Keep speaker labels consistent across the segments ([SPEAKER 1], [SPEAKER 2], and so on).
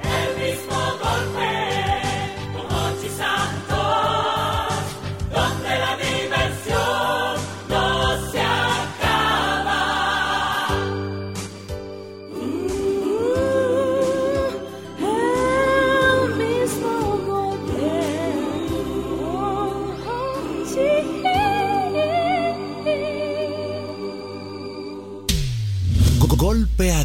[SPEAKER 1] El mismo golpe con Hochi Santos, donde la diversión no se acaba. Uh, el mismo golpe con
[SPEAKER 2] Go- Golpe a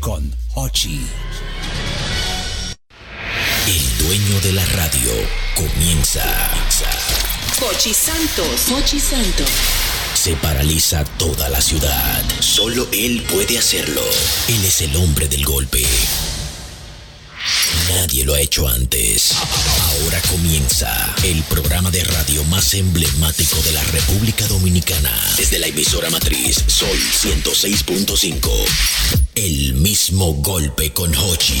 [SPEAKER 2] con Hochi.
[SPEAKER 3] El dueño de la radio comienza.
[SPEAKER 4] Hochi Santos. Hochi Santos.
[SPEAKER 3] Se paraliza toda la ciudad. Solo él puede hacerlo. Él es el hombre del golpe. Nadie lo ha hecho antes. Ahora comienza el programa de radio más emblemático de la República Dominicana. Desde la emisora matriz Sol 106.5. El mismo golpe con Hochi.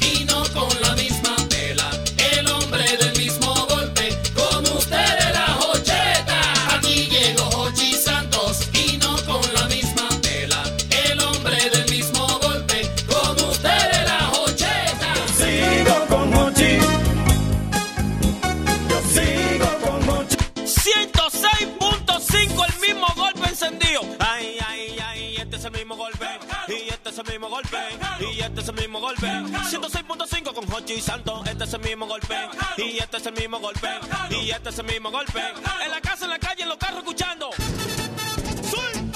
[SPEAKER 5] y no con la misma tela. El hombre del mismo golpe, con ustedes la jocheta. Aquí llegó Hochi Santos y no con la misma tela. El hombre del mismo golpe, con ustedes la jocheta.
[SPEAKER 1] Sigo con Hochi. Yo sigo con Hochi.
[SPEAKER 6] 106.5, el mismo golpe encendido. Ay, ay, ay, este es el mismo golpe. Y este es el mismo golpe. Y este es el mismo golpe. 106.5 con Hochi y Santo. Este es el mismo golpe. Y este es el mismo golpe. Y este es el mismo golpe. En la casa, en la calle, en los carros escuchando. ¡Soy!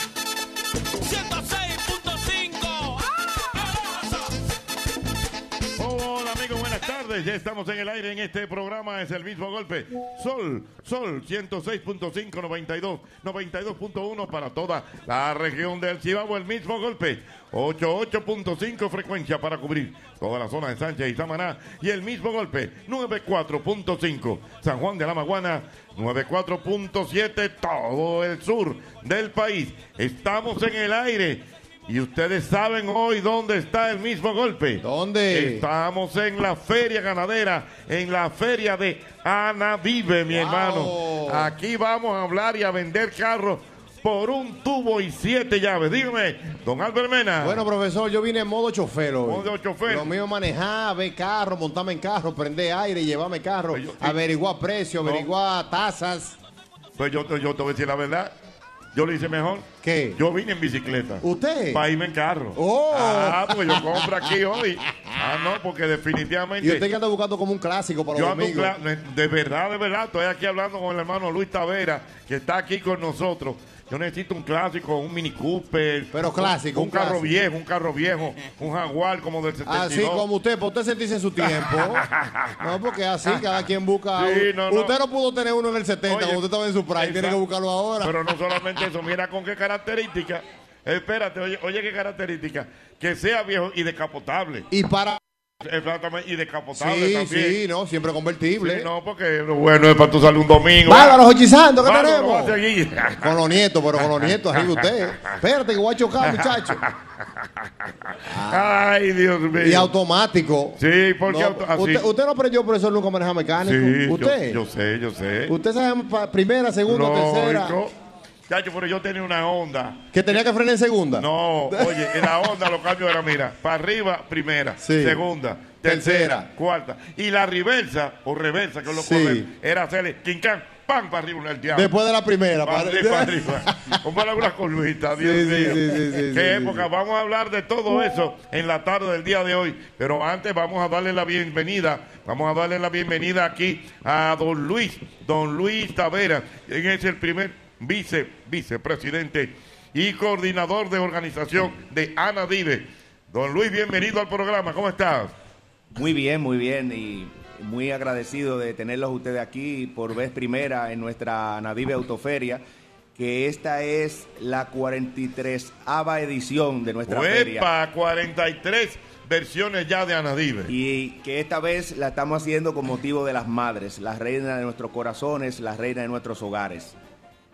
[SPEAKER 6] 106.5.
[SPEAKER 7] Hola amigos, buenas tardes. Ya estamos en el aire en este programa. Es el mismo golpe. Sol, Sol 106.5, 92, 92.1 para toda la región del Cibao. El mismo golpe. 88.5 frecuencia para cubrir toda la zona de Sánchez y Samaná. Y el mismo golpe. 94.5 San Juan de la Maguana. 94.7 todo el sur del país. Estamos en el aire. Y ustedes saben hoy dónde está el mismo golpe. ¿Dónde? Estamos en la feria ganadera, en la feria de Ana Vive, mi hermano. Aquí vamos a hablar y a vender carros por un tubo y siete llaves. Dígame, don Albert Mena.
[SPEAKER 8] Bueno, profesor, yo vine en modo chofer hoy.
[SPEAKER 7] Modo chofer.
[SPEAKER 8] Lo mío es manejar, ver carro, montarme en carro, prender aire, llevarme carro, averiguar precios, averiguar tasas.
[SPEAKER 7] Pues yo, te- yo te voy a decir la verdad. Yo le hice mejor. ¿Qué? Yo vine en bicicleta.
[SPEAKER 8] ¿Usted?
[SPEAKER 7] Para irme en carro.
[SPEAKER 8] Oh.
[SPEAKER 7] Ah, pues yo compro aquí hoy. Ah, no, porque definitivamente.
[SPEAKER 8] Y usted que anda buscando como un clásico para
[SPEAKER 7] Yo
[SPEAKER 8] los
[SPEAKER 7] ando
[SPEAKER 8] amigos.
[SPEAKER 7] cla- de- de verdad, de verdad, estoy aquí hablando con el hermano Luis Tavera, que está aquí con nosotros. Yo necesito un clásico, un Mini Cooper.
[SPEAKER 8] Pero clásico,
[SPEAKER 7] Un,
[SPEAKER 8] un
[SPEAKER 7] carro
[SPEAKER 8] clásico.
[SPEAKER 7] viejo, un carro viejo, un Jaguar como del 72.
[SPEAKER 8] Así como usted, para usted sentirse en su tiempo. No, porque así cada quien busca.
[SPEAKER 7] Sí,
[SPEAKER 8] un-
[SPEAKER 7] no, no.
[SPEAKER 8] Usted no pudo tener uno en el 70,
[SPEAKER 7] Oye,
[SPEAKER 8] cuando usted estaba en su prime, tiene que
[SPEAKER 7] exacto.
[SPEAKER 8] buscarlo ahora.
[SPEAKER 7] Pero no solamente eso, mira con qué característica. Espérate, oye, oye qué característica. Que sea viejo y descapotable.
[SPEAKER 8] Y para.
[SPEAKER 7] Exactamente, y descapotable
[SPEAKER 8] Sí,
[SPEAKER 7] también.
[SPEAKER 8] sí, no, siempre convertible.
[SPEAKER 7] Sí, no, porque lo bueno es para tu salir un domingo.
[SPEAKER 8] Bárbaro, Hochisando, ¿qué
[SPEAKER 7] Bárbaro,
[SPEAKER 8] tenemos?
[SPEAKER 7] vamos a seguir.
[SPEAKER 8] Con los nietos, pero con los nietos, arriba usted. Espérate que voy a chocar, muchacho.
[SPEAKER 7] Ay, Dios mío.
[SPEAKER 8] Y automático.
[SPEAKER 7] Sí, porque
[SPEAKER 8] No,
[SPEAKER 7] auto- así.
[SPEAKER 8] usted, usted no aprendió, profesor, nunca a manejar mecánico.
[SPEAKER 7] Sí, yo-
[SPEAKER 8] Ah, usted.
[SPEAKER 7] Yo, sé, yo sé.
[SPEAKER 8] Usted sabe pa- primera, segunda, tercera.
[SPEAKER 7] Lógico. Chacho, pero yo tenía una onda.
[SPEAKER 8] Que tenía que frenar en segunda.
[SPEAKER 7] No, oye, en la onda los cambios eran, mira, para arriba, primera,
[SPEAKER 8] Sí.
[SPEAKER 7] segunda, tercera, cuarta. Y la reversa, o reversa, que es lo
[SPEAKER 8] Sí.
[SPEAKER 7] correcto, era hacerle quincán, pam, para arriba, el diablo.
[SPEAKER 8] Después de la primera,
[SPEAKER 7] Para
[SPEAKER 8] para-
[SPEAKER 7] arriba, para arriba. Comprar algunas columnistas, Dios
[SPEAKER 8] Sí, sí,
[SPEAKER 7] mío.
[SPEAKER 8] sí, sí, sí,
[SPEAKER 7] Qué
[SPEAKER 8] sí, sí, Uh.
[SPEAKER 7] época. Vamos a hablar de todo eso en la tarde del día de hoy. Pero antes vamos a darle la bienvenida. Vamos a darle la bienvenida aquí a don Luis, don Luis Tavera, quien es el primer vice, vicepresidente y coordinador de organización de Ana Dive. Don Luis, bienvenido al programa. ¿Cómo estás?
[SPEAKER 9] Muy bien, muy bien y muy agradecido de tenerlos ustedes aquí por vez primera en nuestra Navive Autoferia, que esta es la 43 ava edición de
[SPEAKER 7] Pues,
[SPEAKER 9] nuestra feria.
[SPEAKER 7] Uepa, 43 versiones ya de Ana Dive.
[SPEAKER 9] Y que esta vez la estamos haciendo con motivo de las madres, las reinas de nuestros corazones, las reinas de nuestros hogares.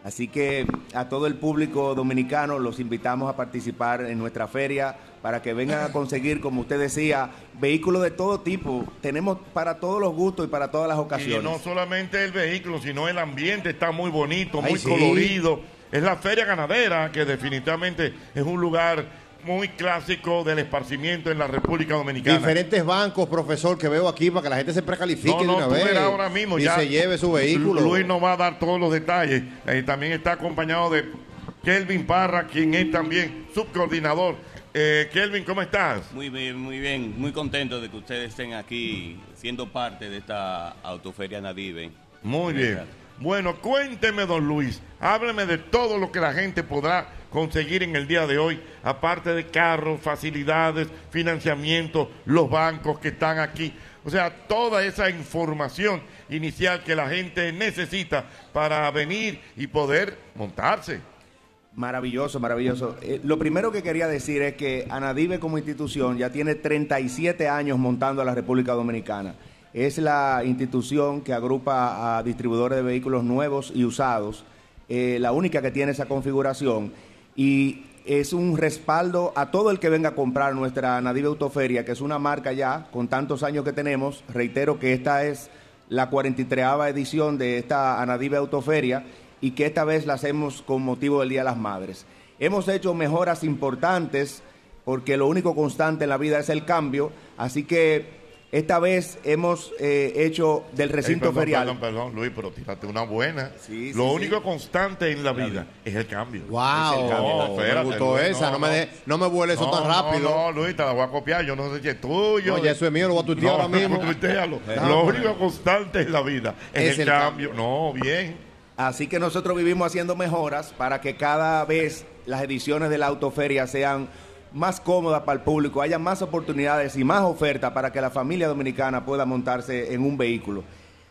[SPEAKER 9] Así que a todo el público dominicano los invitamos a participar en nuestra feria para que vengan a conseguir, como usted decía, vehículos de todo tipo. Tenemos para todos los gustos y para todas las
[SPEAKER 7] Y
[SPEAKER 9] ocasiones.
[SPEAKER 7] no solamente el vehículo, sino el ambiente está muy bonito,
[SPEAKER 9] Ay,
[SPEAKER 7] muy
[SPEAKER 9] sí.
[SPEAKER 7] colorido. Es la Feria Ganadera, que definitivamente es un lugar muy clásico del esparcimiento en la República Dominicana.
[SPEAKER 8] Diferentes bancos, profesor, que veo aquí para que la gente se precalifique
[SPEAKER 7] No, no,
[SPEAKER 8] de una
[SPEAKER 7] tú
[SPEAKER 8] vez.
[SPEAKER 7] verás ahora mismo
[SPEAKER 8] y
[SPEAKER 7] ya.
[SPEAKER 8] se lleve su vehículo.
[SPEAKER 7] Luis nos va a dar todos los detalles. Eh, también está acompañado de Kelvin Parra, quien es también subcoordinador. Eh, Kelvin, ¿cómo estás?
[SPEAKER 10] Muy bien, muy bien. Muy contento de que ustedes estén aquí siendo parte de esta autoferia Nadive.
[SPEAKER 7] Muy bien. Bueno, cuénteme, don Luis, hábleme de todo lo que la gente podrá conseguir en el día de hoy, aparte de carros, facilidades, financiamiento, los bancos que están aquí. O sea, toda esa información inicial que la gente necesita para venir y poder montarse.
[SPEAKER 9] Maravilloso, maravilloso. Eh, lo primero que quería decir es que Anadive como institución ya tiene 37 años montando a la República Dominicana. Es la institución que agrupa a distribuidores de vehículos nuevos y usados, eh, la única que tiene esa configuración. Y es un respaldo a todo el que venga a comprar nuestra Anadive Autoferia, que es una marca ya con tantos años que tenemos. Reitero que esta es la 43 edición de esta Anadive Autoferia y que esta vez la hacemos con motivo del Día de las Madres. Hemos hecho mejoras importantes porque lo único constante en la vida es el cambio, así que esta vez hemos eh, hecho del recinto
[SPEAKER 7] Ey, perdón,
[SPEAKER 9] ferial.
[SPEAKER 7] Perdón, perdón, Luis, pero tírate una buena.
[SPEAKER 9] Sí,
[SPEAKER 7] lo
[SPEAKER 9] sí,
[SPEAKER 7] único constante en la vida es el cambio.
[SPEAKER 8] Wow,
[SPEAKER 7] Es el cambio.
[SPEAKER 8] me gustó esa, no me de- no me vuele eso tan rápido.
[SPEAKER 7] No, Luis, te la voy a copiar, yo no sé si es tuyo.
[SPEAKER 8] No, ya eso es mío, lo voy a tuitear ahora mismo.
[SPEAKER 7] tuitealo.
[SPEAKER 8] Eh,
[SPEAKER 7] Lo
[SPEAKER 8] no,
[SPEAKER 7] único constante en la vida es, el, cambio. No, bien.
[SPEAKER 9] Así que nosotros vivimos haciendo mejoras para que cada vez las ediciones de la autoferia sean más cómodas para el público, haya más oportunidades y más ofertas para que la familia dominicana pueda montarse en un vehículo.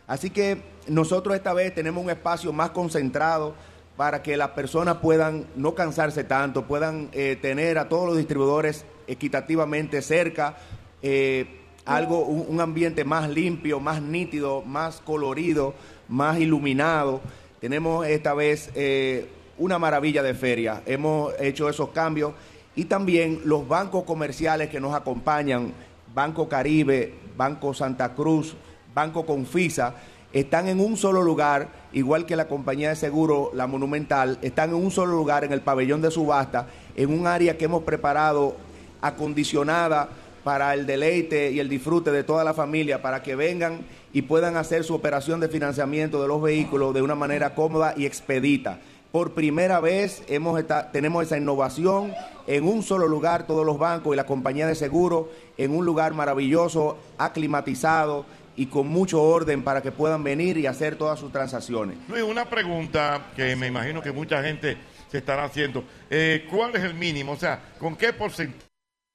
[SPEAKER 9] Así que nosotros esta vez tenemos un espacio más concentrado para que las personas puedan no cansarse tanto, puedan eh, tener a todos los distribuidores equitativamente cerca, eh, algo, un, un ambiente más limpio, más nítido, más colorido, más iluminado. Tenemos esta vez eh, una maravilla de feria. Hemos hecho esos cambios y también los bancos comerciales que nos acompañan, Banco Caribe, Banco Santa Cruz, Banco Confisa, están en un solo lugar, igual que la compañía de seguro, la Monumental, están en un solo lugar, en el pabellón de subasta, en un área que hemos preparado acondicionada para el deleite y el disfrute de toda la familia, para que vengan y puedan hacer su operación de financiamiento de los vehículos de una manera cómoda y expedita. Por primera vez hemos esta- tenemos esa innovación en un solo lugar, todos los bancos y la compañía de seguro, en un lugar maravilloso, aclimatizado y con mucho orden para que puedan venir y hacer todas sus transacciones.
[SPEAKER 7] Luis, una pregunta que me imagino que mucha gente se estará haciendo. Eh, ¿Cuál es el mínimo? O sea, ¿con qué porcentaje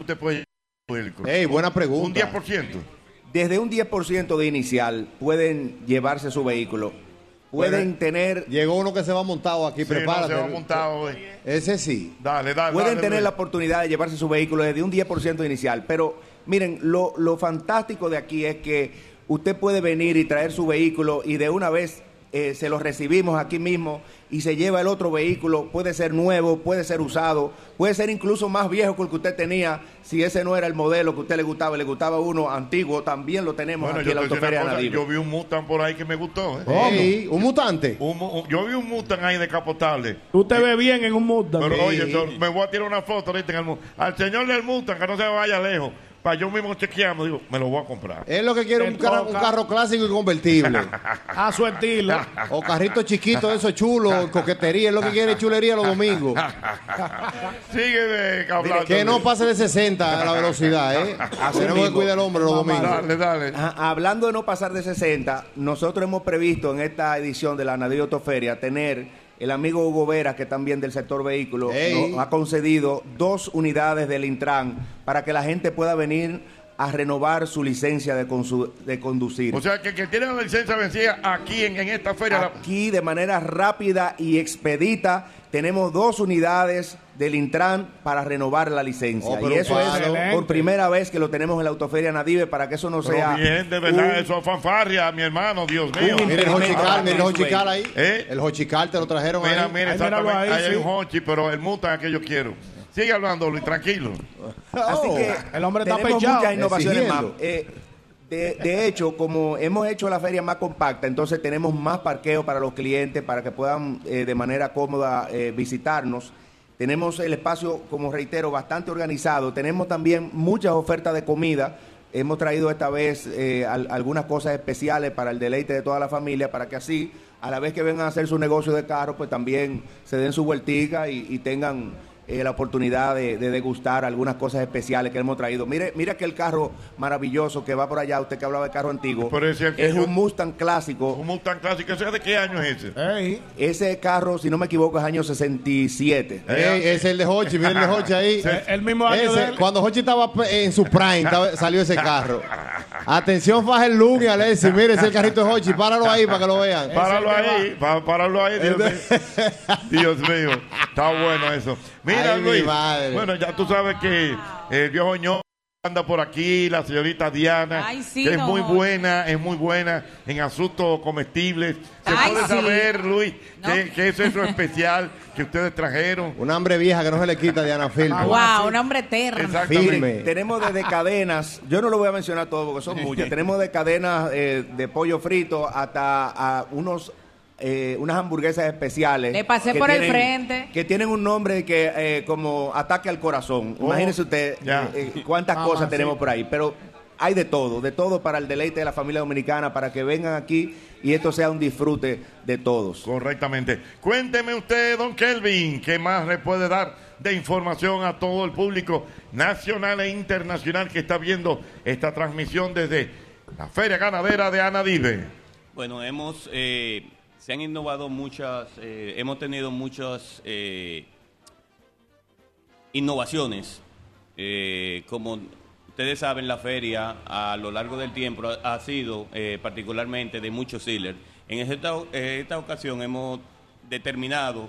[SPEAKER 7] usted puede llevar el público?
[SPEAKER 8] Ey, buena
[SPEAKER 7] Un
[SPEAKER 8] pregunta.
[SPEAKER 7] 10%.
[SPEAKER 9] Desde un 10% de inicial pueden llevarse su vehículo. Pueden
[SPEAKER 8] Bueno,
[SPEAKER 9] tener
[SPEAKER 8] Llegó uno que se va montado aquí,
[SPEAKER 7] Sí, no, se
[SPEAKER 8] prepárate.
[SPEAKER 7] va montado hoy.
[SPEAKER 8] Ese sí.
[SPEAKER 7] Dale, dale.
[SPEAKER 9] Pueden
[SPEAKER 7] dale,
[SPEAKER 9] tener
[SPEAKER 7] Luis.
[SPEAKER 9] la oportunidad de llevarse su vehículo desde un 10% inicial, pero miren, lo, lo fantástico de aquí es que usted puede venir y traer su vehículo y de una vez eh, se los recibimos aquí mismo y se lleva el otro vehículo, puede ser nuevo, puede ser usado, puede ser incluso más viejo que el que usted tenía, si ese no era el modelo que a usted le gustaba, le gustaba uno antiguo, también lo tenemos
[SPEAKER 7] Bueno,
[SPEAKER 9] aquí
[SPEAKER 7] yo,
[SPEAKER 9] en la
[SPEAKER 7] te voy a decir
[SPEAKER 9] Autoferia
[SPEAKER 7] una cosa,
[SPEAKER 9] Nadive.
[SPEAKER 7] yo vi un Mustang por ahí que me gustó. ¿eh?
[SPEAKER 8] Ey, ¿Un mutante?
[SPEAKER 7] Un mu- un- yo vi un Mustang ahí decapotable.
[SPEAKER 11] Tú te ves bien en un Mustang.
[SPEAKER 7] Pero oye, yo me voy a tirar una foto ahorita en el Mustang. Al señor del Mustang, que no se vaya lejos. Para yo mismo chequearme, digo, me lo voy a comprar.
[SPEAKER 8] Es lo que quiere un,
[SPEAKER 7] Te
[SPEAKER 8] carro- un
[SPEAKER 7] toca.
[SPEAKER 8] carro clásico y convertible.
[SPEAKER 11] A su estilo.
[SPEAKER 8] O carrito chiquito, eso chulo, coquetería, es lo que quiere chulería los domingos.
[SPEAKER 7] Sígueme, cabrón.
[SPEAKER 8] Que no pase de 60 a la velocidad, ¿eh?
[SPEAKER 9] Así
[SPEAKER 8] Tenemos que
[SPEAKER 9] mismo.
[SPEAKER 8] cuidar el hombre los domingos.
[SPEAKER 9] Ajá, Ah, hablando de no pasar de 60, nosotros hemos previsto en esta edición de la Navidad Autoferia tener el amigo Hugo Vera, que también del sector vehículo,
[SPEAKER 8] Ey.
[SPEAKER 9] nos ha concedido dos unidades del Intran para que la gente pueda venir a renovar su licencia de, consu- de conducir.
[SPEAKER 7] O sea, que, que tiene la licencia vencida aquí en, en esta feria. la-
[SPEAKER 9] Aquí de manera rápida y expedita tenemos dos unidades del Intran para renovar la licencia.
[SPEAKER 7] Oh, pero
[SPEAKER 9] y eso es
[SPEAKER 7] claro.
[SPEAKER 9] por primera vez que lo tenemos en la Autoferia Nadive para que eso no
[SPEAKER 7] Pero
[SPEAKER 9] sea...
[SPEAKER 7] bien, de verdad,
[SPEAKER 9] un-
[SPEAKER 7] eso es fanfarria, mi hermano, Dios mío.
[SPEAKER 8] Mira el Hochical, mira el Hochical ahí.
[SPEAKER 7] ¿Eh?
[SPEAKER 8] El Hochical te lo trajeron
[SPEAKER 7] Mira,
[SPEAKER 8] ahí.
[SPEAKER 7] mira, exactamente. Ahí, hay un Hochi, pero el Mustang es que yo quiero. Sigue hablando, Luis, tranquilo.
[SPEAKER 8] Oh.
[SPEAKER 9] Así que
[SPEAKER 11] el hombre está
[SPEAKER 9] tenemos
[SPEAKER 11] pechado.
[SPEAKER 9] muchas innovaciones
[SPEAKER 11] Exigiendo.
[SPEAKER 9] más. Eh, de, de hecho, como hemos hecho la feria más compacta, entonces tenemos más parqueo para los clientes, para que puedan eh, de manera cómoda eh, visitarnos. Tenemos el espacio, como reitero, bastante organizado. Tenemos también muchas ofertas de comida. Hemos traído esta vez eh, al- algunas cosas especiales para el deleite de toda la familia, para que así, a la vez que vengan a hacer su negocio de carro, pues también se den su vueltica y, y tengan eh, la oportunidad de, de degustar algunas cosas especiales que hemos traído. Mire, mira aquel carro maravilloso que va por allá, usted que hablaba de carro antiguo.
[SPEAKER 7] Pero ese
[SPEAKER 9] es
[SPEAKER 7] yo-
[SPEAKER 9] un Mustang clásico.
[SPEAKER 7] Un Mustang clásico, ¿ese de qué año es ese?
[SPEAKER 9] Ese carro, si no me equivoco, es año 67.
[SPEAKER 8] Ey, ese es el de Hochi, mira el de Hochi ahí. Ese, Cuando Hochi estaba pe- en su prime, estaba- salió ese careo. carro. Atención, Fajel Lung y Alexis, mire ese carrito de Hochi, páralo ahí para que lo vean.
[SPEAKER 7] Páralo ahí, pa- páralo ahí, Dios mío. Dios mío, está bueno eso. Mira,
[SPEAKER 8] Ay, mi
[SPEAKER 7] Luis,
[SPEAKER 8] madre.
[SPEAKER 7] bueno, ya tú sabes que el viejo ño anda por aquí, la señorita Diana,
[SPEAKER 12] Ay, sí,
[SPEAKER 7] que es
[SPEAKER 12] don
[SPEAKER 7] muy
[SPEAKER 12] Jorge.
[SPEAKER 7] buena, es muy buena en asuntos comestibles. Se
[SPEAKER 12] Ay,
[SPEAKER 7] puede
[SPEAKER 12] sí.
[SPEAKER 7] saber, Luis, qué, qué es eso especial que ustedes trajeron.
[SPEAKER 8] Un hambre vieja que no se le quita a Diana Phil.
[SPEAKER 7] Ah,
[SPEAKER 12] wow, un hombre eterno.
[SPEAKER 9] Miren, tenemos desde cadenas, yo no lo voy a mencionar todo porque son muchas, tenemos de cadenas eh, de pollo frito hasta a unos eh, unas hamburguesas especiales.
[SPEAKER 12] Le pasé
[SPEAKER 9] que
[SPEAKER 12] por el frente.
[SPEAKER 9] Que tienen un nombre que eh, como ataque al corazón.
[SPEAKER 7] Oh,
[SPEAKER 9] Imagínese usted
[SPEAKER 7] ya.
[SPEAKER 9] eh, eh, cuántas
[SPEAKER 7] Ah,
[SPEAKER 9] cosas
[SPEAKER 7] sí.
[SPEAKER 9] tenemos por ahí, pero hay de todo, de todo para el deleite de la familia dominicana, para que vengan aquí y esto sea un disfrute de todos.
[SPEAKER 7] Correctamente. Cuénteme usted, don Kelvin, ¿qué más le puede dar de información a todo el público nacional e internacional que está viendo esta transmisión desde la Feria Ganadera de Anadive?
[SPEAKER 13] Bueno, hemos eh, se han innovado muchas, eh, hemos tenido muchas eh, innovaciones. Eh, como ustedes saben, la feria a lo largo del tiempo ha, ha sido eh, particularmente de muchos sealers. En esta, o- en esta ocasión hemos determinado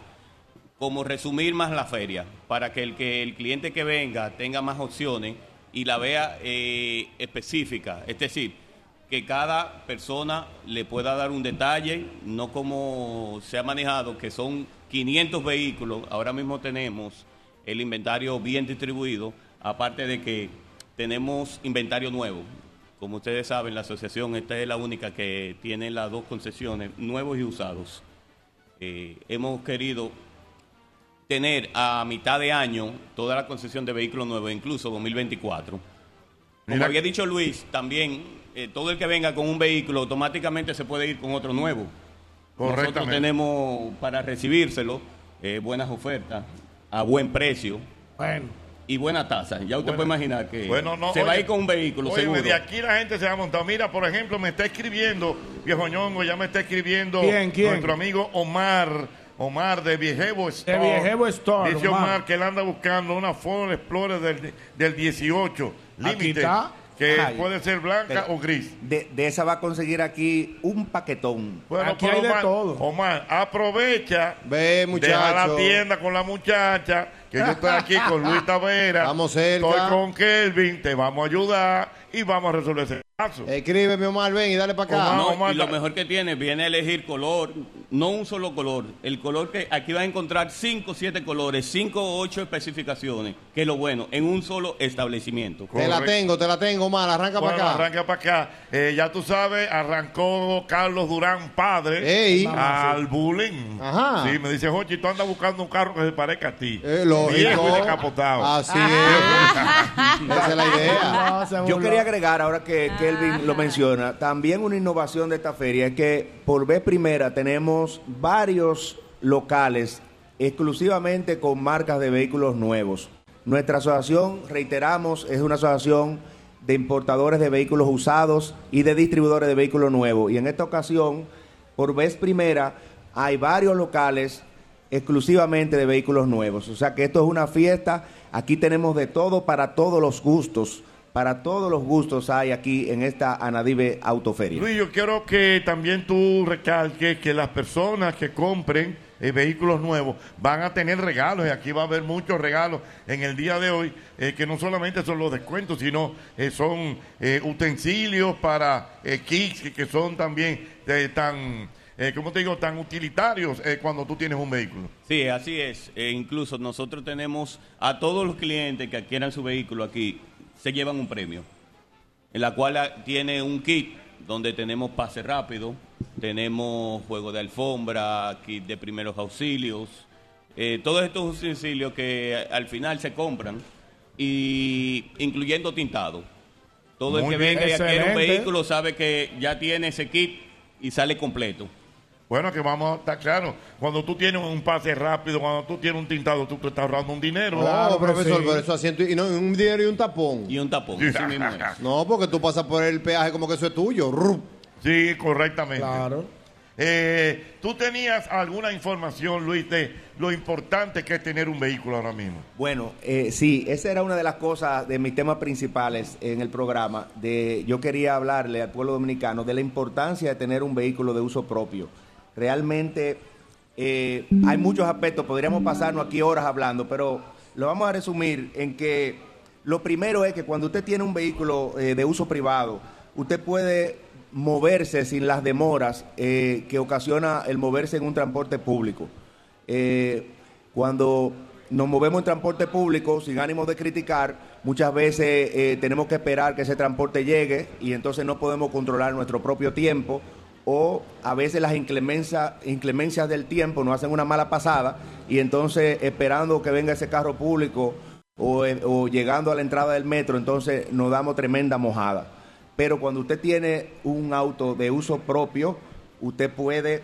[SPEAKER 13] como resumir más la feria para que el que el cliente que venga tenga más opciones y la vea eh, específica, es decir, que cada persona le pueda dar un detalle, no como se ha manejado, que son 500 vehículos, ahora mismo tenemos el inventario bien distribuido, aparte de que tenemos inventario nuevo. Como ustedes saben, la asociación, esta es la única que tiene las dos concesiones, nuevos y usados. Eh, hemos querido tener a mitad de año toda la concesión de vehículos nuevos, incluso 2024. Como
[SPEAKER 7] Mira.
[SPEAKER 13] había dicho Luis, también eh, todo el que venga con un vehículo automáticamente se puede ir con otro nuevo. Nosotros
[SPEAKER 7] Correctamente.
[SPEAKER 13] tenemos para recibírselo eh, buenas ofertas, a buen precio y buena tasa. Ya usted puede imaginar que
[SPEAKER 7] Bueno, no,
[SPEAKER 13] se va a
[SPEAKER 7] oye,
[SPEAKER 13] ir con un vehículo
[SPEAKER 7] Oye,
[SPEAKER 13] seguro.
[SPEAKER 7] de aquí la gente se ha montado. Mira, por ejemplo, me está escribiendo, viejo ñongo, ya me está escribiendo
[SPEAKER 11] ¿Quién, quién?
[SPEAKER 7] nuestro amigo Omar, Omar de Viejevo Store.
[SPEAKER 11] Viejevo Store,
[SPEAKER 7] Dice Omar,
[SPEAKER 11] Omar.
[SPEAKER 7] que él anda buscando una Ford Explorer del, del 18, límite,
[SPEAKER 9] está.
[SPEAKER 7] que
[SPEAKER 9] Ay.
[SPEAKER 7] puede ser blanca
[SPEAKER 9] Pero-
[SPEAKER 7] o gris.
[SPEAKER 9] De, de esa va a conseguir aquí un paquetón.
[SPEAKER 7] Bueno, pero Omar, Omar, aprovecha,
[SPEAKER 8] Ve,
[SPEAKER 7] deja
[SPEAKER 8] muchacho.
[SPEAKER 7] la tienda con la muchacha que yo estoy aquí con Luis Tavera.
[SPEAKER 8] Estamos cerca.
[SPEAKER 7] Estoy con Kelvin, te vamos a ayudar y vamos a resolver ese caso.
[SPEAKER 8] Escríbeme, Omar, ven y dale para acá.
[SPEAKER 10] No, y lo mejor que tiene, viene a elegir color, no un solo color. El color que aquí vas a encontrar 5 o 7 colores, 5 o 8 especificaciones, que es lo bueno, en un solo establecimiento.
[SPEAKER 8] Te la tengo, te la tengo, Omar. Arranca
[SPEAKER 7] Bueno,
[SPEAKER 8] para acá.
[SPEAKER 7] Arranca para acá. Eh, ya tú sabes, arrancó Carlos Durán, padre,
[SPEAKER 8] Ey.
[SPEAKER 7] al bullying.
[SPEAKER 8] Ajá.
[SPEAKER 7] Sí, me dice, Jochi, tú andas buscando un carro que se parezca a ti.
[SPEAKER 8] lógico.
[SPEAKER 7] Viejo y descapotado.
[SPEAKER 8] Así
[SPEAKER 9] es.
[SPEAKER 8] Esa es la idea.
[SPEAKER 9] Yo quería agregar, ahora que Kelvin lo menciona, también una innovación de esta feria es que por vez primera tenemos varios locales exclusivamente con marcas de vehículos nuevos. Nuestra asociación, reiteramos, es una asociación de importadores de vehículos usados y de distribuidores de vehículos nuevos. Y en esta ocasión, por vez primera, hay varios locales exclusivamente de vehículos nuevos. O sea que esto es una fiesta. Aquí tenemos de todo para todos los gustos. Para todos los gustos hay aquí en esta Anadive Autoferia.
[SPEAKER 7] Luis, yo quiero que también tú recalques que las personas que compren eh, vehículos nuevos van a tener regalos y aquí va a haber muchos regalos en el día de hoy eh, que no solamente son los descuentos, sino eh, son eh, utensilios para eh, kits que- que son también eh, tan, eh, ¿cómo te digo?, tan utilitarios eh, cuando tú tienes un vehículo.
[SPEAKER 10] Sí, así es. E incluso nosotros tenemos a todos los clientes que adquieran su vehículo aquí, se llevan un premio, en la cual ah, tiene un kit donde tenemos pase rápido, tenemos juego de alfombra, kit de primeros auxilios, eh, todos estos utensilios que a- al final se compran, y incluyendo tintado. Todo
[SPEAKER 7] Muy
[SPEAKER 10] el que venga y
[SPEAKER 7] bien.
[SPEAKER 10] adquiere un
[SPEAKER 7] Excelente.
[SPEAKER 10] vehículo sabe que ya tiene ese kit y sale completo.
[SPEAKER 7] Bueno, que vamos a estar claros. Cuando tú tienes un pase rápido, cuando tú tienes un tintado, tú te estás ahorrando un dinero.
[SPEAKER 8] No, Oh, profesor, pero eso asiento y, no, un dinero y un tapón.
[SPEAKER 10] Y un tapón,
[SPEAKER 7] así mismo es.
[SPEAKER 8] No, porque tú pasas por el peaje como que eso es tuyo. Rup.
[SPEAKER 7] Sí, correctamente. Claro. ¿Tú tenías alguna información, Luis, de lo importante que es tener un vehículo ahora mismo?
[SPEAKER 9] Bueno, eh, sí, esa era una de las cosas de mis temas principales en el programa. De, yo quería hablarle al pueblo dominicano de la importancia de tener un vehículo de uso propio. Realmente eh, hay muchos aspectos, podríamos pasarnos aquí horas hablando, pero lo vamos a resumir en que lo primero es que cuando usted tiene un vehículo eh, de uso privado, usted puede moverse sin las demoras eh, que ocasiona el moverse en un transporte público. Eh, cuando nos movemos en transporte público, sin ánimo de criticar, muchas veces eh, tenemos que esperar que ese transporte llegue y entonces no podemos controlar nuestro propio tiempo o a veces las inclemencia- inclemencias del tiempo nos hacen una mala pasada y entonces esperando que venga ese carro público o, eh, o llegando a la entrada del metro, entonces nos damos tremenda mojada. Pero cuando usted tiene un auto de uso propio, usted puede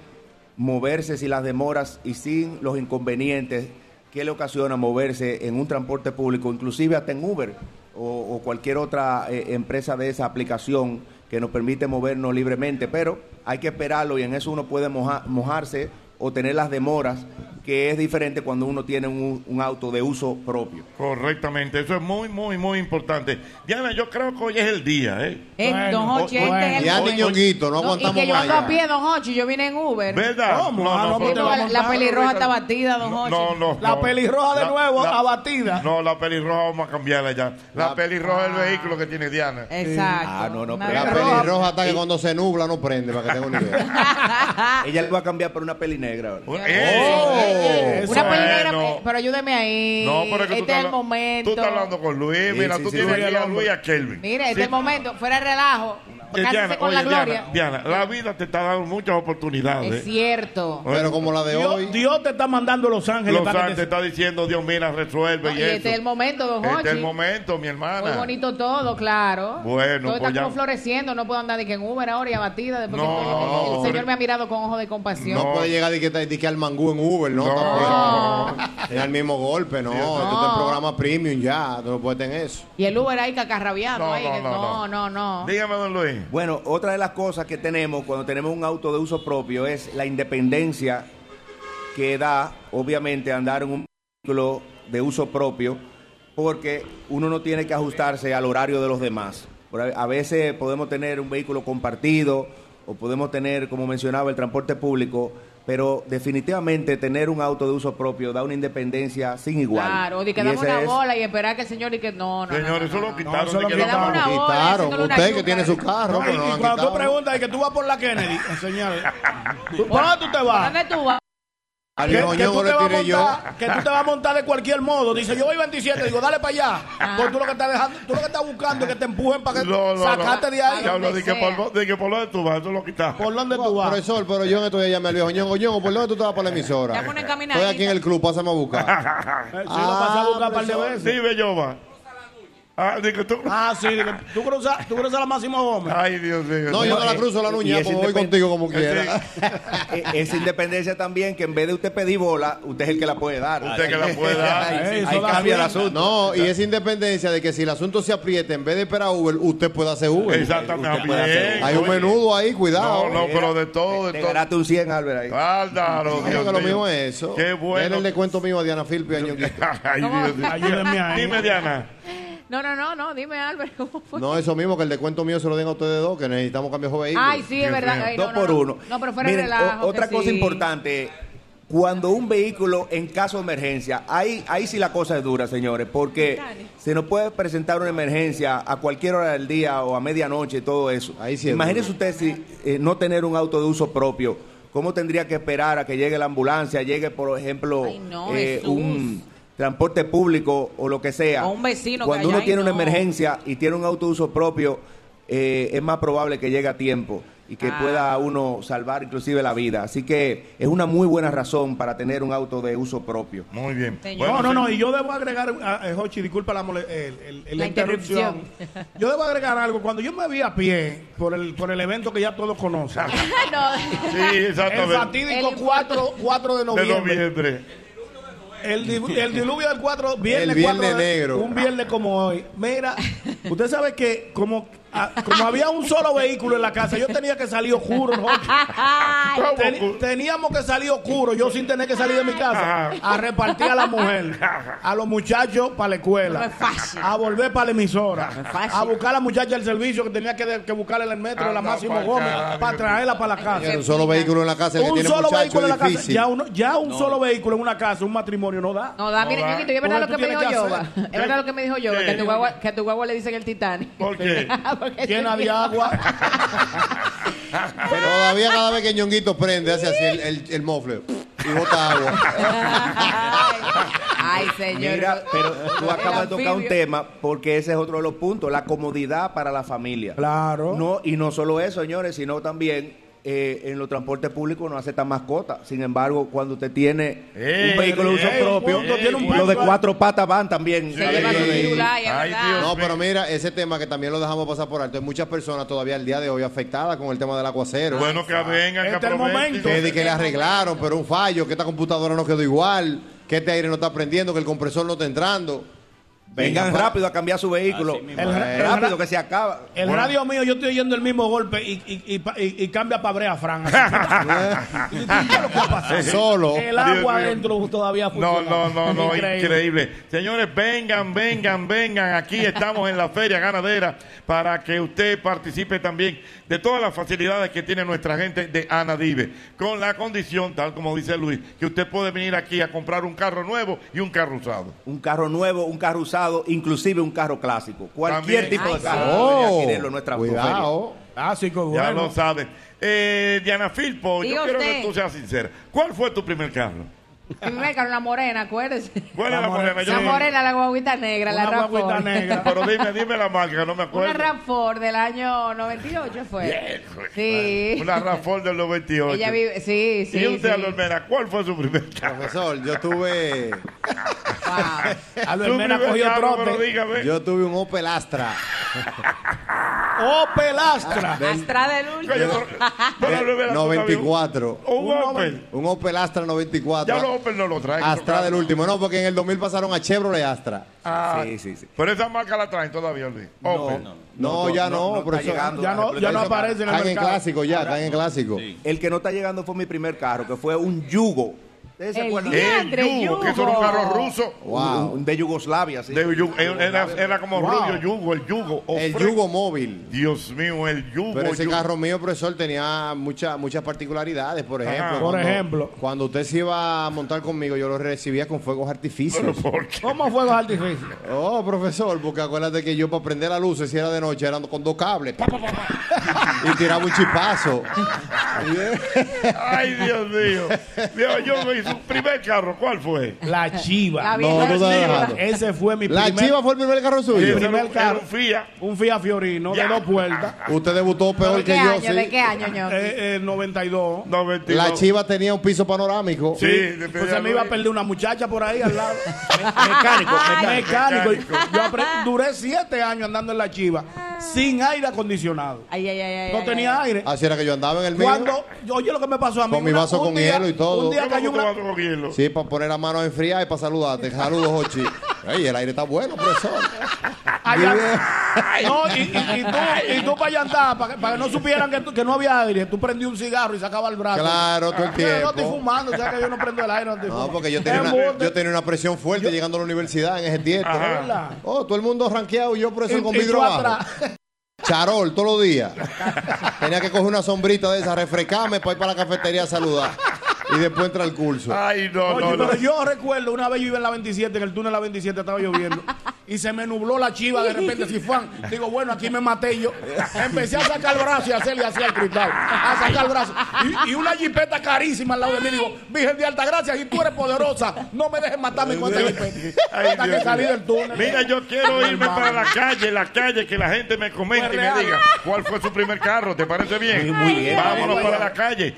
[SPEAKER 9] moverse sin las demoras y sin los inconvenientes que le ocasiona moverse en un transporte público, inclusive hasta en Uber o, o cualquier otra eh, empresa de esa aplicación que nos permite movernos libremente, pero hay que esperarlo y en eso uno puede moja- mojarse o tener las demoras, que es diferente cuando uno tiene un- un auto de uso propio.
[SPEAKER 7] Correctamente, eso es muy, muy, muy importante. Diana, yo creo que hoy es el día, ¿eh?
[SPEAKER 12] Eh, don Hochi, este es el
[SPEAKER 7] Ya,
[SPEAKER 12] momento.
[SPEAKER 7] niñonguito, no
[SPEAKER 12] y
[SPEAKER 7] aguantamos
[SPEAKER 12] que yo ando
[SPEAKER 7] más
[SPEAKER 12] a
[SPEAKER 7] ya.
[SPEAKER 12] pie, don Hochi, yo vine en Uber.
[SPEAKER 7] ¿Verdad? ¿Cómo? Ah, no, Oh.
[SPEAKER 12] Sí,
[SPEAKER 7] pues te
[SPEAKER 12] porque
[SPEAKER 7] va a
[SPEAKER 12] la,
[SPEAKER 7] montar,
[SPEAKER 12] pelirroja
[SPEAKER 7] Roberto.
[SPEAKER 12] está batida, don Hochi.
[SPEAKER 7] No, no,
[SPEAKER 11] La
[SPEAKER 7] no.
[SPEAKER 11] pelirroja de nuevo,
[SPEAKER 7] abatida. No, la pelirroja vamos a cambiarla ya. La, pelirroja es el vehículo que tiene Diana.
[SPEAKER 12] Exacto.
[SPEAKER 9] Ah, no, no,
[SPEAKER 8] La pelirroja hasta que cuando se nubla no prende, para que tenga una idea.
[SPEAKER 9] Ella lo va a cambiar por una peli negra ahora.
[SPEAKER 7] Oh,
[SPEAKER 12] Una pelirroja, eh, pero ayúdeme ahí.
[SPEAKER 9] No, pero es que
[SPEAKER 12] este
[SPEAKER 9] tú estás
[SPEAKER 12] es el
[SPEAKER 9] habla-
[SPEAKER 12] momento.
[SPEAKER 7] Tú estás hablando con Luis,
[SPEAKER 9] Sí,
[SPEAKER 7] mira,
[SPEAKER 9] sí,
[SPEAKER 7] tú
[SPEAKER 9] sí,
[SPEAKER 7] tienes
[SPEAKER 9] sí.
[SPEAKER 7] aquí a Luis y a Kelvin.
[SPEAKER 12] Mira, este
[SPEAKER 7] Sí,
[SPEAKER 12] es el momento. Fuera de relajo.
[SPEAKER 7] Eh,
[SPEAKER 12] Cásese con
[SPEAKER 7] oye,
[SPEAKER 12] la
[SPEAKER 7] Diana, Ah,
[SPEAKER 12] gloria.
[SPEAKER 7] Diana, la vida te está dando muchas oportunidades.
[SPEAKER 12] Es cierto.
[SPEAKER 11] Dios- Dios te está mandando Los Ángeles.
[SPEAKER 7] Los
[SPEAKER 11] para que
[SPEAKER 7] Ángeles te está diciendo, Dios, mira, resuelve
[SPEAKER 12] Y
[SPEAKER 7] y eso.
[SPEAKER 12] este es el momento, don
[SPEAKER 7] Este
[SPEAKER 12] Hochi.
[SPEAKER 7] es el momento, mi hermana.
[SPEAKER 12] Muy bonito todo, claro.
[SPEAKER 7] Bueno,
[SPEAKER 12] todo está
[SPEAKER 7] pues ya-
[SPEAKER 12] como floreciendo, no puedo andar ni que en Uber ahora y abatida. Después que
[SPEAKER 8] No,
[SPEAKER 12] estoy-
[SPEAKER 8] no,
[SPEAKER 12] el,
[SPEAKER 8] no,
[SPEAKER 12] señor
[SPEAKER 8] pero-
[SPEAKER 12] me ha mirado con ojos de compasión.
[SPEAKER 8] No puede llegar de que, de que al mangú en Uber, no. tampoco. Ni al mismo golpe, no. Esto es un programa premium ya. Tú no puedes tener eso.
[SPEAKER 12] Y el Uber ahí cacarrabiado.
[SPEAKER 9] No,
[SPEAKER 12] ahí,
[SPEAKER 9] no,
[SPEAKER 12] que- no,
[SPEAKER 9] no, no.
[SPEAKER 12] no, no.
[SPEAKER 7] Dígame, don Luis.
[SPEAKER 9] Bueno, otra de las cosas que tenemos cuando tenemos un auto de uso propio es la independencia que da, obviamente, andar en un vehículo de uso propio, porque uno no tiene que ajustarse al horario de los demás. Por ahí- A veces podemos tener un vehículo compartido o podemos tener, como mencionaba, el transporte público, Pero definitivamente tener un auto de uso propio da una independencia sin igual.
[SPEAKER 12] Claro, de que
[SPEAKER 9] Y
[SPEAKER 12] damos
[SPEAKER 9] ese
[SPEAKER 12] una
[SPEAKER 9] es-
[SPEAKER 12] bola y esperar que el señor y que no, no.
[SPEAKER 7] Señores, eso lo quitaron.
[SPEAKER 11] eso
[SPEAKER 7] de
[SPEAKER 11] lo
[SPEAKER 7] que
[SPEAKER 11] quitaron.
[SPEAKER 7] lo-
[SPEAKER 11] Le damos una bola,
[SPEAKER 8] Quitaron,
[SPEAKER 11] haciéndole una
[SPEAKER 8] usted
[SPEAKER 11] yuca.
[SPEAKER 8] que tiene su carro.
[SPEAKER 11] No,
[SPEAKER 8] pero
[SPEAKER 11] y-
[SPEAKER 8] no lo
[SPEAKER 11] y
[SPEAKER 8] han
[SPEAKER 11] cuando tú
[SPEAKER 8] quitado.
[SPEAKER 11] preguntas de que tú vas por la Kennedy, señores. ¿Tú- ¿Por dónde tú te vas?
[SPEAKER 12] ¿Dónde tú vas?
[SPEAKER 8] Al
[SPEAKER 11] Que,
[SPEAKER 8] ñoño
[SPEAKER 11] que tú
[SPEAKER 8] le
[SPEAKER 11] te vas a
[SPEAKER 8] tiré yo.
[SPEAKER 11] montar, que tú te vas a montar de cualquier modo. Dice, yo voy 27. Digo, dale para
[SPEAKER 8] Ah.
[SPEAKER 11] allá. Porque tú lo que estás dejando, tú lo que estás buscando es que te empujen para que
[SPEAKER 7] No, no, no.
[SPEAKER 11] sacate de ahí.
[SPEAKER 7] Ya hablo de que por, de que por lo de tu vas, eso lo quitaron.
[SPEAKER 11] ¿Por dónde tú vas?
[SPEAKER 8] Profesor, pero yo en estos días llamé al viejo Ñongo. Ñongo, ¿por dónde tú estabas para la emisora?
[SPEAKER 12] Ya pone caminadita.
[SPEAKER 8] Estoy aquí en el club, pásame a buscar. Ah,
[SPEAKER 11] Sí, lo pasé a buscar un par de veces.
[SPEAKER 7] Sí, Belloba. Ah, de que tú...
[SPEAKER 11] Ah, sí, de que tú cruzas, tú cruzas la Máximo Gómez.
[SPEAKER 7] Ay, Dios mío.
[SPEAKER 8] No, yo no la cruzo la nuña, pues voy contigo como quiera.
[SPEAKER 9] e- esa independencia también que en vez de usted pedir bola, usted es el que la puede dar.
[SPEAKER 7] Usted que la puede dar.
[SPEAKER 9] Ahí-
[SPEAKER 7] Eh, Eso
[SPEAKER 9] ahí
[SPEAKER 7] da
[SPEAKER 9] cambia el
[SPEAKER 7] cuenta.
[SPEAKER 9] asunto.
[SPEAKER 8] No, y esa independencia de que si el asunto se aprieta, en vez de esperar a Uber, usted puede hacer Uber.
[SPEAKER 7] Exactamente.
[SPEAKER 8] Usted puede hacer-
[SPEAKER 7] Bien,
[SPEAKER 8] Hay un
[SPEAKER 7] oye.
[SPEAKER 8] menudo ahí, cuidado.
[SPEAKER 7] No, no, pero de todo, de
[SPEAKER 9] Te
[SPEAKER 7] todo.
[SPEAKER 9] ganaste un 100, Albert, ahí.
[SPEAKER 7] Bárbaro,
[SPEAKER 8] Ay,
[SPEAKER 7] Dios
[SPEAKER 8] que lo
[SPEAKER 7] mío.
[SPEAKER 8] mismo es eso.
[SPEAKER 7] Qué bueno.
[SPEAKER 8] Denle el cuento mío a Diana Filpe.
[SPEAKER 7] Ay, Dios mío.
[SPEAKER 11] Ayúdenme ahí.
[SPEAKER 7] Dime, Diana.
[SPEAKER 12] No, no, no, no, dime, Albert, ¿cómo fue?
[SPEAKER 8] No, eso mismo, que el descuento mío se lo den a ustedes dos, que necesitamos cambiar de vehículo.
[SPEAKER 12] Ay, sí, es verdad. Ay, no,
[SPEAKER 9] Dos
[SPEAKER 12] no,
[SPEAKER 9] por
[SPEAKER 12] no.
[SPEAKER 9] uno.
[SPEAKER 12] No, pero fuera de
[SPEAKER 9] Miren, o-
[SPEAKER 12] relajo.
[SPEAKER 9] otra
[SPEAKER 12] que
[SPEAKER 9] cosa
[SPEAKER 12] sí.
[SPEAKER 9] importante, cuando un vehículo en caso de emergencia, ahí, ahí sí la cosa es dura, señores, porque se nos puede presentar una emergencia a cualquier hora del día o a medianoche y todo eso.
[SPEAKER 8] es
[SPEAKER 9] Imagínense usted si eh, no tener un auto de uso propio, ¿cómo tendría que esperar a que llegue la ambulancia, llegue, por ejemplo,
[SPEAKER 12] no,
[SPEAKER 9] eh,
[SPEAKER 12] Jesús.
[SPEAKER 9] un transporte público o lo que sea?
[SPEAKER 12] O un vecino que
[SPEAKER 9] Cuando
[SPEAKER 12] haya
[SPEAKER 9] uno
[SPEAKER 12] ahí,
[SPEAKER 9] tiene una
[SPEAKER 12] no.
[SPEAKER 9] emergencia y tiene un auto de uso propio, eh, es más probable que llegue a tiempo y que
[SPEAKER 12] Ah.
[SPEAKER 9] pueda uno salvar inclusive la vida. Así que es una muy buena razón para tener un auto de uso propio.
[SPEAKER 7] Muy bien.
[SPEAKER 11] no, no, no, y yo debo agregar, a- eh, Jochi, disculpa la, mole- el- el- el-
[SPEAKER 12] La
[SPEAKER 11] la interrupción. Yo debo agregar algo. Cuando yo me vi a pie por el, por el evento que ya todos conocen,
[SPEAKER 12] no.
[SPEAKER 7] Sí,
[SPEAKER 11] el
[SPEAKER 7] exactamente.
[SPEAKER 11] fatídico
[SPEAKER 12] El
[SPEAKER 11] 4, 4 de
[SPEAKER 7] De
[SPEAKER 11] noviembre,
[SPEAKER 7] noviembre.
[SPEAKER 11] El, dilu- el diluvio del 4, viernes,
[SPEAKER 8] El viernes
[SPEAKER 11] 4 de-
[SPEAKER 8] negro.
[SPEAKER 11] Un viernes como hoy. Mira, usted sabe que como, ah, como había un solo vehículo en la casa, yo tenía que salir oscuro, Jochi.
[SPEAKER 12] Ay,
[SPEAKER 11] Teni- teníamos que salir oscuro, yo sin tener que salir de mi casa, a repartir a la mujer, a los muchachos para la
[SPEAKER 12] No
[SPEAKER 11] escuela,
[SPEAKER 12] es fácil.
[SPEAKER 11] a volver para la emisora,
[SPEAKER 12] fácil.
[SPEAKER 11] a buscar a la muchacha del servicio que tenía que, de- que buscarle en el metro, la
[SPEAKER 7] Anda
[SPEAKER 11] Máximo
[SPEAKER 7] pa'l
[SPEAKER 11] Gómez,
[SPEAKER 7] carajo.
[SPEAKER 11] para traerla para la casa.
[SPEAKER 8] Un solo vehículo en la casa, el que
[SPEAKER 11] Un
[SPEAKER 8] tiene
[SPEAKER 11] solo
[SPEAKER 8] muchacho
[SPEAKER 11] vehículo en la
[SPEAKER 8] es
[SPEAKER 11] casa,
[SPEAKER 8] difícil.
[SPEAKER 11] ya, uno- ya un solo vehículo en una casa, un matrimonio no da.
[SPEAKER 12] No, da,
[SPEAKER 9] ¿eh?
[SPEAKER 12] mira,
[SPEAKER 7] No da.
[SPEAKER 12] Ñonguito, y es
[SPEAKER 11] Porque
[SPEAKER 12] verdad lo
[SPEAKER 11] tú
[SPEAKER 12] que me
[SPEAKER 11] tienes
[SPEAKER 12] dijo
[SPEAKER 11] que
[SPEAKER 12] Yoba.
[SPEAKER 11] hacer-
[SPEAKER 12] Es verdad lo que me dijo Yoba,
[SPEAKER 7] ¿Qué?
[SPEAKER 12] que a tu guagua, que a tu guagua le dicen el Titanic.
[SPEAKER 7] ¿Por qué?
[SPEAKER 12] Porque
[SPEAKER 11] Llena
[SPEAKER 12] se-
[SPEAKER 11] de agua.
[SPEAKER 8] Pero todavía cada vez que Ñonguito prende, hace así el, el, el mofle y bota agua.
[SPEAKER 12] Ay, ay, señor.
[SPEAKER 9] Mira, pero tú
[SPEAKER 12] El
[SPEAKER 9] acabas de tocar un
[SPEAKER 12] anfibio.
[SPEAKER 9] tema porque ese es otro de los puntos, la comodidad para la familia.
[SPEAKER 11] Claro.
[SPEAKER 9] No, y no solo eso, señores, sino también eh, en los transportes públicos no aceptan mascotas. Sin embargo, cuando usted tiene
[SPEAKER 7] Ey,
[SPEAKER 12] Eh,
[SPEAKER 9] un vehículo de uso
[SPEAKER 7] ey,
[SPEAKER 9] propio,
[SPEAKER 7] punto, tiene un
[SPEAKER 9] los de
[SPEAKER 11] punto.
[SPEAKER 9] cuatro patas van también.
[SPEAKER 12] Se lleva
[SPEAKER 7] Sí.
[SPEAKER 12] su celular, y es
[SPEAKER 7] Ay,
[SPEAKER 12] verdad.
[SPEAKER 7] Dios.
[SPEAKER 8] No, pero mira, ese tema que también lo dejamos pasar por alto. Hay muchas personas todavía al día de hoy afectadas con el tema del aguacero.
[SPEAKER 7] Ah, Bueno, que vengan, que
[SPEAKER 11] Este es el
[SPEAKER 7] aprovechen.
[SPEAKER 11] momento.
[SPEAKER 8] que, de que le arreglaron, pero un fallo, que esta computadora no quedó igual, que este aire no está prendiendo, que el compresor no está entrando.
[SPEAKER 9] Vengan
[SPEAKER 8] para-
[SPEAKER 9] rápido a cambiar su vehículo.
[SPEAKER 10] Así mismo.
[SPEAKER 11] El ra- el ra-
[SPEAKER 9] rápido que se acaba.
[SPEAKER 11] El
[SPEAKER 7] Bueno.
[SPEAKER 11] radio mío, yo estoy oyendo el mismo golpe y, y- y pa- y- y cambia para Brea Fran. Así. Y yo, ¿qué es lo que ha pasado?
[SPEAKER 8] Solo.
[SPEAKER 11] El agua
[SPEAKER 7] Dios mío.
[SPEAKER 11] adentro todavía
[SPEAKER 7] No,
[SPEAKER 11] funciona.
[SPEAKER 7] no, no, no, increíble. Señores, vengan, vengan, vengan. Aquí estamos en la Feria Ganadera para que usted participe también de todas las facilidades que tiene nuestra gente de Anadive. Con la condición, tal como dice Luis, que usted puede venir aquí a comprar un carro nuevo y un carro usado.
[SPEAKER 9] un carro nuevo, un carro usado, inclusive un carro clásico. Cualquier
[SPEAKER 7] También.
[SPEAKER 9] tipo de
[SPEAKER 12] Ay,
[SPEAKER 9] carro. debería
[SPEAKER 8] Oh,
[SPEAKER 9] adquirirlo en nuestra autoferia.
[SPEAKER 8] cuidado.
[SPEAKER 11] Clásico,
[SPEAKER 7] Ya
[SPEAKER 11] Ah, bueno.
[SPEAKER 7] lo sabe. Eh, Diana Filpo, yo
[SPEAKER 12] Diga
[SPEAKER 7] quiero
[SPEAKER 12] usted.
[SPEAKER 7] que tú seas sincera. ¿Cuál fue tu primer carro?
[SPEAKER 12] Mi primer carro, la morena, acuérdese.
[SPEAKER 7] ¿Cuál
[SPEAKER 11] La
[SPEAKER 7] es la
[SPEAKER 11] morena,
[SPEAKER 7] morena? Yo
[SPEAKER 12] La
[SPEAKER 7] no-
[SPEAKER 12] morena, la guaguita negra,
[SPEAKER 11] Una
[SPEAKER 12] la
[SPEAKER 11] guaguita
[SPEAKER 12] Rafa.
[SPEAKER 11] negra.
[SPEAKER 7] Pero dime, dime la marca, que no me acuerdo.
[SPEAKER 12] Una Ranford del año 98 fue.
[SPEAKER 7] Viejo,
[SPEAKER 12] Sí.
[SPEAKER 7] Una Rafford del 98.
[SPEAKER 12] Ella vive, sí, sí.
[SPEAKER 7] y usted,
[SPEAKER 12] sí.
[SPEAKER 7] Albermena, ¿cuál fue su primer carro?
[SPEAKER 8] Profesor, yo
[SPEAKER 9] Eh,
[SPEAKER 8] tuve,
[SPEAKER 12] Wow.
[SPEAKER 11] Albert
[SPEAKER 7] Su
[SPEAKER 11] Mena
[SPEAKER 7] primer
[SPEAKER 11] cogió
[SPEAKER 7] carro, pero
[SPEAKER 11] trote.
[SPEAKER 7] dígame.
[SPEAKER 8] yo tuve un Opel Astra.
[SPEAKER 11] ¡Oh, pelastra!
[SPEAKER 12] Astra del
[SPEAKER 7] Coño,
[SPEAKER 12] último.
[SPEAKER 7] no- pero Albermena, tú sabías,
[SPEAKER 8] 94.
[SPEAKER 7] Un Opel.
[SPEAKER 8] Un Opel Astra 94.
[SPEAKER 7] Ya los Opel no lo traen.
[SPEAKER 8] Astra
[SPEAKER 7] esos
[SPEAKER 8] del
[SPEAKER 7] carros.
[SPEAKER 8] último. No, porque en el 2000 pasaron a Chevrolet Astra.
[SPEAKER 7] Ah,
[SPEAKER 9] Sí, sí, sí.
[SPEAKER 7] Pero esa marca la traen todavía, Luis. Opel.
[SPEAKER 8] No, ya no,
[SPEAKER 9] está
[SPEAKER 8] profesor.
[SPEAKER 9] llegando
[SPEAKER 11] Ya
[SPEAKER 9] la
[SPEAKER 11] no- ya no
[SPEAKER 9] representación.
[SPEAKER 11] aparece en el
[SPEAKER 8] Están en
[SPEAKER 11] mercado.
[SPEAKER 8] clásico ya, están en clásico.
[SPEAKER 9] El que no está llegando fue mi primer carro, que fue un Yugo. Ustedes ¿Ustedes se
[SPEAKER 12] El
[SPEAKER 9] acuerdan?
[SPEAKER 12] diantre,
[SPEAKER 9] El yugo,
[SPEAKER 7] que eso era un carro yugo. ruso.
[SPEAKER 9] Wow. De Yugoslavia, sí.
[SPEAKER 7] De yu- era, era como
[SPEAKER 9] Wow.
[SPEAKER 7] rubio yugo, el yugo. o
[SPEAKER 8] El
[SPEAKER 7] fre-
[SPEAKER 8] yugo móvil.
[SPEAKER 7] Dios mío, el yugo.
[SPEAKER 8] Pero ese
[SPEAKER 7] yugo.
[SPEAKER 8] carro mío, profesor, tenía muchas muchas particularidades. Por
[SPEAKER 7] Ajá.
[SPEAKER 8] ejemplo,
[SPEAKER 7] Por
[SPEAKER 8] cuando-
[SPEAKER 7] ejemplo.
[SPEAKER 8] Cuando usted se iba a montar conmigo, yo lo recibía con fuegos artificios.
[SPEAKER 11] ¿Cómo fuegos artificios?
[SPEAKER 8] Oh, profesor, porque acuérdate que yo para prender las luces, si era de noche, era con dos cables. pa, pa, pa, pa, y tiraba un chispazo.
[SPEAKER 7] Ay, Dios mío. Dios, yo me hice un primer carro. ¿Cuál fue?
[SPEAKER 11] La Chiva.
[SPEAKER 7] La vieja No, tú estás Chiva. dejando.
[SPEAKER 11] Ese fue mi
[SPEAKER 8] La
[SPEAKER 11] primer-
[SPEAKER 8] Chiva fue el primer carro suyo.
[SPEAKER 11] Mi
[SPEAKER 8] Era
[SPEAKER 11] primer
[SPEAKER 8] un-
[SPEAKER 11] carro.
[SPEAKER 8] era
[SPEAKER 11] un
[SPEAKER 7] Fiat.
[SPEAKER 11] Fiorino de dos puertas.
[SPEAKER 8] Usted debutó peor
[SPEAKER 11] ¿De
[SPEAKER 8] que
[SPEAKER 11] qué
[SPEAKER 8] yo.
[SPEAKER 11] año?
[SPEAKER 8] sí.
[SPEAKER 11] ¿De
[SPEAKER 12] ¿De qué año, ñoqui?
[SPEAKER 11] Eh, eh, 92.
[SPEAKER 8] La Chiva tenía un piso panorámico.
[SPEAKER 11] Entonces Eh, pues me iba a perder una muchacha por ahí al lado. Me- mecánico.
[SPEAKER 8] Ay.
[SPEAKER 11] mecánico.
[SPEAKER 8] Mecánico.
[SPEAKER 11] Yo apre- duré siete años andando en la chiva sin aire acondicionado.
[SPEAKER 12] Ay, ay, ay, ay,
[SPEAKER 11] No
[SPEAKER 12] ay,
[SPEAKER 11] tenía
[SPEAKER 12] ay.
[SPEAKER 11] aire.
[SPEAKER 8] Así era que yo andaba en el mío.
[SPEAKER 11] Cuando, oye lo que me pasó a mí.
[SPEAKER 8] Con mi
[SPEAKER 11] una-
[SPEAKER 8] vaso
[SPEAKER 11] un
[SPEAKER 8] con
[SPEAKER 11] día-
[SPEAKER 8] hielo y todo.
[SPEAKER 11] Un día
[SPEAKER 8] ¿Cómo
[SPEAKER 11] cayó
[SPEAKER 8] con tu
[SPEAKER 11] una,
[SPEAKER 8] vaso Sí, para poner la mano a enfriar y para saludarte. Saludos, Hochi. Ey, el aire está bueno, profesor.
[SPEAKER 11] Allá- no, y, y- y tú, y tú para allá andar, para que, para que no supieran que, tú- que no había aire, tú prendí un cigarro y sacaba el brazo.
[SPEAKER 8] Claro, todo el
[SPEAKER 11] Mira,
[SPEAKER 8] tiempo.
[SPEAKER 11] No estoy fumando, o sea que yo no prendo el aire, no estoy
[SPEAKER 8] No,
[SPEAKER 11] fumando.
[SPEAKER 8] porque yo tenía, una, yo tenía una presión fuerte llegando a la universidad en ese tiempo.
[SPEAKER 11] Ajá. ¿Verdad?
[SPEAKER 8] Oh, todo el mundo ranqueado y yo, profesor,
[SPEAKER 11] Y-
[SPEAKER 8] con
[SPEAKER 11] y tú
[SPEAKER 8] vidrio abajo.
[SPEAKER 11] atrás.
[SPEAKER 8] Charol, todos los días. Tenía que coger una sombrita de esa, refrescarme para ir para la cafetería a saludar. Y después entra el curso.
[SPEAKER 7] Ay,
[SPEAKER 11] Oye, pero yo recuerdo una vez yo iba en la 27, en el túnel de la 27 estaba lloviendo. Y se me nubló la chiva de repente, si fan. Digo, bueno, aquí me maté yo. Empecé a sacar el brazo y a hacerle así al cristal. A sacar el brazo. Y, y una jipeta carísima al lado de mí. Digo, Virgen de Alta Gracia, si tú eres poderosa, no me dejes matarme con esta jipeta. Hasta que salí del túnel.
[SPEAKER 7] Mira, yo quiero
[SPEAKER 11] Mi
[SPEAKER 7] irme
[SPEAKER 11] hermano.
[SPEAKER 7] para la calle, la calle, que la gente me comente
[SPEAKER 11] Fue
[SPEAKER 7] y me
[SPEAKER 11] real.
[SPEAKER 7] diga cuál fue su primer carro. ¿Te parece bien?
[SPEAKER 11] muy Ay, bien.
[SPEAKER 7] Vámonos
[SPEAKER 11] Dios.
[SPEAKER 7] para la calle.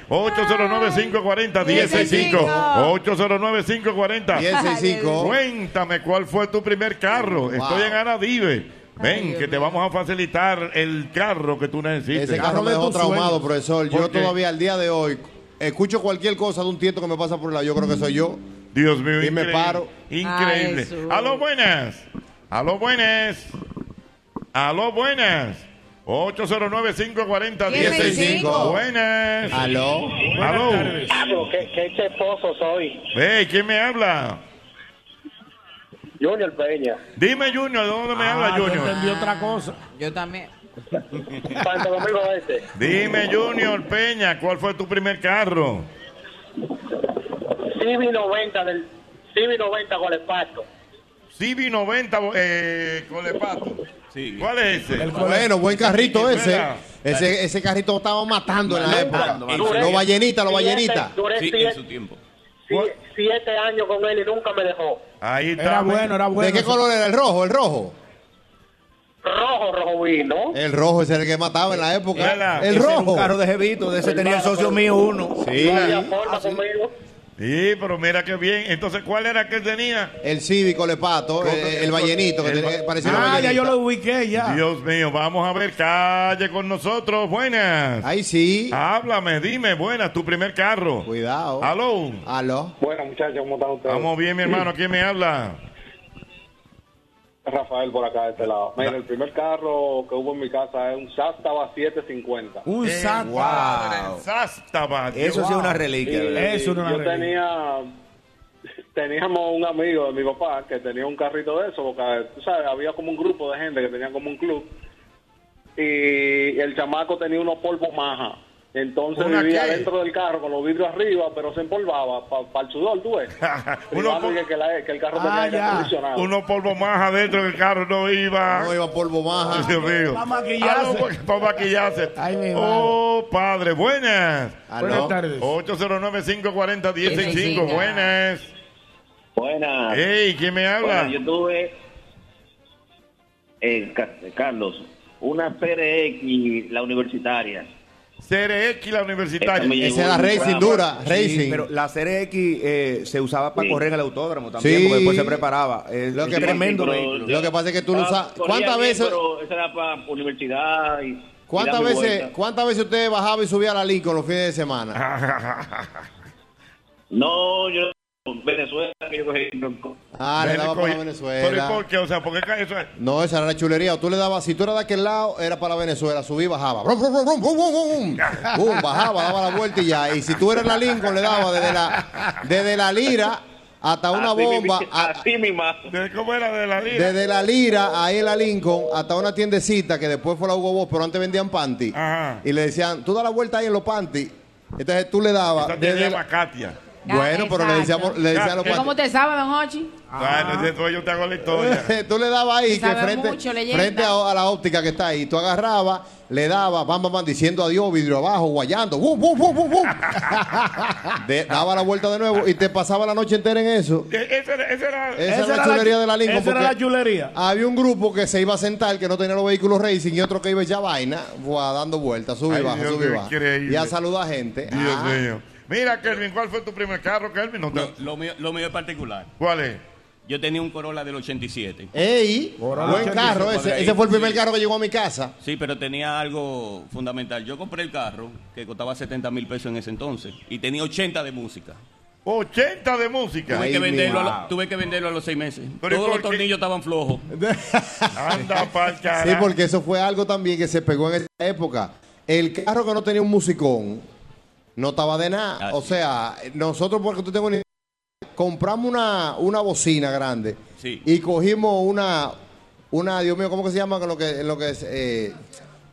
[SPEAKER 7] 809-540-165. 809-540-165.
[SPEAKER 8] 1065.
[SPEAKER 7] Cuéntame cuál fue tu primer carro. Estoy en Anadive. Ven, que te vamos a facilitar el carro que tú necesites.
[SPEAKER 8] Ese carro me dejó traumado, profesor. Yo
[SPEAKER 7] ¿Por qué?
[SPEAKER 8] todavía al día de hoy escucho cualquier cosa de un tieto que me pasa por el lado. Yo creo que soy yo.
[SPEAKER 7] Dios mío,
[SPEAKER 8] Y me
[SPEAKER 7] increíble.
[SPEAKER 8] paro.
[SPEAKER 7] Increíble. a lo buenas. A lo buenas. A lo buenas. 809-540-165.
[SPEAKER 14] 1065.
[SPEAKER 7] Buenas.
[SPEAKER 8] Aló.
[SPEAKER 7] Aló.
[SPEAKER 14] Pablo, que, que este esposo soy,
[SPEAKER 7] Hey, ¿quién me habla?
[SPEAKER 14] Junior Peña.
[SPEAKER 7] Dime, Junior, ¿de dónde
[SPEAKER 8] Ah,
[SPEAKER 7] me habla,
[SPEAKER 11] yo
[SPEAKER 7] Junior?
[SPEAKER 11] entendí otra cosa.
[SPEAKER 12] Yo también.
[SPEAKER 14] Santo Domingo Este.
[SPEAKER 7] Dime, Junior Peña, ¿cuál fue tu primer carro?
[SPEAKER 14] Civi 90 del Civi 90 con el pasto.
[SPEAKER 7] Civi 90 eh, Colepato. ¿Cuál es ese?
[SPEAKER 8] Bueno, buen carrito ese.
[SPEAKER 7] Espera.
[SPEAKER 8] Ese, ese carrito estaba matando en la época.
[SPEAKER 14] Duré-
[SPEAKER 8] Los ballenitas, los
[SPEAKER 14] siete-
[SPEAKER 8] ballenitas.
[SPEAKER 14] Duré siete,
[SPEAKER 15] tiempo.
[SPEAKER 14] siete- siete años con él y nunca me dejó.
[SPEAKER 7] Ahí está.
[SPEAKER 11] Era bueno, era bueno.
[SPEAKER 8] ¿De qué color era? ¿El rojo? ¿El rojo?
[SPEAKER 14] Rojo, rojo vino.
[SPEAKER 8] El rojo ese era el que mataba en la época. El
[SPEAKER 9] Ese era
[SPEAKER 8] rojo.
[SPEAKER 9] Un carro de jevito, de ese tenía el socio mío uno.
[SPEAKER 8] Sí.
[SPEAKER 14] No había forma conmigo.
[SPEAKER 7] Sí, pero mira qué bien. Entonces, ¿cuál era que tenía?
[SPEAKER 8] El cívico, el pato, eh, el vallenito, que
[SPEAKER 7] El
[SPEAKER 8] tenía-
[SPEAKER 7] va-
[SPEAKER 8] parecía una
[SPEAKER 11] Ah, ya
[SPEAKER 8] ballenita.
[SPEAKER 11] yo lo ubiqué ya.
[SPEAKER 7] Dios mío, vamos a ver, calle con nosotros, buenas.
[SPEAKER 8] Ahí sí.
[SPEAKER 7] Háblame, dime, buenas, tu primer carro.
[SPEAKER 8] Cuidado.
[SPEAKER 7] Aló.
[SPEAKER 8] Aló.
[SPEAKER 14] Bueno, muchachos, ¿cómo están ustedes?
[SPEAKER 7] Vamos bien, mi hermano, ¿quién me habla?
[SPEAKER 14] Rafael por acá de este lado. Mira, el primer carro que hubo en mi casa es un Sastaba 750.
[SPEAKER 7] Eh,
[SPEAKER 11] Un santo.
[SPEAKER 9] Wow.
[SPEAKER 7] Sástaba.
[SPEAKER 9] Eso sí es una reliquia,
[SPEAKER 14] Y
[SPEAKER 9] ¿verdad?
[SPEAKER 14] yo tenía teníamos un amigo de mi papá que tenía un carrito de eso porque tú sabes había como un grupo de gente que tenía como un club y el chamaco tenía unos polvos maja entonces
[SPEAKER 7] ¿Una
[SPEAKER 14] vivía
[SPEAKER 7] qué?
[SPEAKER 14] dentro del carro con los vidrios arriba pero se empolvaba para el sudor tú ves Privando que, que la- que el carro tenía
[SPEAKER 11] Ah,
[SPEAKER 14] aire
[SPEAKER 11] ya.
[SPEAKER 14] acondicionado.
[SPEAKER 7] Uno polvo más adentro del carro no iba.
[SPEAKER 8] No iba polvo maja.
[SPEAKER 7] Dios mío.
[SPEAKER 11] Pa' maquillarse.
[SPEAKER 7] Aló, pa- pa' maquillarse.
[SPEAKER 11] Ay, mi
[SPEAKER 7] oh, padre, buenas.
[SPEAKER 8] Aló.
[SPEAKER 11] Buenas tardes.
[SPEAKER 7] 809-540-165, buenas.
[SPEAKER 6] Buenas.
[SPEAKER 7] Ey, ¿quién me habla?
[SPEAKER 6] Bueno, yo tuve, eh, Ca- Carlos, una PRX, la universitaria.
[SPEAKER 7] CRX, la universitaria.
[SPEAKER 6] Esa me llegó en un programa.
[SPEAKER 9] Sí, pero la Serie X eh, se usaba para
[SPEAKER 6] Sí.
[SPEAKER 9] correr en el autódromo también,
[SPEAKER 8] Sí.
[SPEAKER 9] porque después se preparaba. Es,
[SPEAKER 8] Lo
[SPEAKER 9] es
[SPEAKER 8] que-
[SPEAKER 9] tremendo
[SPEAKER 6] Pero-
[SPEAKER 9] vehículo.
[SPEAKER 8] Lo que pasa es que tú lo
[SPEAKER 6] Ah,
[SPEAKER 8] usas.
[SPEAKER 6] corría
[SPEAKER 8] ¿Cuántas
[SPEAKER 6] bien,
[SPEAKER 8] veces,
[SPEAKER 6] pero esa era para universidad y... y
[SPEAKER 8] cuántas
[SPEAKER 6] darme
[SPEAKER 8] veces,
[SPEAKER 6] vuelta.
[SPEAKER 8] cuántas veces usted bajaba y subía a la Lincoln los fines de semana?
[SPEAKER 6] No, yo
[SPEAKER 16] Venezuela que yo cogí. no-
[SPEAKER 8] Ah, le daba para
[SPEAKER 7] Pero ¿y
[SPEAKER 8] Venezuela.
[SPEAKER 7] por qué? O sea, ¿por qué cae eso? es?
[SPEAKER 8] No, esa era la chulería. O tú le dabas, si tú eras de aquel lado, era para Venezuela. Subí y bajaba. Brum, brum, brum, brum, brum, brum, brum. Brum, bajaba, daba la vuelta y ya. Y si tú eras la Lincoln, le daba desde la, desde la lira hasta una
[SPEAKER 16] Así mi-
[SPEAKER 8] bomba. a-
[SPEAKER 16] así mi ma.
[SPEAKER 7] ¿Cómo era de la lira?
[SPEAKER 8] Desde la lira, ahí en la Lincoln, hasta una tiendecita que después fue la Hugo Boss, pero antes vendían panty. Y le decían, tú da la vuelta ahí en los panty. Entonces tú le dabas.
[SPEAKER 7] Esa
[SPEAKER 8] desde
[SPEAKER 7] tiene
[SPEAKER 8] la-
[SPEAKER 7] a Katia.
[SPEAKER 8] Bueno, pero le decíamos, le decían a los
[SPEAKER 12] ¿Y
[SPEAKER 8] panty.
[SPEAKER 12] Ah, ¿Cómo te sabes, don Hochi?
[SPEAKER 8] Ah.
[SPEAKER 7] Bueno, ese tú, yo te hago la historia.
[SPEAKER 8] tú le dabas ahí
[SPEAKER 12] Tú
[SPEAKER 8] que
[SPEAKER 12] sabes
[SPEAKER 8] frente,
[SPEAKER 12] mucho, leyenda.
[SPEAKER 8] frente a, a la óptica que está ahí, tú agarrabas, le dabas, bam, bam, bam, diciendo adiós, vidrio abajo, guayando, bum, bum, bum, bum, bum. De- daba la vuelta de nuevo y te pasaba la noche entera en eso.
[SPEAKER 7] E- Ese era, ese era,
[SPEAKER 8] Esa, era la chulería de la Lincoln.
[SPEAKER 11] esa era
[SPEAKER 8] porque
[SPEAKER 11] la chulería.
[SPEAKER 8] Había un grupo que se iba a sentar, que no tenía los vehículos racing, y otro que iba a echar vaina, buah, dando vueltas, sube y
[SPEAKER 7] Ay,
[SPEAKER 8] baja,
[SPEAKER 7] Dios,
[SPEAKER 8] sube y
[SPEAKER 7] qué
[SPEAKER 8] baja.
[SPEAKER 7] increíble.
[SPEAKER 8] Y a saludar gente.
[SPEAKER 7] Dios
[SPEAKER 8] Ah.
[SPEAKER 7] mío. Mira, Kelvin, ¿cuál fue tu primer carro, Kelvin? No te-
[SPEAKER 13] Lo mío, lo mío es particular.
[SPEAKER 7] ¿Cuál es?
[SPEAKER 13] Yo tenía un Corolla del 87.
[SPEAKER 8] Ey, buen carro ese. Ese fue el primer carro que llegó a mi casa.
[SPEAKER 13] Sí, pero tenía algo fundamental. Yo compré el carro que costaba 70 mil pesos en ese entonces y tenía 80 de música.
[SPEAKER 7] 80 de música.
[SPEAKER 13] Tuve que, venderlo a lo- tuve que venderlo a los seis meses.
[SPEAKER 7] Pero ¿y
[SPEAKER 13] Todos
[SPEAKER 7] por
[SPEAKER 13] los tornillos estaban flojos.
[SPEAKER 7] Anda pa'l
[SPEAKER 8] Sí, porque eso fue algo también que se pegó en esa época. El carro que no tenía un musicón no estaba de nada. O sea, nosotros, porque tú tengo una idea, compramos una, una bocina grande
[SPEAKER 13] Sí.
[SPEAKER 8] y cogimos una, una, Dios mío, ¿cómo que se llama? Con Lo que, lo que es, eh,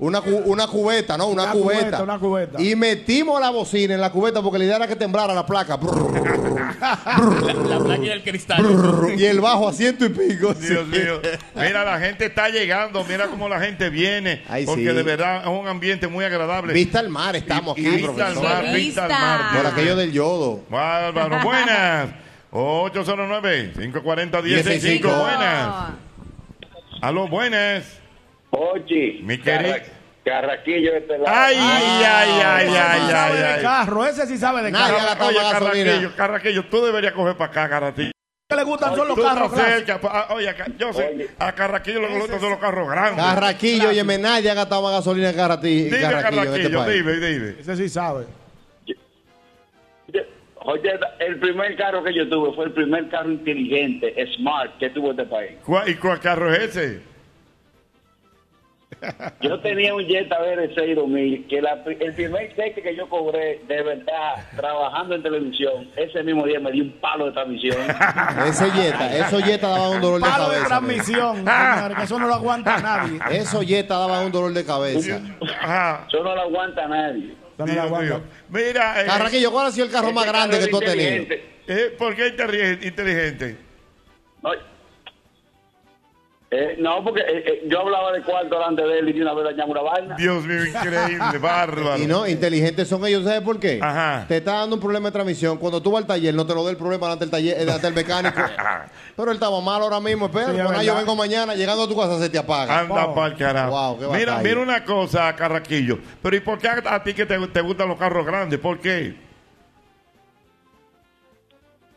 [SPEAKER 8] una, cu- una cubeta, ¿no? Una,
[SPEAKER 11] Una
[SPEAKER 8] cubeta.
[SPEAKER 11] cubeta, una cubeta.
[SPEAKER 8] Y metimos la bocina en la cubeta porque la idea era que temblara la placa.
[SPEAKER 13] La placa y el cristal.
[SPEAKER 8] y el bajo a ciento y pico.
[SPEAKER 7] Dios
[SPEAKER 8] Sí.
[SPEAKER 7] mío. Mira, la gente está llegando. Mira cómo la gente viene.
[SPEAKER 8] Ay,
[SPEAKER 7] porque
[SPEAKER 8] sí.
[SPEAKER 7] de verdad es un ambiente muy agradable.
[SPEAKER 8] Vista al mar estamos
[SPEAKER 7] Y-
[SPEAKER 8] aquí,
[SPEAKER 7] y Vista al
[SPEAKER 8] profesor.
[SPEAKER 7] mar, vista al mar.
[SPEAKER 8] Por aquello del yodo.
[SPEAKER 7] Bárbaro. Buenas. 809-540-165. Buenas. Aló, buenas.
[SPEAKER 16] Oye.
[SPEAKER 7] Mi querido.
[SPEAKER 16] Carraquillo de este lado.
[SPEAKER 7] Ay, ay, ay, ay,
[SPEAKER 11] ese
[SPEAKER 7] ay,
[SPEAKER 11] sí
[SPEAKER 7] ay,
[SPEAKER 11] sabe de
[SPEAKER 7] ay.
[SPEAKER 11] carro, ese sí sabe de carro.
[SPEAKER 7] Oye, Carraquillo, Carraquillo, tú deberías coger para acá, Carraquillo.
[SPEAKER 11] ¿Qué le gustan son los
[SPEAKER 7] Tú
[SPEAKER 11] carros?
[SPEAKER 7] estás
[SPEAKER 11] clásicos?
[SPEAKER 7] cerca, pa- ah, Oye, acá- yo sé, a Carraquillo lo que le gustan son los carros grandes.
[SPEAKER 8] Carraquillo, oye, me nadie ha gastado más gasolina que Carrati-
[SPEAKER 7] Dime,
[SPEAKER 8] Carraquillo en este
[SPEAKER 7] Carraquillo,
[SPEAKER 8] país.
[SPEAKER 7] dime, dime.
[SPEAKER 11] Ese sí sabe.
[SPEAKER 16] Oye, el primer carro que yo tuve fue el primer carro inteligente, smart, que tuvo este país.
[SPEAKER 7] ¿Cuál- ¿Y cuál carro es ese?
[SPEAKER 16] Yo tenía un Jetta BR6 2000, que la pri- el primer cheque que yo cobré, de verdad, trabajando en televisión, ese mismo día me di un palo de transmisión.
[SPEAKER 8] Ese Jetta, esos Jetta daban un dolor de
[SPEAKER 11] Palo
[SPEAKER 8] cabeza.
[SPEAKER 11] de
[SPEAKER 8] mira. Ah.
[SPEAKER 11] transmisión, señores, que eso no lo aguanta nadie.
[SPEAKER 8] Esos Jetta daban un dolor de cabeza.
[SPEAKER 16] Eso no lo aguanta nadie.
[SPEAKER 7] Dios mío. Mira. eh,
[SPEAKER 8] Carraquillo, ¿cuál ha sido el carro más grande que tú has tenido?
[SPEAKER 7] Eh, ¿Por qué inteligen- inteligente?
[SPEAKER 16] Eh, no, porque eh, eh, yo hablaba de cuarto delante de él y de una vez dañamos una vaina.
[SPEAKER 7] Dios mío, increíble, bárbaro.
[SPEAKER 8] Y no, inteligentes son ellos, ¿sabes por qué? Te está dando un problema de transmisión. Cuando tú vas al taller, no te lo dé el problema delante del taller, eh, delante del mecánico. Pero él estaba mal ahora mismo, espera.
[SPEAKER 7] Sí, es
[SPEAKER 8] cuando yo
[SPEAKER 7] verdad.
[SPEAKER 8] vengo mañana, llegando a tu casa se te apaga.
[SPEAKER 7] Anda
[SPEAKER 8] Wow.
[SPEAKER 7] pa'l carajo.
[SPEAKER 8] Wow, qué
[SPEAKER 7] mira,
[SPEAKER 8] batalla.
[SPEAKER 7] mira una cosa, Carraquillo. Pero ¿y por qué a, a ti que te, te gustan los carros grandes? ¿Por qué?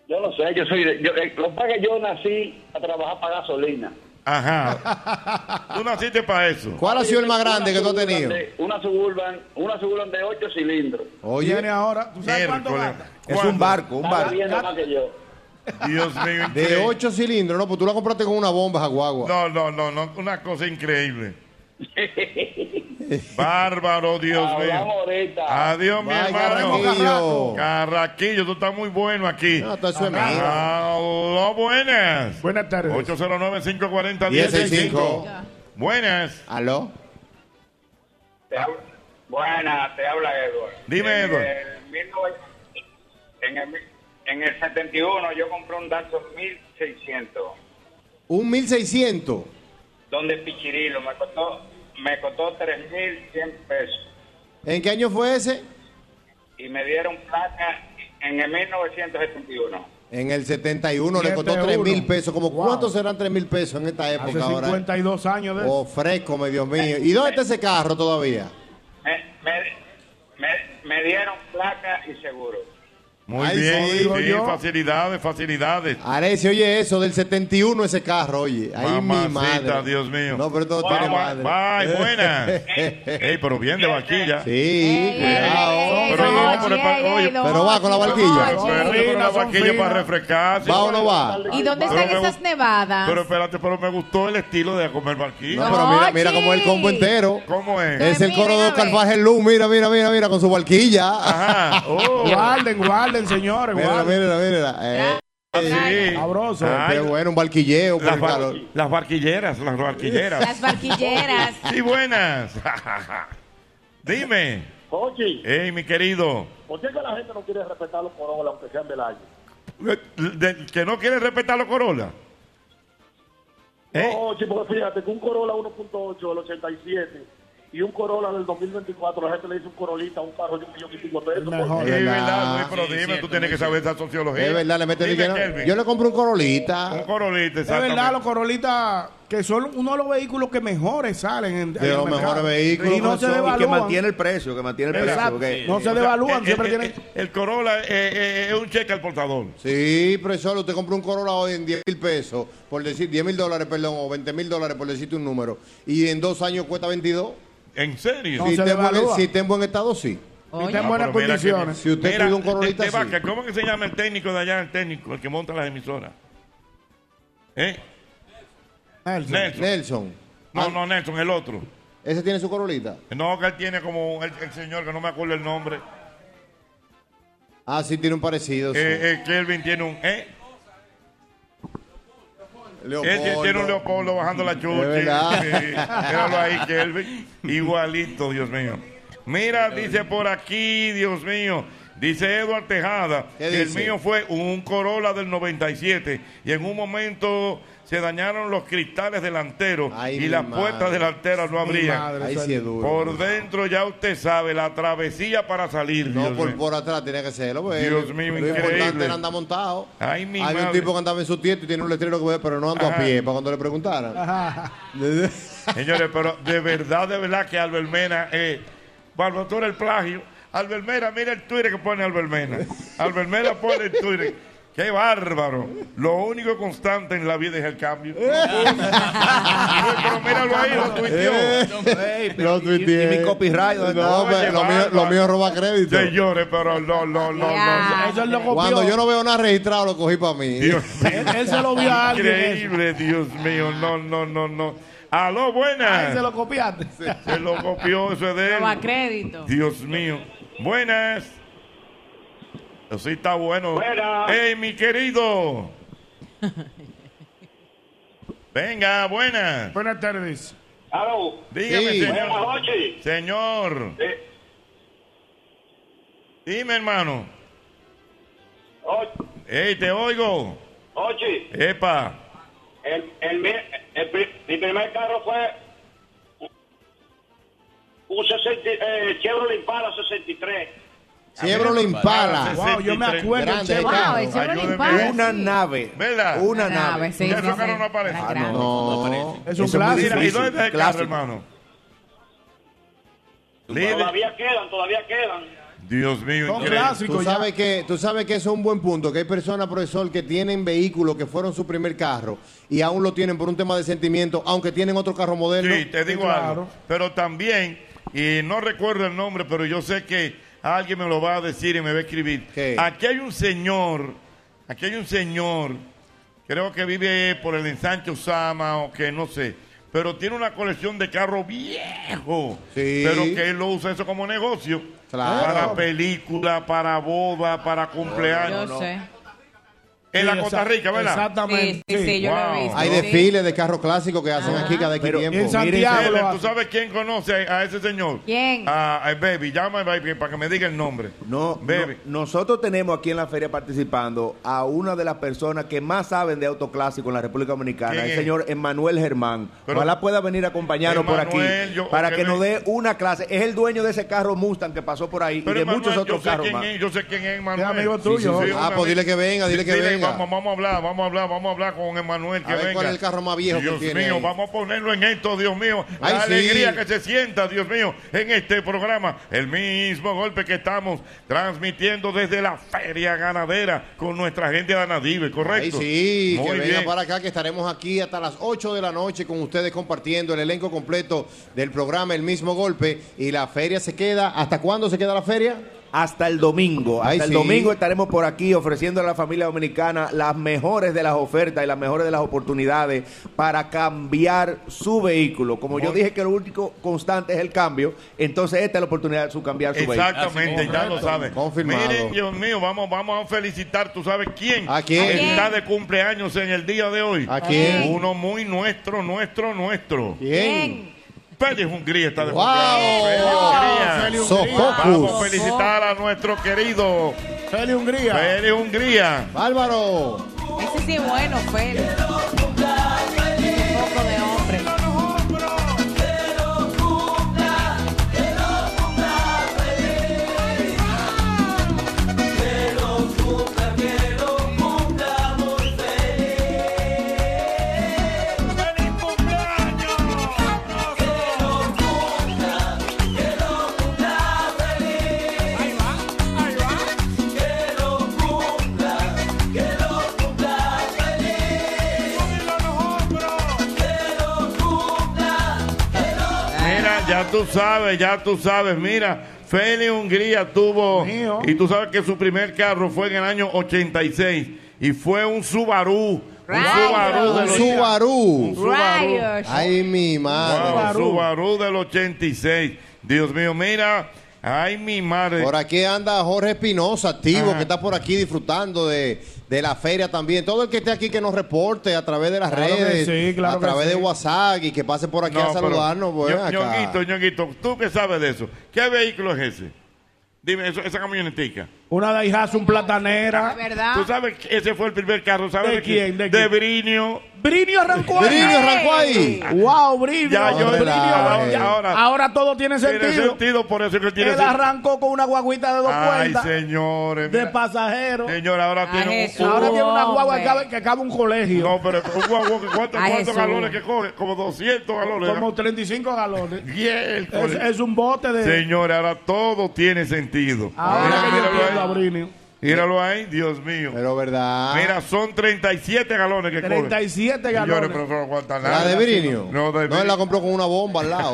[SPEAKER 16] Yo no sé, yo soy. de- Yo, eh, lo que pasa es que yo nací a trabajar para gasolina.
[SPEAKER 7] Ajá. Tú naciste para eso.
[SPEAKER 8] ¿Cuál ha sido el más
[SPEAKER 16] Una
[SPEAKER 8] grande que tú has
[SPEAKER 16] Suburban
[SPEAKER 8] tenido?
[SPEAKER 16] de- una, suburban, una Suburban de 8 cilindros.
[SPEAKER 8] Oye.
[SPEAKER 11] Tiene ahora. ¿Tú sabes cuánto
[SPEAKER 7] Miércoles.
[SPEAKER 11] gasta?
[SPEAKER 8] Es un barco,
[SPEAKER 16] Está viendo más que yo.
[SPEAKER 7] Dios mío.
[SPEAKER 8] De
[SPEAKER 7] increíble.
[SPEAKER 8] 8 cilindros, no, pues tú la compraste con una bomba, esa guagua.
[SPEAKER 7] No, no, no, no. Una cosa increíble. Bárbaro, Dios mío.
[SPEAKER 16] Hablamos ahorita.
[SPEAKER 7] Adiós, mi
[SPEAKER 16] Bye,
[SPEAKER 7] hermano.
[SPEAKER 16] Carraquillo.
[SPEAKER 7] Carraquillo, tú estás muy bueno aquí.
[SPEAKER 8] No, todo eso es mío.
[SPEAKER 7] Aló, buenas.
[SPEAKER 11] Buenas tardes.
[SPEAKER 7] 809-540-165. Buenas.
[SPEAKER 8] Aló.
[SPEAKER 14] Te habla- Buena, te habla Edward.
[SPEAKER 7] Dime,
[SPEAKER 14] En
[SPEAKER 7] Edward.
[SPEAKER 14] el 19 En el, mil- en el 71 yo compré un Datsun 1600,
[SPEAKER 8] Un 1600.
[SPEAKER 14] donde Pichirilo me costó, me costó 3100 pesos
[SPEAKER 8] ¿En qué año fue ese?
[SPEAKER 14] y me dieron placa en el 1971.
[SPEAKER 8] En el 71 le costó
[SPEAKER 11] 71.
[SPEAKER 8] 3 mil pesos. Como
[SPEAKER 11] Wow.
[SPEAKER 8] ¿Cuántos serán 3 mil pesos en esta
[SPEAKER 11] Hace
[SPEAKER 8] época ahora?
[SPEAKER 11] 52 años de eso.
[SPEAKER 8] Oh, fresco, me Dios mío. ¿Y dónde está ese carro todavía?
[SPEAKER 14] Me, me- me- me dieron placa y seguro.
[SPEAKER 7] Muy
[SPEAKER 8] Ay,
[SPEAKER 7] bien.
[SPEAKER 8] sí, digo
[SPEAKER 7] sí,
[SPEAKER 8] yo.
[SPEAKER 7] facilidades, facilidades.
[SPEAKER 8] Areci, oye eso, del 71 ese carro, oye. Ahí mi
[SPEAKER 7] Mamacita,
[SPEAKER 8] madre.
[SPEAKER 7] Dios mío.
[SPEAKER 8] No, pero esto no tiene
[SPEAKER 7] Bye,
[SPEAKER 8] madre.
[SPEAKER 7] bye, buenas. Ey, pero bien de vaquilla.
[SPEAKER 8] Sí, cuidado.
[SPEAKER 7] Pero no, pero, pa- oye,
[SPEAKER 8] Pero va con la barquilla.
[SPEAKER 7] Espérate, pero la barquilla para refrescarse.
[SPEAKER 8] ¿Va o no va?
[SPEAKER 12] ¿Y dónde están
[SPEAKER 7] Pero me
[SPEAKER 12] esas nevadas?
[SPEAKER 7] Pero espérate, pero me gustó el estilo de comer barquilla.
[SPEAKER 8] No, pero mira, mira cómo es el combo entero.
[SPEAKER 7] ¿Cómo es?
[SPEAKER 8] Es el coro de Oscar Fajelú. Mira, mira, mira, mira, con su barquilla.
[SPEAKER 7] Ajá.
[SPEAKER 11] Oh. Guarden, guarden, señores.
[SPEAKER 8] Mírala,
[SPEAKER 11] guarden.
[SPEAKER 8] mírala, mírala. Eh,
[SPEAKER 7] Ah,
[SPEAKER 8] Ah,
[SPEAKER 7] Sí.
[SPEAKER 11] Sabroso.
[SPEAKER 8] qué bueno, un barquilleo por
[SPEAKER 7] Las,
[SPEAKER 8] el
[SPEAKER 7] bar-
[SPEAKER 8] calor.
[SPEAKER 7] las barquilleras, las barquilleras.
[SPEAKER 12] Las barquilleras.
[SPEAKER 7] sí, buenas. Dime. Hey, mi querido.
[SPEAKER 14] ¿Por qué que la gente no quiere respetar los corolas aunque sean del año?
[SPEAKER 7] De- que no quiere respetar los Corolla. ¿Eh?
[SPEAKER 14] No, chico, porque fíjate que un Corolla 1.8 del 87 y un Corolla del 2024, la gente le dice un Corolita, un carro de un millón y pico de pesos.
[SPEAKER 7] es
[SPEAKER 8] ¿verdad?
[SPEAKER 7] verdad, Luis, pero
[SPEAKER 8] Sí,
[SPEAKER 7] dime,
[SPEAKER 8] cierto,
[SPEAKER 7] tú tienes que saber esa sociología.
[SPEAKER 8] Es verdad, le meten
[SPEAKER 7] Dime,
[SPEAKER 8] dinero.
[SPEAKER 7] Kelvin.
[SPEAKER 8] Yo le compro un corolita.
[SPEAKER 7] Un corolita,
[SPEAKER 11] Es verdad, los Corolitas, que son uno de los vehículos que mejores salen. En,
[SPEAKER 9] De
[SPEAKER 11] en
[SPEAKER 9] los
[SPEAKER 11] el
[SPEAKER 9] mejores
[SPEAKER 11] mercado.
[SPEAKER 9] vehículos
[SPEAKER 11] Y no
[SPEAKER 9] que
[SPEAKER 11] se
[SPEAKER 9] son- y
[SPEAKER 11] devalúan.
[SPEAKER 9] que mantiene el precio, que mantiene el precio.
[SPEAKER 11] Exacto.
[SPEAKER 9] porque-
[SPEAKER 11] No se devalúan, siempre
[SPEAKER 7] el,
[SPEAKER 11] tienen-
[SPEAKER 7] el- el Corolla eh, eh, es un cheque al portador.
[SPEAKER 8] Sí, profesor, usted compró un Corolla hoy en 10 mil pesos, por decir 10 mil dólares, perdón, o 20 mil dólares, por decirte un número, y en dos años cuesta 22.
[SPEAKER 7] ¿En serio?
[SPEAKER 8] Si
[SPEAKER 7] No, se
[SPEAKER 8] está en buen-
[SPEAKER 7] devalúa.
[SPEAKER 8] si está en buen estado, sí.
[SPEAKER 7] Ah, pero mira que-
[SPEAKER 8] Si usted
[SPEAKER 7] mira,
[SPEAKER 8] pide un
[SPEAKER 7] te-
[SPEAKER 8] Corollita,
[SPEAKER 7] te
[SPEAKER 8] sí.
[SPEAKER 7] vaca, ¿Cómo que se llama el técnico de allá, el técnico, el que monta las emisoras? ¿Eh?
[SPEAKER 11] Nelson.
[SPEAKER 7] Nelson.
[SPEAKER 8] Nelson.
[SPEAKER 7] No, no, Nelson, el otro.
[SPEAKER 8] ¿Ese tiene su Corolita?
[SPEAKER 7] No, que él tiene como el, el señor, que no me acuerdo el nombre.
[SPEAKER 8] Ah, sí, tiene un parecido. sí.
[SPEAKER 7] Eh, eh, Kelvin tiene un... ¿eh? Él tiene- tiene un Leopoldo bajando la
[SPEAKER 8] Es
[SPEAKER 7] chucha.
[SPEAKER 8] verdad.
[SPEAKER 7] Sí, míralo ahí, Kelvin. Igualito, Dios mío. Mira, dice por aquí, Dios mío. Dice Eduard Tejada,
[SPEAKER 8] ¿Qué
[SPEAKER 7] que el
[SPEAKER 8] dice?
[SPEAKER 7] mío fue un Corolla del 97 y en un momento se dañaron los cristales delanteros
[SPEAKER 8] mi
[SPEAKER 7] y las
[SPEAKER 8] madre.
[SPEAKER 7] puertas delanteras no
[SPEAKER 8] Mi
[SPEAKER 7] abrían.
[SPEAKER 8] madre, Ahí sí es duro.
[SPEAKER 7] Por dentro ya usted sabe la travesía para salir.
[SPEAKER 8] No,
[SPEAKER 7] Dios
[SPEAKER 8] por,
[SPEAKER 7] mío.
[SPEAKER 8] por atrás tenía que serlo. pues.
[SPEAKER 7] Dios mío,
[SPEAKER 8] Lo importante
[SPEAKER 7] increíble.
[SPEAKER 8] era andar montado.
[SPEAKER 7] Ay, mi
[SPEAKER 8] Hay un
[SPEAKER 7] madre.
[SPEAKER 8] tipo que andaba en su tienda y tiene un letrero que ve, pero no ando
[SPEAKER 7] Ajá.
[SPEAKER 8] a pie, para cuando le preguntaran.
[SPEAKER 7] Señores, pero de verdad, de verdad que Albert Mena, eh, Barbo, tú eres el plagio. Albert Mena, mira el Twitter que pone Albert Mena. Albert Mena pone el Twitter. ¡Qué bárbaro! Lo único constante en la vida es el cambio. pero míralo ahí, lo tuiteó.
[SPEAKER 11] Eh,
[SPEAKER 8] Lo tuiteé.
[SPEAKER 9] mi copyright, ¿dónde está?
[SPEAKER 8] No, hombre,
[SPEAKER 9] Oye,
[SPEAKER 8] lo mío, lo mío roba crédito.
[SPEAKER 7] Señores, pero no, no, no, no.
[SPEAKER 11] Eso es lo copió.
[SPEAKER 8] Cuando yo no veo nada registrado, lo cogí para mí.
[SPEAKER 11] Él, él se lo vio a alguien. eso.
[SPEAKER 7] Increíble, Dios mío. No, no, no, no. Aló,
[SPEAKER 11] Ahí se
[SPEAKER 7] buenas.
[SPEAKER 11] lo copiaste.
[SPEAKER 7] Se lo copió, eso es de él.
[SPEAKER 12] Roba crédito.
[SPEAKER 7] Dios mío. Buenas. Eso sí está bueno.
[SPEAKER 6] Buenas.
[SPEAKER 7] Hey, mi querido. Venga, buenas.
[SPEAKER 11] Buenas tardes.
[SPEAKER 6] Aló.
[SPEAKER 7] Dígame,
[SPEAKER 6] Sí.
[SPEAKER 7] señor.
[SPEAKER 6] Buenas noches.
[SPEAKER 7] Señor.
[SPEAKER 6] Eh.
[SPEAKER 7] Dime, hermano.
[SPEAKER 6] Oye,
[SPEAKER 7] Hey, te oigo.
[SPEAKER 6] oye,
[SPEAKER 7] Epa.
[SPEAKER 6] el, el, mi- el pri- mi primer carro fue un, un 60, eh, Chevrolet Impala 63.
[SPEAKER 8] Chevrolet Impala.
[SPEAKER 11] Wow, yo me acuerdo.
[SPEAKER 8] Grande
[SPEAKER 11] che.
[SPEAKER 8] el carro.
[SPEAKER 12] el Chevrolet
[SPEAKER 7] Ayúdeme.
[SPEAKER 12] Impala,
[SPEAKER 9] Una
[SPEAKER 12] sí.
[SPEAKER 9] nave.
[SPEAKER 7] ¿Verdad?
[SPEAKER 9] Una
[SPEAKER 12] Una
[SPEAKER 9] nave.
[SPEAKER 12] nave, Ah, pues sí,
[SPEAKER 7] Ya
[SPEAKER 12] sí,
[SPEAKER 7] ese
[SPEAKER 12] sí.
[SPEAKER 7] carro no aparece.
[SPEAKER 12] Una
[SPEAKER 7] Ah,
[SPEAKER 12] gran-
[SPEAKER 9] No,
[SPEAKER 11] Es un
[SPEAKER 9] Eso es muy
[SPEAKER 11] clásico.
[SPEAKER 7] Mira, ¿y
[SPEAKER 9] difícil.
[SPEAKER 7] dónde está el carro,
[SPEAKER 9] Clásico.
[SPEAKER 7] hermano? Libre.
[SPEAKER 6] Todavía quedan, todavía quedan.
[SPEAKER 7] Dios mío,
[SPEAKER 11] Son
[SPEAKER 7] increíble.
[SPEAKER 11] clásicos.
[SPEAKER 8] Tú sabes, que, tú sabes que eso es un buen punto, que hay personas, profesor, que tienen vehículos que fueron su primer carro y aún lo tienen por un tema de sentimiento, aunque tienen otro carro moderno.
[SPEAKER 7] Sí, te digo
[SPEAKER 11] Claro.
[SPEAKER 7] algo. Pero también, y no recuerdo el nombre, pero yo sé que alguien me lo va a decir y me va a escribir.
[SPEAKER 8] ¿Qué?
[SPEAKER 7] Aquí hay un señor, aquí hay un señor, creo que vive por el ensanche Usama o que no sé, pero tiene una colección de carros viejos,
[SPEAKER 8] Sí.
[SPEAKER 7] pero que él lo usa eso como negocio.
[SPEAKER 8] Claro.
[SPEAKER 7] Para película, para boda, para cumpleaños.
[SPEAKER 12] Yo sé.
[SPEAKER 7] En la
[SPEAKER 11] Sí,
[SPEAKER 7] Costa
[SPEAKER 11] exa-
[SPEAKER 7] Rica, ¿verdad?
[SPEAKER 12] Sí,
[SPEAKER 11] Exactamente.
[SPEAKER 12] sí, sí, yo lo
[SPEAKER 7] Wow.
[SPEAKER 12] he visto.
[SPEAKER 8] Hay
[SPEAKER 12] sí.
[SPEAKER 8] desfiles de carros clásicos que hacen aquí cada X
[SPEAKER 9] Pero
[SPEAKER 8] tiempo.
[SPEAKER 11] en Santiago
[SPEAKER 8] Miren,
[SPEAKER 11] lo
[SPEAKER 7] Ele, ¿Tú
[SPEAKER 11] hace.
[SPEAKER 7] sabes quién conoce a a ese señor?
[SPEAKER 12] ¿Quién?
[SPEAKER 7] A, a Baby, llama a Baby para que me diga el nombre.
[SPEAKER 9] No,
[SPEAKER 7] Baby.
[SPEAKER 9] no, nosotros tenemos aquí en la feria participando a una de las personas que más saben de auto clásico en la República Dominicana,
[SPEAKER 7] ¿Quién
[SPEAKER 9] el
[SPEAKER 7] es?
[SPEAKER 9] señor Emanuel Germán.
[SPEAKER 7] Pero-
[SPEAKER 9] Ojalá pueda venir a acompañarnos por
[SPEAKER 7] Emanuel,
[SPEAKER 9] aquí
[SPEAKER 7] yo-
[SPEAKER 9] para
[SPEAKER 7] que
[SPEAKER 9] que
[SPEAKER 7] le-
[SPEAKER 9] nos dé una clase. Es el dueño de ese carro Mustang que pasó por ahí y de
[SPEAKER 7] Emanuel,
[SPEAKER 9] muchos otros
[SPEAKER 7] yo sé
[SPEAKER 9] carros
[SPEAKER 7] quién
[SPEAKER 9] más.
[SPEAKER 7] es, yo sé quién es Emanuel.
[SPEAKER 11] Es amigo
[SPEAKER 7] Sí,
[SPEAKER 11] tuyo.
[SPEAKER 7] sí, sí,
[SPEAKER 8] Ah,
[SPEAKER 7] un
[SPEAKER 8] pues
[SPEAKER 7] ami-
[SPEAKER 8] dile que venga, dile que venga.
[SPEAKER 7] Vamos, vamos a hablar, vamos a hablar, vamos a hablar con Emanuel que
[SPEAKER 8] A ver
[SPEAKER 7] venga.
[SPEAKER 8] cuál es el carro más viejo que
[SPEAKER 7] Dios
[SPEAKER 8] tiene
[SPEAKER 7] mío,
[SPEAKER 8] ahí.
[SPEAKER 7] vamos a ponerlo en esto, Dios mío. La
[SPEAKER 8] Ay, sí.
[SPEAKER 7] alegría que se sienta, Dios mío, en este programa. El mismo golpe que estamos transmitiendo desde la feria ganadera con nuestra gente de Anadive,
[SPEAKER 8] Ahí
[SPEAKER 7] ¿correcto?
[SPEAKER 8] sí,
[SPEAKER 7] Muy
[SPEAKER 8] que venga
[SPEAKER 7] bien.
[SPEAKER 8] para acá, que estaremos aquí hasta las 8 de la noche con ustedes compartiendo el elenco completo del programa El mismo golpe. Y la feria se queda, ¿hasta cuándo se queda la feria?
[SPEAKER 9] hasta el domingo. Hasta
[SPEAKER 8] Ay,
[SPEAKER 9] el
[SPEAKER 8] sí.
[SPEAKER 9] domingo estaremos por aquí ofreciendo a la familia dominicana las mejores de las ofertas y las mejores de las oportunidades para cambiar su vehículo. Como yo dije que lo único constante es el cambio, entonces esta es la oportunidad de su cambiar su vehículo.
[SPEAKER 7] Exactamente, ya lo saben.
[SPEAKER 9] Confirmado.
[SPEAKER 7] Miren, Dios mío, vamos, vamos a felicitar, ¿tú sabes quién? ¿A
[SPEAKER 8] quién?
[SPEAKER 7] Está de cumpleaños en el día de hoy. ¿A
[SPEAKER 8] quién?
[SPEAKER 7] Uno muy nuestro, nuestro, nuestro.
[SPEAKER 8] ¿Quién?
[SPEAKER 7] Pérez Hungría está de
[SPEAKER 8] ¡Wow!
[SPEAKER 7] cumpleaños. Félix
[SPEAKER 8] ¡Wow!
[SPEAKER 7] Hungría.
[SPEAKER 8] Sofocus.
[SPEAKER 7] Vamos a felicitar a nuestro querido
[SPEAKER 11] Félix Hungría.
[SPEAKER 7] Félix Hungría.
[SPEAKER 8] Bárbaro.
[SPEAKER 12] Ese sí es bueno, Félix. Poco de hombre.
[SPEAKER 7] Mira, ya tú sabes, ya tú sabes, mira. Félix Hungría tuvo, y tú sabes que su primer carro fue en el año 86, y fue un Subaru, un Subaru de
[SPEAKER 8] Un
[SPEAKER 7] los-
[SPEAKER 8] Subaru.
[SPEAKER 7] Un Subaru.
[SPEAKER 8] Ay, mi madre.
[SPEAKER 7] Wow, Subaru del 86. Dios mío, mira. Ay, mi madre.
[SPEAKER 8] Por aquí anda Jorge Espinosa, activo, que está por aquí disfrutando de, de la feria también. Todo el que esté aquí que nos reporte a través de las
[SPEAKER 7] Claro que
[SPEAKER 8] redes,
[SPEAKER 7] sí, claro
[SPEAKER 8] a
[SPEAKER 7] que
[SPEAKER 8] través de
[SPEAKER 7] sí.
[SPEAKER 8] WhatsApp y que pase por aquí
[SPEAKER 7] No,
[SPEAKER 8] a
[SPEAKER 7] pero,
[SPEAKER 8] saludarnos. bueno,
[SPEAKER 7] Ño-
[SPEAKER 8] acá.
[SPEAKER 7] Ñonguito, Ñonguito, ¿tú qué sabes de eso? ¿Qué vehículo es ese? Dime, eso- esa camionetica.
[SPEAKER 11] Una daihazu, un platanera.
[SPEAKER 7] ¿Tú sabes que ese fue el primer carro? ¿Sabes
[SPEAKER 11] ¿De quién?
[SPEAKER 7] De,
[SPEAKER 11] ¿De quién?
[SPEAKER 7] Brinio.
[SPEAKER 11] Brinio arrancó ahí.
[SPEAKER 7] Brinio arrancó ahí.
[SPEAKER 11] Wow, Brinio.
[SPEAKER 7] Ya, yo-
[SPEAKER 11] Brinio,
[SPEAKER 8] eh.
[SPEAKER 7] ahora-
[SPEAKER 11] ya.
[SPEAKER 7] ahora-
[SPEAKER 11] ahora, todo tiene sentido.
[SPEAKER 7] Tiene sentido, por eso que tiene
[SPEAKER 11] Él
[SPEAKER 7] sentido.
[SPEAKER 11] arrancó con una guaguita de dos
[SPEAKER 7] Ay,
[SPEAKER 11] puertas
[SPEAKER 7] señores.
[SPEAKER 11] de pasajero.
[SPEAKER 7] Señor, ahora tiene un- un.
[SPEAKER 11] Ahora tiene una guagua que
[SPEAKER 7] Hombre.
[SPEAKER 11] cabe, que cabe un colegio.
[SPEAKER 7] No, pero un guagua que cuánto-
[SPEAKER 11] Ay,
[SPEAKER 7] cuántos
[SPEAKER 11] Jesús.
[SPEAKER 7] galones que coge, como 200 galones.
[SPEAKER 11] Como 35 galones.
[SPEAKER 7] Bien,
[SPEAKER 11] es, es un bote de.
[SPEAKER 7] Señores, ahora todo tiene sentido.
[SPEAKER 11] Ahora que yo
[SPEAKER 7] míralo
[SPEAKER 11] entiendo a
[SPEAKER 7] ahí.
[SPEAKER 11] Brinio.
[SPEAKER 7] Míralo ahí, Dios mío.
[SPEAKER 8] Pero verdad.
[SPEAKER 7] Mira, son 37 galones que
[SPEAKER 11] 37
[SPEAKER 7] coge.
[SPEAKER 11] galones.
[SPEAKER 7] Señores, pero eso no aguanta nada.
[SPEAKER 8] La de Brinio.
[SPEAKER 7] No, de
[SPEAKER 8] No, él la compró con una bomba al lado.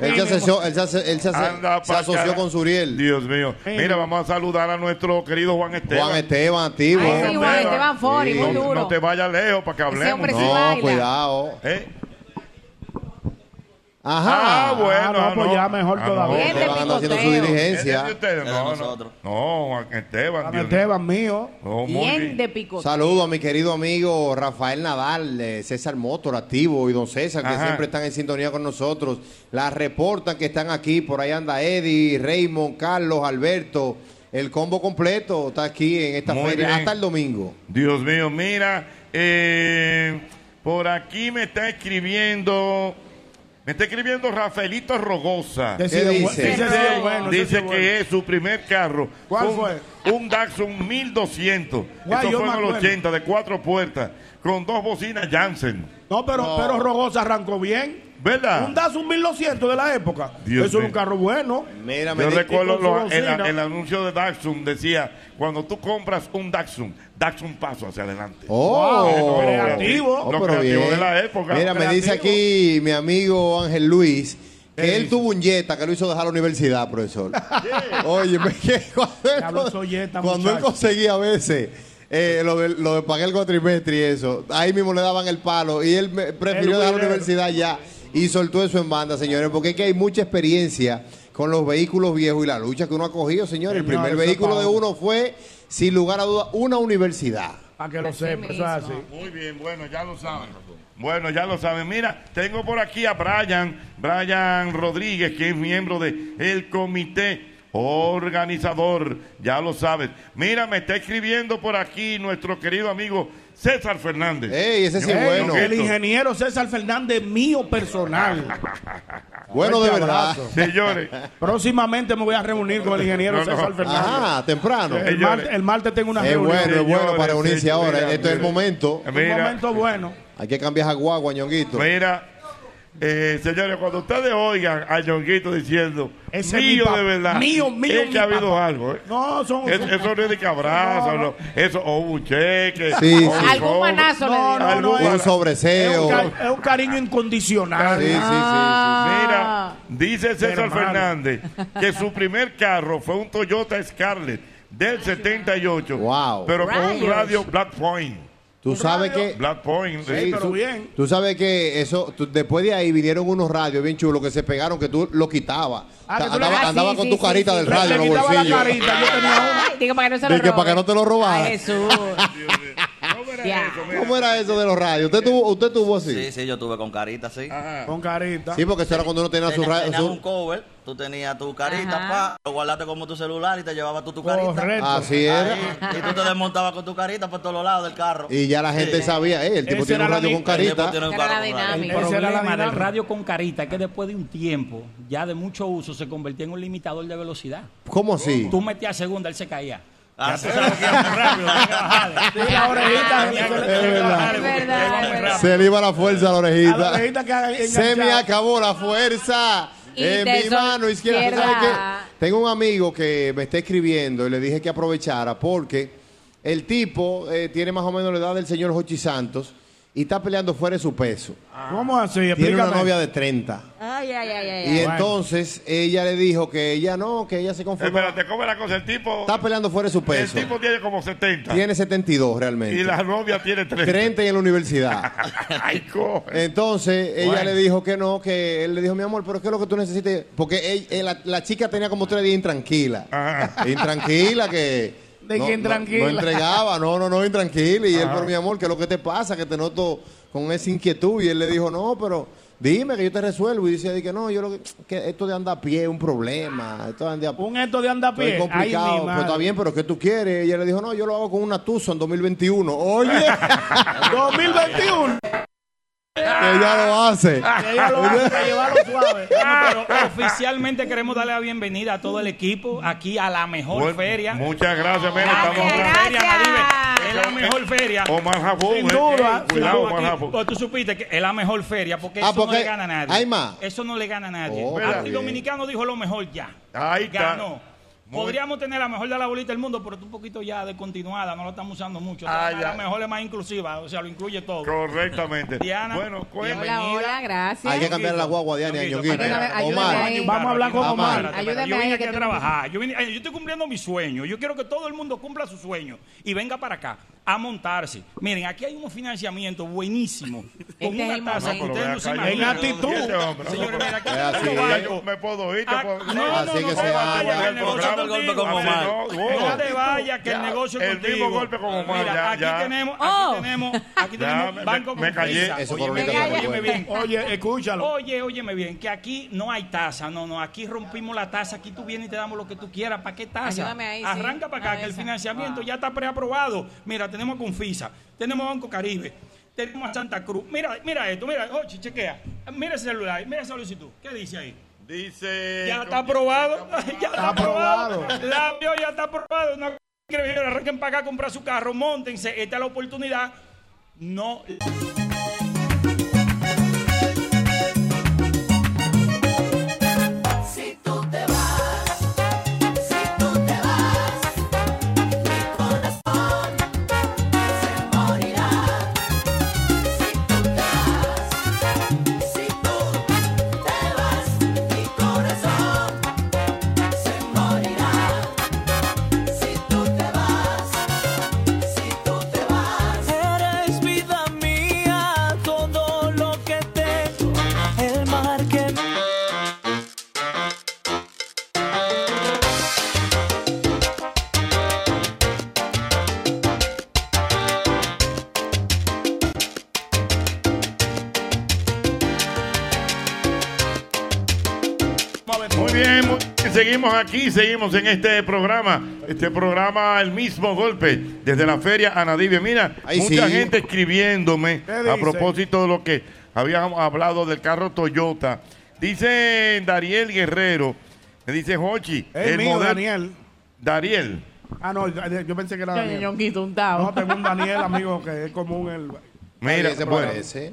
[SPEAKER 8] él se asoció, él se, aso- él se aso- se
[SPEAKER 7] pa'
[SPEAKER 8] asoció
[SPEAKER 7] allá.
[SPEAKER 8] con Suriel.
[SPEAKER 7] Dios mío. Mira, vamos a saludar a nuestro querido Juan Esteban.
[SPEAKER 8] Juan Esteban, activo.
[SPEAKER 7] Ay, sí, Juan
[SPEAKER 12] Esteban Fori, muy
[SPEAKER 7] no,
[SPEAKER 12] duro.
[SPEAKER 7] no te vayas lejos para que hablemos.
[SPEAKER 12] hombre sí
[SPEAKER 8] No, baila. cuidado.
[SPEAKER 7] ¿Eh?
[SPEAKER 8] Ajá.
[SPEAKER 7] Ah, bueno.
[SPEAKER 11] Ah, no, pues ya mejor todavía.
[SPEAKER 8] Juan Esteban anda haciendo su dirigencia.
[SPEAKER 7] ¿Es de ustedes? No, no. No, Juan Esteban.
[SPEAKER 11] Juan
[SPEAKER 7] Dios mío.
[SPEAKER 11] Esteban mío.
[SPEAKER 7] No, muy
[SPEAKER 12] Bien
[SPEAKER 7] bien.
[SPEAKER 12] de pico.
[SPEAKER 8] Saludo a mi querido amigo Rafael Nadal, eh, César Motor, activo, y don César, que
[SPEAKER 7] Ajá.
[SPEAKER 8] siempre están en sintonía con nosotros. Las reportan que están aquí, por ahí anda Eddie, Raymond, Carlos, Alberto. El combo completo está aquí en esta
[SPEAKER 7] Muy
[SPEAKER 8] feria
[SPEAKER 7] bien.
[SPEAKER 8] hasta el domingo.
[SPEAKER 7] Dios mío, mira, eh, por aquí me está escribiendo, me está escribiendo Rafaelito Rogosa.
[SPEAKER 11] Ese ¿Qué sí es dice? bueno, ese sí es bueno, ese
[SPEAKER 7] Dice
[SPEAKER 11] sí es bueno.
[SPEAKER 7] que es su primer carro.
[SPEAKER 11] ¿Cuál
[SPEAKER 7] un,
[SPEAKER 11] fue?
[SPEAKER 7] Un Datsun 1200.
[SPEAKER 11] Guay,
[SPEAKER 7] Eso
[SPEAKER 11] yo
[SPEAKER 7] fue
[SPEAKER 11] me
[SPEAKER 7] en el
[SPEAKER 11] acuerdo.
[SPEAKER 7] 80, de cuatro puertas, con dos bocinas Janssen.
[SPEAKER 11] No, pero, pero Rogosa arrancó bien.
[SPEAKER 7] ¿Verdad?
[SPEAKER 11] Un DAS un 1200 de la época.
[SPEAKER 7] Dios
[SPEAKER 11] Eso es
[SPEAKER 7] mío.
[SPEAKER 11] un carro bueno.
[SPEAKER 8] Mira,
[SPEAKER 7] Yo recuerdo
[SPEAKER 11] con su
[SPEAKER 7] lo- el,
[SPEAKER 11] bocina.
[SPEAKER 7] el anuncio de Datsun, decía, cuando tú compras un Datsun, Datsun paso hacia adelante.
[SPEAKER 8] Oh,
[SPEAKER 7] Bueno,
[SPEAKER 8] Oh,
[SPEAKER 7] Lo
[SPEAKER 8] pero
[SPEAKER 7] creativo
[SPEAKER 8] bien.
[SPEAKER 7] de la época.
[SPEAKER 8] Mira, me dice aquí mi amigo Ángel Luis que él tuvo un Jetta que lo hizo dejar la universidad, profesor. Oye, me- que cuando,
[SPEAKER 11] Diablo, Jetta,
[SPEAKER 8] cuando él
[SPEAKER 11] muchacho.
[SPEAKER 8] conseguía a veces eh, lo, de, lo de pagar el cuatrimestre y eso, ahí mismo le daban el palo y él me- prefirió
[SPEAKER 11] El
[SPEAKER 8] dejar la
[SPEAKER 11] guirero.
[SPEAKER 8] universidad ya y soltó eso en banda, señores, porque es que hay mucha experiencia con los vehículos viejos y la lucha que uno ha cogido, señores. El
[SPEAKER 11] Señor,
[SPEAKER 8] primer
[SPEAKER 11] eso es
[SPEAKER 8] vehículo de
[SPEAKER 11] pa' uno.
[SPEAKER 8] uno fue, sin lugar a duda, una universidad.
[SPEAKER 11] Para que lo sepa. Eso es así.
[SPEAKER 7] Muy bien, bueno, ya lo saben. Bueno, ya lo saben. Mira, tengo por aquí a Brian, Brian Rodríguez, que es miembro del comité organizador, ya lo sabes. Mira, me está escribiendo por aquí nuestro querido amigo César Fernández.
[SPEAKER 8] Ey, ese sí es
[SPEAKER 7] Ñonguito.
[SPEAKER 8] bueno.
[SPEAKER 11] El ingeniero César Fernández, mío personal.
[SPEAKER 8] Bueno, de
[SPEAKER 11] Fuerte
[SPEAKER 8] verdad.
[SPEAKER 11] abrazo.
[SPEAKER 7] Señores,
[SPEAKER 11] Próximamente me voy a reunir con el ingeniero
[SPEAKER 7] No, no.
[SPEAKER 11] César Fernández.
[SPEAKER 8] Ah, temprano.
[SPEAKER 11] El, martes, el martes tengo una
[SPEAKER 8] Es
[SPEAKER 11] reunión.
[SPEAKER 8] bueno, es bueno para
[SPEAKER 7] Señores,
[SPEAKER 8] reunirse ahora.
[SPEAKER 7] señores,
[SPEAKER 8] Esto es el momento.
[SPEAKER 11] Un momento bueno.
[SPEAKER 8] Hay que cambiar a guagua, ñonguito.
[SPEAKER 7] Mira, Eh, señores, cuando ustedes oigan a Ñonguito diciendo
[SPEAKER 11] Ese es mi
[SPEAKER 7] mío
[SPEAKER 11] papá.
[SPEAKER 7] de verdad,
[SPEAKER 11] Mío, mío,
[SPEAKER 7] es
[SPEAKER 11] mi
[SPEAKER 7] que ha habido
[SPEAKER 11] papá.
[SPEAKER 7] algo. ¿eh?
[SPEAKER 11] No, son.
[SPEAKER 7] Es- eso no es de que abrazo,
[SPEAKER 11] No, no.
[SPEAKER 7] no. eso o un cheque,
[SPEAKER 8] Sí,
[SPEAKER 7] o
[SPEAKER 8] sí.
[SPEAKER 7] un
[SPEAKER 8] Algún
[SPEAKER 7] sobre.
[SPEAKER 12] manazo le
[SPEAKER 11] No, no, no.
[SPEAKER 7] Algún
[SPEAKER 11] es-
[SPEAKER 8] Un sobreseo.
[SPEAKER 11] Es un, ca- es un cariño incondicional.
[SPEAKER 7] Sí, sí, sí, sí.
[SPEAKER 12] Ah.
[SPEAKER 7] Dice César
[SPEAKER 11] Hermano.
[SPEAKER 7] Fernández que su primer carro fue un Toyota Scarlett del 78. Pero con un
[SPEAKER 8] Rayos.
[SPEAKER 7] radio Black Point.
[SPEAKER 8] Tú sabes que.
[SPEAKER 7] Black Point.
[SPEAKER 8] Sí, tú, tú sabes que eso. tú- después de ahí vinieron unos radios bien chulos que se pegaron que tú lo quitabas.
[SPEAKER 12] Ah,
[SPEAKER 8] Ta-
[SPEAKER 12] que tú le-
[SPEAKER 8] andaba
[SPEAKER 12] Ah,
[SPEAKER 8] andaba
[SPEAKER 12] sí,
[SPEAKER 8] con
[SPEAKER 12] sí,
[SPEAKER 8] tu
[SPEAKER 12] sí,
[SPEAKER 8] carita
[SPEAKER 12] sí.
[SPEAKER 8] del
[SPEAKER 12] Le-
[SPEAKER 8] radio en
[SPEAKER 12] le
[SPEAKER 8] los
[SPEAKER 12] quitaba la
[SPEAKER 8] bolsillos.
[SPEAKER 12] carita, yo tenía una. Ay, digo, para que no se lo
[SPEAKER 8] Dije, para
[SPEAKER 12] roben.
[SPEAKER 8] que no te lo robaran.
[SPEAKER 12] Ay, Jesús. Ya.
[SPEAKER 8] ¿Cómo era eso de los radios? ¿Usted tuvo, usted tuvo así?
[SPEAKER 2] Sí, sí, yo tuve con carita, sí.
[SPEAKER 11] Con carita.
[SPEAKER 8] Sí, porque eso era cuando uno tenía su
[SPEAKER 2] Tenías-
[SPEAKER 8] radio-
[SPEAKER 2] Tenías
[SPEAKER 8] su-
[SPEAKER 2] un cover, tú tenías tu carita,
[SPEAKER 12] Ajá.
[SPEAKER 2] pa, lo guardaste como tu celular y te llevabas tú tu carita.
[SPEAKER 8] Correcto. Así era.
[SPEAKER 2] Ahí, y tú te desmontabas con tu carita por todos los lados del carro.
[SPEAKER 8] Y ya la gente sabía, eh, el tipo tiene un radio con carita.
[SPEAKER 17] El problema del radio con carita es que después de un tiempo, ya de mucho uso, se convertía en un limitador de velocidad.
[SPEAKER 8] ¿Cómo así?
[SPEAKER 17] Tú metías segunda, él se caía.
[SPEAKER 2] Ya
[SPEAKER 17] tú sabes que era muy rápido, tenía que bajarle.
[SPEAKER 11] la orejita,
[SPEAKER 17] Tenía que-
[SPEAKER 11] es
[SPEAKER 17] tenía que
[SPEAKER 8] verdad.
[SPEAKER 17] bajarle porque
[SPEAKER 11] Es verdad,
[SPEAKER 17] iba muy
[SPEAKER 11] es
[SPEAKER 17] rápido.
[SPEAKER 8] Se le iba la fuerza a la orejita.
[SPEAKER 11] A la orejita que ha
[SPEAKER 8] Se me
[SPEAKER 11] enganchado.
[SPEAKER 8] acabó la fuerza.
[SPEAKER 11] Y
[SPEAKER 8] en
[SPEAKER 11] te
[SPEAKER 8] mi mano izquierda. ¿Tú sabes
[SPEAKER 11] izquierda.
[SPEAKER 8] qué? Tengo un amigo que me está escribiendo y le dije que aprovechara porque el tipo eh, tiene más o menos la edad del señor Jochi Santos y está peleando fuera de su peso.
[SPEAKER 12] Ah.
[SPEAKER 11] ¿Cómo así?
[SPEAKER 8] Tiene una
[SPEAKER 11] Explícame.
[SPEAKER 8] novia de 30.
[SPEAKER 12] Ay, ay, ay,
[SPEAKER 18] Ah,
[SPEAKER 12] ay. ay.
[SPEAKER 8] Y entonces ella le dijo que ella no, que ella se conformaba.
[SPEAKER 7] Espérate, ¿cómo es la cosa? El tipo,
[SPEAKER 8] Está peleando fuera de su
[SPEAKER 7] el
[SPEAKER 8] peso.
[SPEAKER 7] tipo tiene como 70.
[SPEAKER 8] Tiene 72 realmente.
[SPEAKER 7] y la novia tiene 30.
[SPEAKER 8] 30 y en la universidad.
[SPEAKER 7] Ay, cojo.
[SPEAKER 8] Entonces ella
[SPEAKER 7] Bueno.
[SPEAKER 8] le dijo que no, que él le dijo, mi amor, pero ¿qué es lo que tú necesites? Porque él- él- la, la chica tenía como tres días intranquila. Intranquila que...
[SPEAKER 11] De
[SPEAKER 8] no,
[SPEAKER 11] que
[SPEAKER 8] no-
[SPEAKER 11] intranquila.
[SPEAKER 8] No, entregaba, no, no, no, intranquila. Y él,
[SPEAKER 11] Ajá.
[SPEAKER 8] pero mi amor, ¿qué es lo que te pasa? Que te noto con esa inquietud. Y él le dijo, no, pero dime que yo te resuelvo. Y dice, di que no, yo lo que, que esto de andar a pie es un problema. Esto de andar a
[SPEAKER 11] Un esto de andar a
[SPEAKER 8] Estoy
[SPEAKER 11] pie.
[SPEAKER 8] complicado,
[SPEAKER 11] Ay, mi
[SPEAKER 8] pero
[SPEAKER 11] madre.
[SPEAKER 8] está bien, pero ¿qué tú quieres? Ella le dijo, no, yo lo hago con una Tucson 2021. Oye,
[SPEAKER 11] 2021.
[SPEAKER 8] ella lo hace.
[SPEAKER 11] Ella lo hace para llevarlo suave.
[SPEAKER 17] Bueno, pero eh. oficialmente queremos darle la bienvenida a todo el equipo aquí a la mejor
[SPEAKER 7] Bueno,
[SPEAKER 17] feria.
[SPEAKER 7] Muchas gracias, Mena. Estamos
[SPEAKER 17] Feria Madive, es la mejor feria.
[SPEAKER 7] Omar Jabón,
[SPEAKER 17] Sin
[SPEAKER 7] eh,
[SPEAKER 17] duda.
[SPEAKER 7] eh, cuidado,
[SPEAKER 17] Estamos
[SPEAKER 7] Omar
[SPEAKER 17] aquí.
[SPEAKER 7] Jabón.
[SPEAKER 17] Pues tú supiste que es la mejor feria porque
[SPEAKER 7] Ah,
[SPEAKER 17] eso
[SPEAKER 7] porque
[SPEAKER 17] no le gana a nadie.
[SPEAKER 7] hay más.
[SPEAKER 17] Eso no le gana a nadie.
[SPEAKER 7] Oh,
[SPEAKER 17] el
[SPEAKER 7] bien.
[SPEAKER 17] dominicano dijo lo mejor ya.
[SPEAKER 7] Ahí está.
[SPEAKER 17] Ganó.
[SPEAKER 7] Muy-
[SPEAKER 17] Podríamos tener la mejor de la bolita del mundo, pero está un poquito ya descontinuada, no la estamos usando mucho. O sea,
[SPEAKER 7] Ah,
[SPEAKER 17] la,
[SPEAKER 7] ya.
[SPEAKER 17] la mejor es más inclusiva, o sea, lo incluye todo.
[SPEAKER 7] Correctamente.
[SPEAKER 17] Diana,
[SPEAKER 7] Bueno,
[SPEAKER 12] Hola, hola, gracias.
[SPEAKER 8] Hay que cambiar la guagua de Ani
[SPEAKER 17] Ñonguito, ayúdame, ayúdame.
[SPEAKER 11] Vamos a hablar con
[SPEAKER 17] Vamos a
[SPEAKER 11] Omar.
[SPEAKER 17] hablar.
[SPEAKER 12] Ayúdame
[SPEAKER 17] yo
[SPEAKER 12] ahí,
[SPEAKER 17] vine
[SPEAKER 12] que
[SPEAKER 17] aquí a
[SPEAKER 12] tú-
[SPEAKER 17] trabajar. Yo, vine- eh, yo estoy cumpliendo mi sueño. Yo quiero que todo el mundo cumpla su sueño y venga para acá a montarse. Miren, aquí hay unos financiamientos buenísimos. Con
[SPEAKER 12] Este es el
[SPEAKER 17] una tasa que
[SPEAKER 12] momento.
[SPEAKER 17] ustedes no se
[SPEAKER 7] Pero ve acá,
[SPEAKER 17] imaginan.
[SPEAKER 7] yo- este hombre.
[SPEAKER 17] Señores, mira, aquí
[SPEAKER 7] Es
[SPEAKER 17] están
[SPEAKER 7] así.
[SPEAKER 17] los bancos.
[SPEAKER 7] Me puedo ir, te
[SPEAKER 17] Ah,
[SPEAKER 7] puedo-
[SPEAKER 17] no, no,
[SPEAKER 7] Así
[SPEAKER 17] no,
[SPEAKER 7] que
[SPEAKER 17] no
[SPEAKER 7] se
[SPEAKER 17] te
[SPEAKER 7] haga.
[SPEAKER 17] vayas, que el
[SPEAKER 7] El
[SPEAKER 17] negocio es
[SPEAKER 7] programa golpe
[SPEAKER 17] contigo.
[SPEAKER 7] con Omar.
[SPEAKER 17] No te vayas, que el negocio es
[SPEAKER 7] el mismo
[SPEAKER 17] contigo.
[SPEAKER 7] golpe con Omar,
[SPEAKER 17] Mira,
[SPEAKER 7] ya,
[SPEAKER 17] aquí
[SPEAKER 7] ya.
[SPEAKER 17] tenemos, aquí tenemos, aquí
[SPEAKER 7] Ya,
[SPEAKER 17] tenemos
[SPEAKER 7] me-
[SPEAKER 17] banco
[SPEAKER 7] me
[SPEAKER 17] con
[SPEAKER 7] callé.
[SPEAKER 17] prisa.
[SPEAKER 7] Eso
[SPEAKER 17] Óyeme
[SPEAKER 7] por ahorita
[SPEAKER 17] bien,
[SPEAKER 7] está muy
[SPEAKER 17] óyeme
[SPEAKER 7] bueno.
[SPEAKER 17] bien.
[SPEAKER 11] Oye, escúchalo.
[SPEAKER 17] Oye, óyeme bien, que aquí no hay tasa, no, no, aquí rompimos la tasa, aquí tú vienes y te damos lo que tú quieras, ¿para qué tasa?
[SPEAKER 12] Ayúdame ahí, sí.
[SPEAKER 17] Arranca para acá, que el financiamiento
[SPEAKER 7] Ah.
[SPEAKER 17] ya está preaprobado. Mira, tenemos Confisa, tenemos Banco Caribe, tenemos a Santa Cruz. Mira, mira esto, mira, oye, chequea, mira ese celular, mira esa solicitud, ¿qué dice ahí?
[SPEAKER 7] Dice.
[SPEAKER 17] Ya está aprobado, ya está aprobado, la vio, ya está aprobado, no creo, arranquen para acá a comprar su carro, montense, esta es la oportunidad, no...
[SPEAKER 1] Si tú te vas, si tú te vas, mi corazón se morirá. Si tú te vas, si tú te vas, mi corazón se morirá. Si tú te vas, si tú te vas, eres vida mía, todo lo que tengo, el mar que
[SPEAKER 7] Muy bien, muy bien. seguimos aquí, seguimos en este programa. Este programa, el mismo golpe, desde la feria Anadivia. Mira,
[SPEAKER 8] Ay,
[SPEAKER 7] mucha
[SPEAKER 8] sí.
[SPEAKER 7] gente escribiéndome a
[SPEAKER 8] dice?
[SPEAKER 7] propósito de lo que habíamos hablado del carro Toyota. Dice Dariel Guerrero, me dice Hochi,
[SPEAKER 11] Es mío,
[SPEAKER 7] model-
[SPEAKER 11] Daniel.
[SPEAKER 7] Dariel.
[SPEAKER 11] Ah, no, yo pensé que era Daniel.
[SPEAKER 12] Ñonguito, un tao.
[SPEAKER 11] No, tengo un Daniel, amigo, que es común el.
[SPEAKER 7] Mira,
[SPEAKER 11] Daniel se
[SPEAKER 7] bueno,
[SPEAKER 11] parece.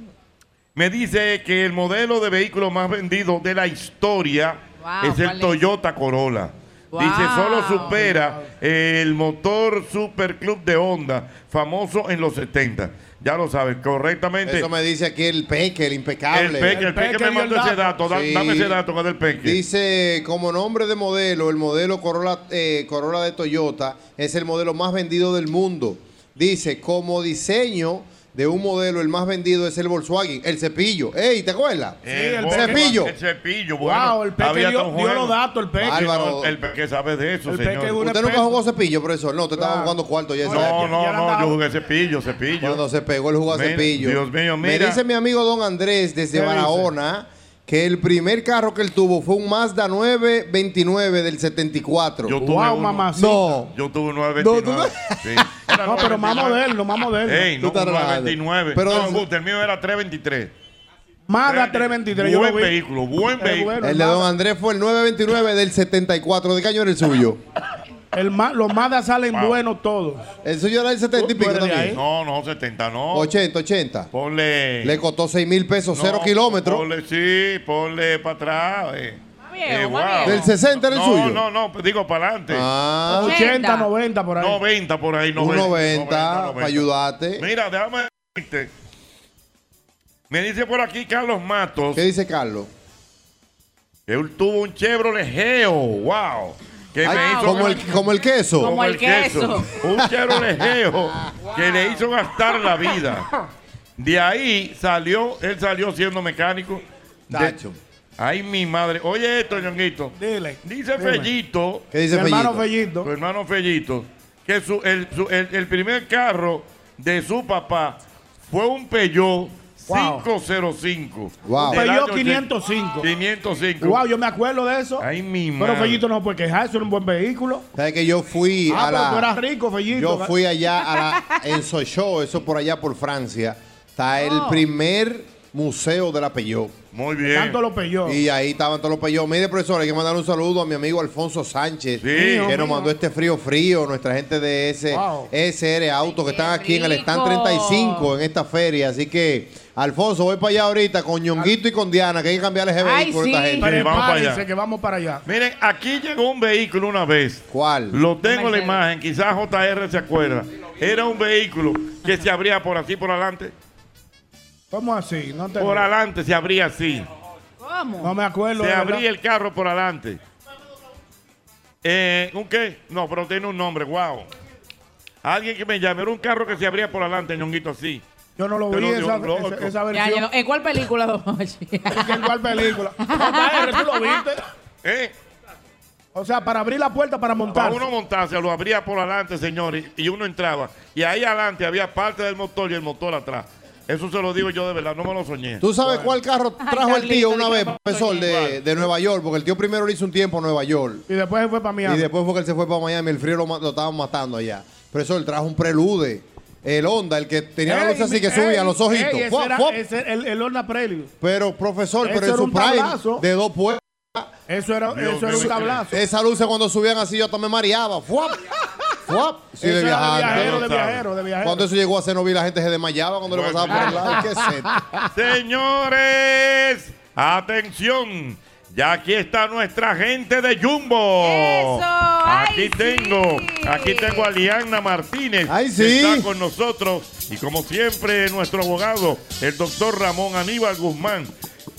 [SPEAKER 7] Me dice que el modelo de vehículo más vendido de la historia
[SPEAKER 19] Wow,
[SPEAKER 7] es
[SPEAKER 19] ¿cuál
[SPEAKER 7] el
[SPEAKER 19] es?
[SPEAKER 7] Toyota Corolla.
[SPEAKER 19] Wow.
[SPEAKER 7] Dice, solo supera el motor Super Club de Honda, famoso en los 70. Ya lo sabes, correctamente.
[SPEAKER 8] Eso me dice aquí el Peque, el impecable.
[SPEAKER 7] El Peque, el El Peque Peque me dio mandó el ese dato. dato. Da- dame ese dato, del Peque.
[SPEAKER 8] Dice, como nombre de modelo, el modelo Corolla, eh, Corolla de Toyota es el modelo más vendido del mundo. Dice, como diseño de un modelo, el más vendido es el Volkswagen, el cepillo. ¡Ey, ¿te acuerdas?
[SPEAKER 7] El bo-
[SPEAKER 8] cepillo.
[SPEAKER 7] El cepillo, bueno.
[SPEAKER 8] Wow, el Peque
[SPEAKER 7] Había
[SPEAKER 8] dio-
[SPEAKER 7] hasta un
[SPEAKER 8] dio
[SPEAKER 7] juego.
[SPEAKER 8] los datos, el Peque. Bárbaro.
[SPEAKER 7] El Peque sabe de eso,
[SPEAKER 8] El Peque
[SPEAKER 7] señor.
[SPEAKER 8] es una Usted nunca espe- jugó cepillo, profesor. No, usted estaba jugando cuarto ya. en esa
[SPEAKER 7] No,
[SPEAKER 8] época.
[SPEAKER 7] no, no, yo jugué cepillo, cepillo.
[SPEAKER 8] Cuando se pegó el jugo a
[SPEAKER 7] Mira,
[SPEAKER 8] cepillo.
[SPEAKER 7] Dios mío,
[SPEAKER 8] Me
[SPEAKER 7] mira.
[SPEAKER 8] dice mi amigo Don Andrés
[SPEAKER 7] ¿Qué
[SPEAKER 8] desde
[SPEAKER 7] dice?
[SPEAKER 8] Barahona que el primer carro que él tuvo fue un Mazda 929 del 74.
[SPEAKER 7] Yo tuve uno.
[SPEAKER 8] No.
[SPEAKER 7] Yo tuve un 929. Sí. Era
[SPEAKER 11] No, pero más
[SPEAKER 7] 929.
[SPEAKER 11] moderno, más moderno.
[SPEAKER 7] Ey, no,
[SPEAKER 11] Tú estás
[SPEAKER 7] un
[SPEAKER 11] raro.
[SPEAKER 7] 929.
[SPEAKER 11] Pero-
[SPEAKER 7] no, Augusto, el mío era 323.
[SPEAKER 11] Mazda 323, yo
[SPEAKER 7] Buen
[SPEAKER 11] lo vi.
[SPEAKER 7] vehículo, buen
[SPEAKER 11] Es
[SPEAKER 7] vehículo.
[SPEAKER 11] bueno,
[SPEAKER 8] El de Don Andrés fue el 929 del 74. ¿De qué año era el suyo?
[SPEAKER 11] El ma- los Mazda salen
[SPEAKER 7] Wow.
[SPEAKER 11] buenos todos.
[SPEAKER 8] El suyo era el 70 y pico también.
[SPEAKER 7] No, no, 70 no.
[SPEAKER 8] 80, 80.
[SPEAKER 7] Ponle.
[SPEAKER 8] Le costó 6 mil pesos,
[SPEAKER 7] No,
[SPEAKER 8] 0 kilómetros.
[SPEAKER 7] Ponle, sí, ponle para atrás. eh. Eh, guau.
[SPEAKER 8] Del 60 era el
[SPEAKER 7] no,
[SPEAKER 8] suyo.
[SPEAKER 7] No, no, pues digo para adelante.
[SPEAKER 8] Ah.
[SPEAKER 11] 80, 90 por ahí.
[SPEAKER 7] 90 por ahí, 90.
[SPEAKER 8] Un 90, para ayudarte.
[SPEAKER 7] Mira, déjame decirte. Me dice por aquí Carlos Matos.
[SPEAKER 8] ¿Qué dice Carlos?
[SPEAKER 7] Él tuvo un Chevrolet Geo, wow. Que
[SPEAKER 8] Ay,
[SPEAKER 7] me hizo
[SPEAKER 8] como, el, como el queso.
[SPEAKER 7] Como el queso. Un Chevrolet Geo que le hizo gastar la vida. De ahí salió, él salió siendo mecánico. De-
[SPEAKER 8] Tacho.
[SPEAKER 7] Ay, mi madre. Oye esto, ñonguito. Dile. Dice
[SPEAKER 11] dime.
[SPEAKER 7] Fellito.
[SPEAKER 8] ¿Qué dice Mi hermano
[SPEAKER 7] Fellito? Tu hermano Fellito. Que su, el, su- el- el primer carro de su papá fue un Peugeot
[SPEAKER 11] Wow.
[SPEAKER 7] 505.
[SPEAKER 11] Wow. Un
[SPEAKER 7] del
[SPEAKER 11] Peugeot
[SPEAKER 7] año
[SPEAKER 11] 505.
[SPEAKER 7] 505.
[SPEAKER 11] Wow, yo me acuerdo de eso.
[SPEAKER 7] Ay, mi
[SPEAKER 11] Pero
[SPEAKER 7] madre.
[SPEAKER 11] Fellito no puede quejar, eso era un buen vehículo.
[SPEAKER 8] ¿Sabes que yo fui
[SPEAKER 11] Ah,
[SPEAKER 8] a
[SPEAKER 11] pero
[SPEAKER 8] la.
[SPEAKER 11] tú eras rico, Fellito.
[SPEAKER 8] Yo fui allá a la, en Sochó, eso por allá por Francia. Está el
[SPEAKER 11] Oh.
[SPEAKER 8] primer museo de la Peugeot.
[SPEAKER 7] Muy
[SPEAKER 11] Tanto lo peyó.
[SPEAKER 8] Y ahí estaban todos los Peugeot. Mire, profesor, hay que mandar un saludo a mi amigo Alfonso Sánchez, que
[SPEAKER 11] Mío,
[SPEAKER 8] nos
[SPEAKER 11] mío.
[SPEAKER 8] mandó este frío frío, nuestra gente de ese
[SPEAKER 11] Wow.
[SPEAKER 8] SR Auto que están aquí en el stand
[SPEAKER 11] rico.
[SPEAKER 8] 35 en esta feria. Así que, Alfonso, voy para allá ahorita con Ñonguito y con Diana, que hay que cambiarle ese vehículo a esta gente.
[SPEAKER 7] Sí, vamos para allá.
[SPEAKER 11] Prepárense que vamos para allá.
[SPEAKER 7] Miren, aquí llegó un vehículo una vez.
[SPEAKER 8] ¿Cuál?
[SPEAKER 7] Lo tengo en la imagen, quizás JR se acuerda. Era un vehículo que se abría por así, por adelante.
[SPEAKER 11] ¿Cómo así? No te
[SPEAKER 7] Por adelante se abría así.
[SPEAKER 11] ¿Cómo? No me acuerdo.
[SPEAKER 7] Se
[SPEAKER 11] de verdad.
[SPEAKER 7] abría el carro por adelante. Eh, ¿Un qué? No, pero tiene un nombre, wow. Alguien que me llame, era un carro que se abría por adelante, ñonguito así.
[SPEAKER 11] Yo no lo
[SPEAKER 7] Pero
[SPEAKER 11] vi
[SPEAKER 7] Dios
[SPEAKER 11] esa,
[SPEAKER 7] loco.
[SPEAKER 11] esa, esa
[SPEAKER 12] Ya,
[SPEAKER 11] versión.
[SPEAKER 12] ya no- ¿En cuál película, don Hochi?
[SPEAKER 11] ¿En cuál película? JR, ¿tú lo viste?
[SPEAKER 7] ¿Eh?
[SPEAKER 11] O sea, para abrir la puerta para montar.
[SPEAKER 7] Para uno montarse, lo abría por adelante, señores, y uno entraba. Y ahí adelante había parte del motor y el motor atrás. Eso se lo digo yo de verdad, no me lo soñé.
[SPEAKER 8] ¿Tú sabes cuál carro trajo el tío una vez, profesor, de,
[SPEAKER 7] ¿Cuál?
[SPEAKER 8] de Nueva York? Porque el tío primero le hizo un tiempo a Nueva York.
[SPEAKER 11] Y después se fue para Miami.
[SPEAKER 8] Y después fue que él se fue para Miami, el frío lo, ma- lo estaban matando allá. Pero eso, él trajo un prelude. El Honda, el que tenía la
[SPEAKER 11] Ey,
[SPEAKER 8] luz así que
[SPEAKER 11] ey,
[SPEAKER 8] subía los ojitos.
[SPEAKER 11] ey, ese
[SPEAKER 8] Fuap,
[SPEAKER 11] era-
[SPEAKER 8] fuap.
[SPEAKER 11] ese era el, el Honda Prelude.
[SPEAKER 8] Pero, profesor,
[SPEAKER 11] Ese
[SPEAKER 8] pero
[SPEAKER 11] era
[SPEAKER 8] en su
[SPEAKER 11] un
[SPEAKER 8] prime
[SPEAKER 11] tablazo.
[SPEAKER 8] de dos puertas.
[SPEAKER 11] Eso era, eso era un tablazo.
[SPEAKER 8] Esa luz cuando subían así yo hasta me mareaba. ¡Fuap! ¡Fuap!
[SPEAKER 11] Eso
[SPEAKER 8] Sí, de
[SPEAKER 11] era de
[SPEAKER 8] viajante.
[SPEAKER 11] viajero, de viajero, de viajero.
[SPEAKER 8] Cuando eso llegó a Cenoví, la gente se desmayaba cuando le pasaba por el lado. ¿Qué sé?
[SPEAKER 7] Señores, atención. Ya aquí está nuestra gente de Jumbo. Aquí tengo, aquí tengo a Liana Martínez que está con nosotros y como siempre nuestro abogado, el doctor Ramón Aníbal Guzmán.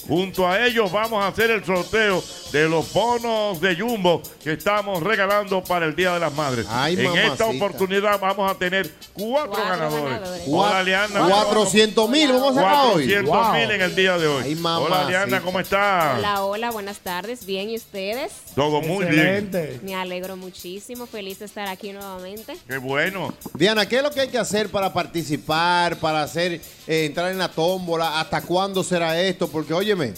[SPEAKER 7] Junto a ellos vamos a hacer el sorteo de los bonos de Jumbo que estamos regalando para el Día de las Madres. en esta
[SPEAKER 8] mamacita.
[SPEAKER 7] oportunidad vamos a tener cuatro, ganadores. Hola, Liana.
[SPEAKER 8] 400 mil, vamos a sacar hoy.
[SPEAKER 7] 400 mil en el día de hoy. Hola, Diana, ¿cómo estás?
[SPEAKER 18] Hola, hola, buenas tardes. Bien, ¿y ustedes?
[SPEAKER 7] Todo ah. muy bien.
[SPEAKER 18] Me alegro muchísimo. Feliz de estar aquí nuevamente.
[SPEAKER 7] Qué bueno.
[SPEAKER 8] Diana, ¿qué es lo que hay que hacer para participar, para hacer eh, entrar en la tómbola? ¿Hasta cuándo será esto? Porque, óyeme,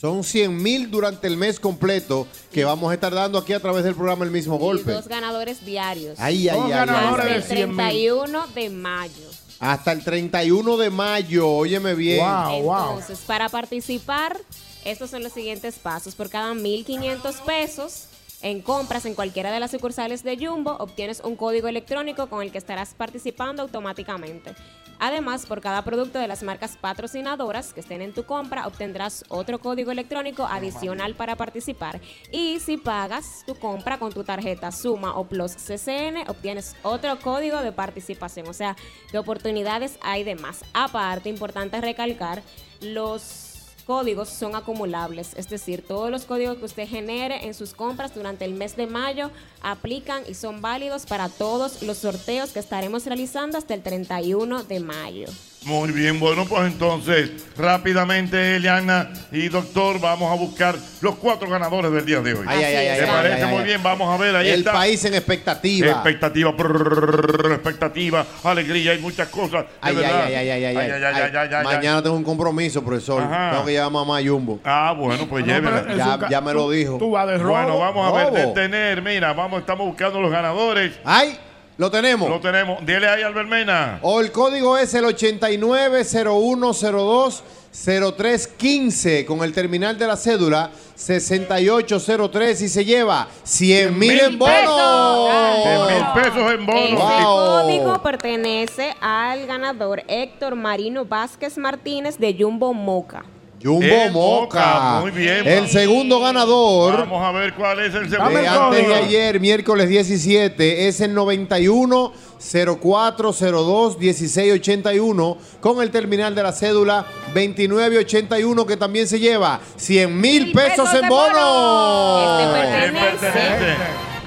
[SPEAKER 8] son 100 mil durante el mes completo que vamos a estar dando aquí a través del programa El Mismo
[SPEAKER 18] Y
[SPEAKER 8] Golpe.
[SPEAKER 18] dos ganadores diarios.
[SPEAKER 8] Ay, ay, Dos ay, ay, ganadores ay. de
[SPEAKER 18] Hasta el
[SPEAKER 8] 100.000.
[SPEAKER 18] 31 de mayo.
[SPEAKER 8] Hasta el 31 de mayo, óyeme bien.
[SPEAKER 18] Entonces, para participar, estos son los siguientes pasos. Por cada 1.500 pesos en compras en cualquiera de las sucursales de Jumbo, obtienes un código electrónico con el que estarás participando automáticamente. Además, por cada producto de las marcas patrocinadoras que estén en tu compra, obtendrás otro código electrónico adicional para participar. Y si pagas tu compra con tu tarjeta Suma o Plus CCN, obtienes otro código de participación. O sea, de oportunidades hay de más. Aparte, importante recalcar, los códigos son acumulables, es decir, todos los códigos que usted genere en sus compras durante el mes de mayo aplican y son válidos para todos los sorteos que estaremos realizando hasta el 31 de mayo.
[SPEAKER 7] Muy bien, bueno, pues entonces, rápidamente, Eliana y doctor, vamos a buscar los cuatro ganadores del día de hoy.
[SPEAKER 8] Ay, ay, ay, ay,
[SPEAKER 7] ¿Te
[SPEAKER 8] ay,
[SPEAKER 7] parece
[SPEAKER 8] ay, ay,
[SPEAKER 7] muy
[SPEAKER 8] ay.
[SPEAKER 7] bien? Vamos a ver, ahí
[SPEAKER 8] El
[SPEAKER 7] está.
[SPEAKER 8] país en expectativa.
[SPEAKER 7] Expectativa, prrr, expectativa, alegría y muchas cosas. de
[SPEAKER 8] Ay, ay,
[SPEAKER 7] verdad.
[SPEAKER 8] ay, ay, ay, ay, ay.
[SPEAKER 7] ay, ay, ay, ay.
[SPEAKER 8] Mañana tengo un compromiso, profesor.
[SPEAKER 7] Ajá.
[SPEAKER 8] Tengo que llevar a mamá a Jumbo.
[SPEAKER 7] Ah, bueno, pues llévela.
[SPEAKER 8] Ya, ya me lo dijo.
[SPEAKER 7] Bueno, vamos a ver,
[SPEAKER 8] Robo.
[SPEAKER 7] detener, mira, vamos, estamos buscando los ganadores.
[SPEAKER 8] ¡Ay! ¿Lo tenemos?
[SPEAKER 7] Lo tenemos. Dile ahí, Albert Mena.
[SPEAKER 8] O el código es el 8901020315 con el terminal de la cédula 6803 y se lleva 100 mil en bonos.
[SPEAKER 7] pesos en
[SPEAKER 18] Este
[SPEAKER 8] Wow.
[SPEAKER 18] código pertenece al ganador Héctor Marino Vázquez Martínez de Jumbo Moca.
[SPEAKER 8] Jumbo
[SPEAKER 7] El Moca,
[SPEAKER 8] Moca.
[SPEAKER 7] muy bien.
[SPEAKER 8] El segundo ganador.
[SPEAKER 7] Vamos a ver cuál es el segundo.
[SPEAKER 8] de antes de ayer, miércoles 17, es el 91 0402 1681 con el terminal de la cédula 2981 que también se lleva 100 mil pesos en Este pues, bono.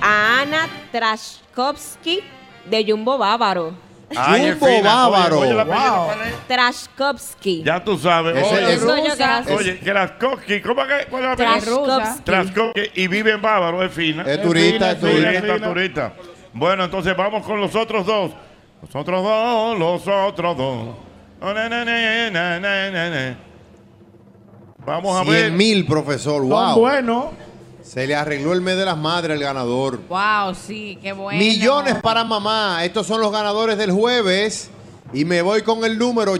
[SPEAKER 18] A Ana Trashkovsky de Jumbo Bávaro.
[SPEAKER 7] Ay,
[SPEAKER 8] Jumbo
[SPEAKER 7] Efina, oye,
[SPEAKER 8] Bávaro.
[SPEAKER 7] oye, el apellido,
[SPEAKER 8] Wow.
[SPEAKER 7] ¿cuál es?
[SPEAKER 18] Trashkovsky.
[SPEAKER 7] Ya tú sabes.
[SPEAKER 18] Ese-
[SPEAKER 7] oye,
[SPEAKER 18] ese- Soy yo, gracias.
[SPEAKER 7] oye, Kraskowski, ¿cómo que? ¿Cuál es la
[SPEAKER 18] Trashkovsky.
[SPEAKER 7] Trashkovsky y vive en Bávaro, es fina.
[SPEAKER 8] Es turista, es
[SPEAKER 7] fina,
[SPEAKER 8] turista.
[SPEAKER 7] turista, turista. Bueno, entonces vamos con los otros dos. Los otros dos, los otros dos. Oh, na, na, na, na, na, na, na. Vamos a ver.
[SPEAKER 8] 100 mil, profesor. Wow.
[SPEAKER 11] bueno.
[SPEAKER 8] Se le arregló el mes de las madres al ganador.
[SPEAKER 12] Wow, sí, qué bueno.
[SPEAKER 8] Millones para mamá. Estos son los ganadores del jueves. Y me voy con el número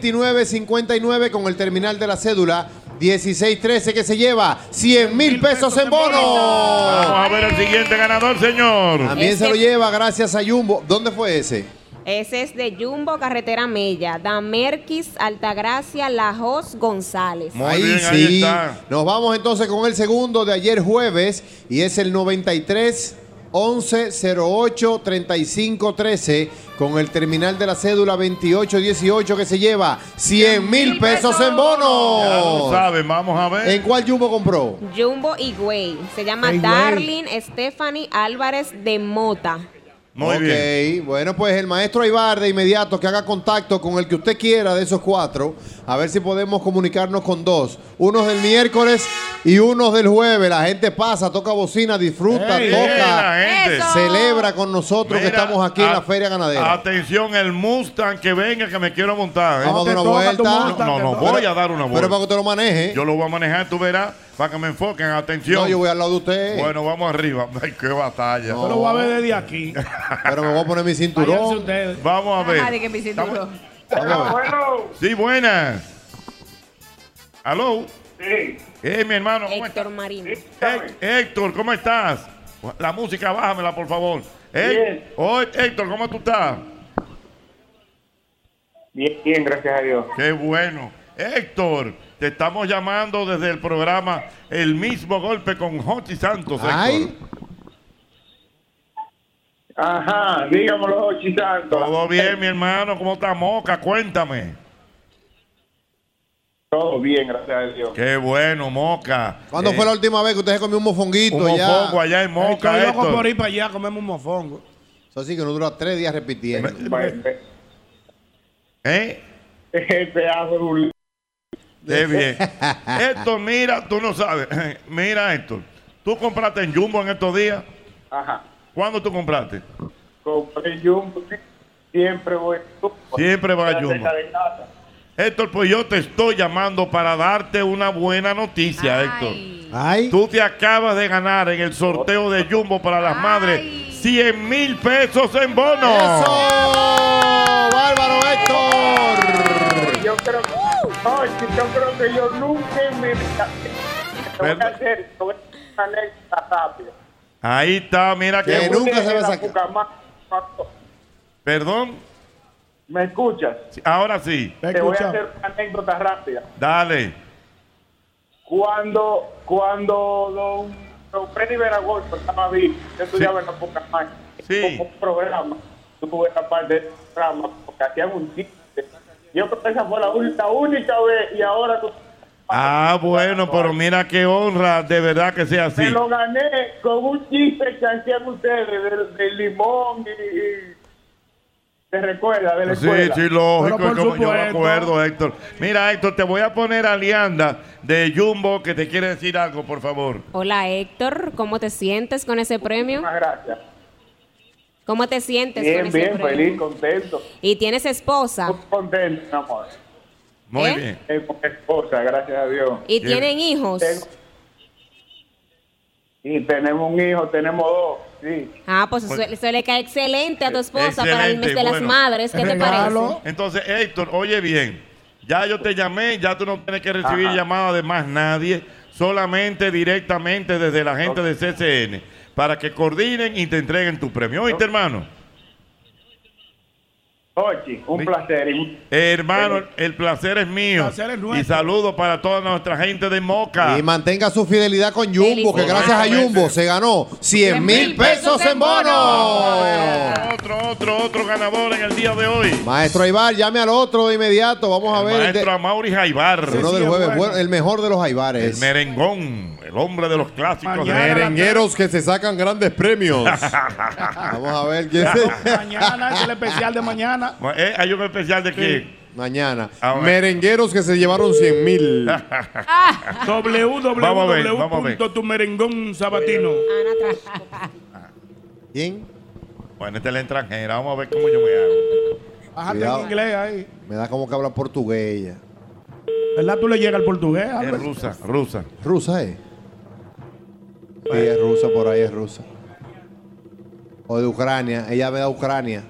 [SPEAKER 8] 850509-2959 con el terminal de la cédula 1613 que se lleva 100 mil pesos en bono.
[SPEAKER 7] Vamos a ver el siguiente ganador, señor.
[SPEAKER 8] También se lo lleva gracias a Jumbo. ¿Dónde fue ese?
[SPEAKER 18] Ese es de Jumbo Carretera Mella. Damerquis Altagracia Lajos González.
[SPEAKER 8] ahí sí. Nos vamos entonces con el segundo de ayer jueves y es el 93 11 08 35 13 con el terminal de la cédula 28 18 que se lleva 100 mil pesos en
[SPEAKER 7] Ya lo
[SPEAKER 8] bono.
[SPEAKER 7] saben, vamos a ver.
[SPEAKER 8] ¿En cuál Jumbo compró?
[SPEAKER 18] Jumbo Higüey. Se llama
[SPEAKER 8] Higüey.
[SPEAKER 18] Darling Stephanie Álvarez de Mota.
[SPEAKER 7] Muy
[SPEAKER 8] Ok, Bueno, pues el maestro Aibar de inmediato que haga contacto con el que usted quiera de esos cuatro. A ver si podemos comunicarnos con dos. Unos del miércoles y unos del jueves. La gente pasa, toca bocina, disfruta,
[SPEAKER 7] Ey,
[SPEAKER 8] toca,
[SPEAKER 7] la gente. Eso.
[SPEAKER 8] celebra con nosotros que
[SPEAKER 7] Mira,
[SPEAKER 8] estamos aquí en
[SPEAKER 7] a-
[SPEAKER 8] la Feria Ganadera.
[SPEAKER 7] Atención, el Mustang que venga, que me quiero montar. ¿eh?
[SPEAKER 8] Vamos a dar una vuelta.
[SPEAKER 7] No, no, voy a dar una vuelta.
[SPEAKER 8] Pero para que usted lo maneje.
[SPEAKER 7] Yo lo voy a manejar, tú verás, para que me enfoquen. Atención.
[SPEAKER 8] No, yo voy al lado de usted.
[SPEAKER 7] Bueno, vamos arriba. Ay, qué batalla.
[SPEAKER 8] No. Yo lo voy a ver
[SPEAKER 11] desde aquí.
[SPEAKER 8] Pero me voy a poner mi cinturón.
[SPEAKER 7] Vamos a
[SPEAKER 12] Ajá, Ah, de
[SPEAKER 7] ver.
[SPEAKER 12] que mi cinturón.
[SPEAKER 8] Vamos a ver.
[SPEAKER 7] Sí, buenas. ¿Aló?
[SPEAKER 6] Sí.
[SPEAKER 7] Eh, mi hermano, ¿cómo estás?
[SPEAKER 18] Héctor Marino.
[SPEAKER 7] Hé- Héctor, ¿cómo estás? La música, bájamela, por favor. Hé- Oh, Héctor, ¿cómo tú estás?
[SPEAKER 6] Bien, bien, gracias a Dios.
[SPEAKER 7] Qué bueno. Héctor, te estamos llamando desde el programa El mismo golpe con Jochi Santos. Héctor.
[SPEAKER 8] Ay.
[SPEAKER 6] Ajá, dígamelo, Jochi Santos.
[SPEAKER 7] Todo bien, mi hermano. ¿Cómo está Moca? Cuéntame.
[SPEAKER 6] Todo bien, gracias a Dios.
[SPEAKER 7] Qué bueno, Moca.
[SPEAKER 8] ¿Cuándo
[SPEAKER 7] Eh,
[SPEAKER 8] fue la última vez que usted se comió un mofonguito?
[SPEAKER 7] Un
[SPEAKER 8] ya?
[SPEAKER 7] mofongo allá en Moca, Estoy loco Héctor. por
[SPEAKER 11] ir para allá a comerme un mofongo.
[SPEAKER 8] Eso sí que no dura tres días repitiendo.
[SPEAKER 7] ¿Eh?
[SPEAKER 6] El pedazo de un-
[SPEAKER 7] Qué bien. Héctor, mira, tú no sabes. Mira, Héctor. ¿Tú compraste en Jumbo en estos días?
[SPEAKER 6] Ajá.
[SPEAKER 7] ¿Cuándo tú compraste?
[SPEAKER 6] Compré Jumbo. Siempre voy a Jumbo.
[SPEAKER 7] Siempre va a
[SPEAKER 6] Cerca
[SPEAKER 7] Jumbo.
[SPEAKER 6] de casa.
[SPEAKER 7] Héctor, pues yo te estoy llamando para darte una buena noticia, Héctor. Tú te acabas de ganar en el sorteo de Jumbo para las madres 100 mil pesos en bono.
[SPEAKER 8] ¡Bárbaro Héctor!
[SPEAKER 6] Yo creo, Jochi, yo creo que yo nunca me... Te voy a hacer te voy a hacer una anécdota rápida.
[SPEAKER 7] Ahí está, mira que
[SPEAKER 6] Yo fui de la Bucaramanga, cuando-
[SPEAKER 7] Perdón.
[SPEAKER 14] ¿Me escuchas?
[SPEAKER 7] Ahora sí.
[SPEAKER 14] Te voy a hacer una anécdota rápida.
[SPEAKER 7] Dale.
[SPEAKER 14] Cuando, cuando don, don Freddy Veragolfo estaba vivo, yo estudiaba en la Pocamac, sí. un programa, yo tuve esa parte del programa, porque hacían un chiste. Yo creo que esa fue la, un- la única vez, y ahora tú-
[SPEAKER 7] Ah, bueno, pero mira qué honra, de verdad que sea
[SPEAKER 14] me
[SPEAKER 7] así.
[SPEAKER 14] lo gané con un chiste que hacían ustedes del, del limón y... y- ¿Te recuerdas de la
[SPEAKER 7] Sí,
[SPEAKER 14] escuela?
[SPEAKER 7] sí, lógico, es como yo me acuerdo, Héctor. Mira, Héctor, te voy a poner a Lianda de Jumbo que te quiere decir algo, por favor.
[SPEAKER 18] Hola Héctor, ¿cómo te sientes con ese premio? Muchas
[SPEAKER 14] gracias.
[SPEAKER 18] ¿Cómo te sientes con
[SPEAKER 14] Bien,
[SPEAKER 18] ese
[SPEAKER 14] bien,
[SPEAKER 18] premio?
[SPEAKER 14] feliz, contento.
[SPEAKER 18] ¿Y tienes esposa?
[SPEAKER 14] Contento, mi amor.
[SPEAKER 7] Muy
[SPEAKER 18] ¿Eh?
[SPEAKER 7] bien.
[SPEAKER 14] Tengo esposa, gracias a Dios.
[SPEAKER 18] ¿Y tienen hijos?
[SPEAKER 14] Y tenemos un hijo, tenemos dos, sí.
[SPEAKER 18] Ah, pues eso, eso le cae excelente a tu esposa para el
[SPEAKER 7] Excelente,
[SPEAKER 18] mes de las
[SPEAKER 7] bueno.
[SPEAKER 18] madres. ¿Qué te parece?
[SPEAKER 7] Entonces, Héctor, oye bien, ya yo te llamé, ya tú no tienes que recibir
[SPEAKER 18] Ajá.
[SPEAKER 7] llamadas de más nadie, solamente directamente desde la gente de CCN, para que coordinen y te entreguen tu premio. ¿Oíste, hermano?
[SPEAKER 14] Ochi, un placer. y-
[SPEAKER 7] Eh, hermano, el, el placer es mío.
[SPEAKER 14] placer es nuestro.
[SPEAKER 7] y saludos para toda nuestra gente de Moca.
[SPEAKER 8] Y mantenga su fidelidad con Jumbo, que gracias a Jumbo se ganó 100 mil pesos en bono.
[SPEAKER 7] Otro, otro, otro ganador en el día de hoy.
[SPEAKER 8] Maestro Aibar, llame al otro de inmediato. Vamos a ver. el de-
[SPEAKER 7] Maestro Amaury Jaibar.
[SPEAKER 8] uno del jueves, bueno, el mejor de los Aibares.
[SPEAKER 7] El merengón, el hombre de los clásicos.
[SPEAKER 8] Merengueros que se sacan grandes premios. Vamos a ver quién se.
[SPEAKER 11] Mañana es el especial de mañana.
[SPEAKER 7] Eh, ¿Hay un especial de quién? Ah,
[SPEAKER 8] Mañana. Merengueros que se llevaron 100 mil.
[SPEAKER 7] Ah.
[SPEAKER 8] Vamos a ver, vamos a ver.
[SPEAKER 11] www.tumerengónsabatino.
[SPEAKER 8] ¿Quién?
[SPEAKER 7] Bueno, esta es la extranjera. Vamos a ver cómo yo me hago.
[SPEAKER 11] Bájate
[SPEAKER 8] Cuidado.
[SPEAKER 11] en inglés Eh, ahí.
[SPEAKER 8] Me da como que habla portugués ella.
[SPEAKER 11] ¿Verdad? Tú le llegas al portugués. Albert?
[SPEAKER 7] Es rusa, rusa.
[SPEAKER 8] Rusa, ¿eh? Sí, es rusa, por ahí es rusa. O de Ucrania, ella me da Ucrania.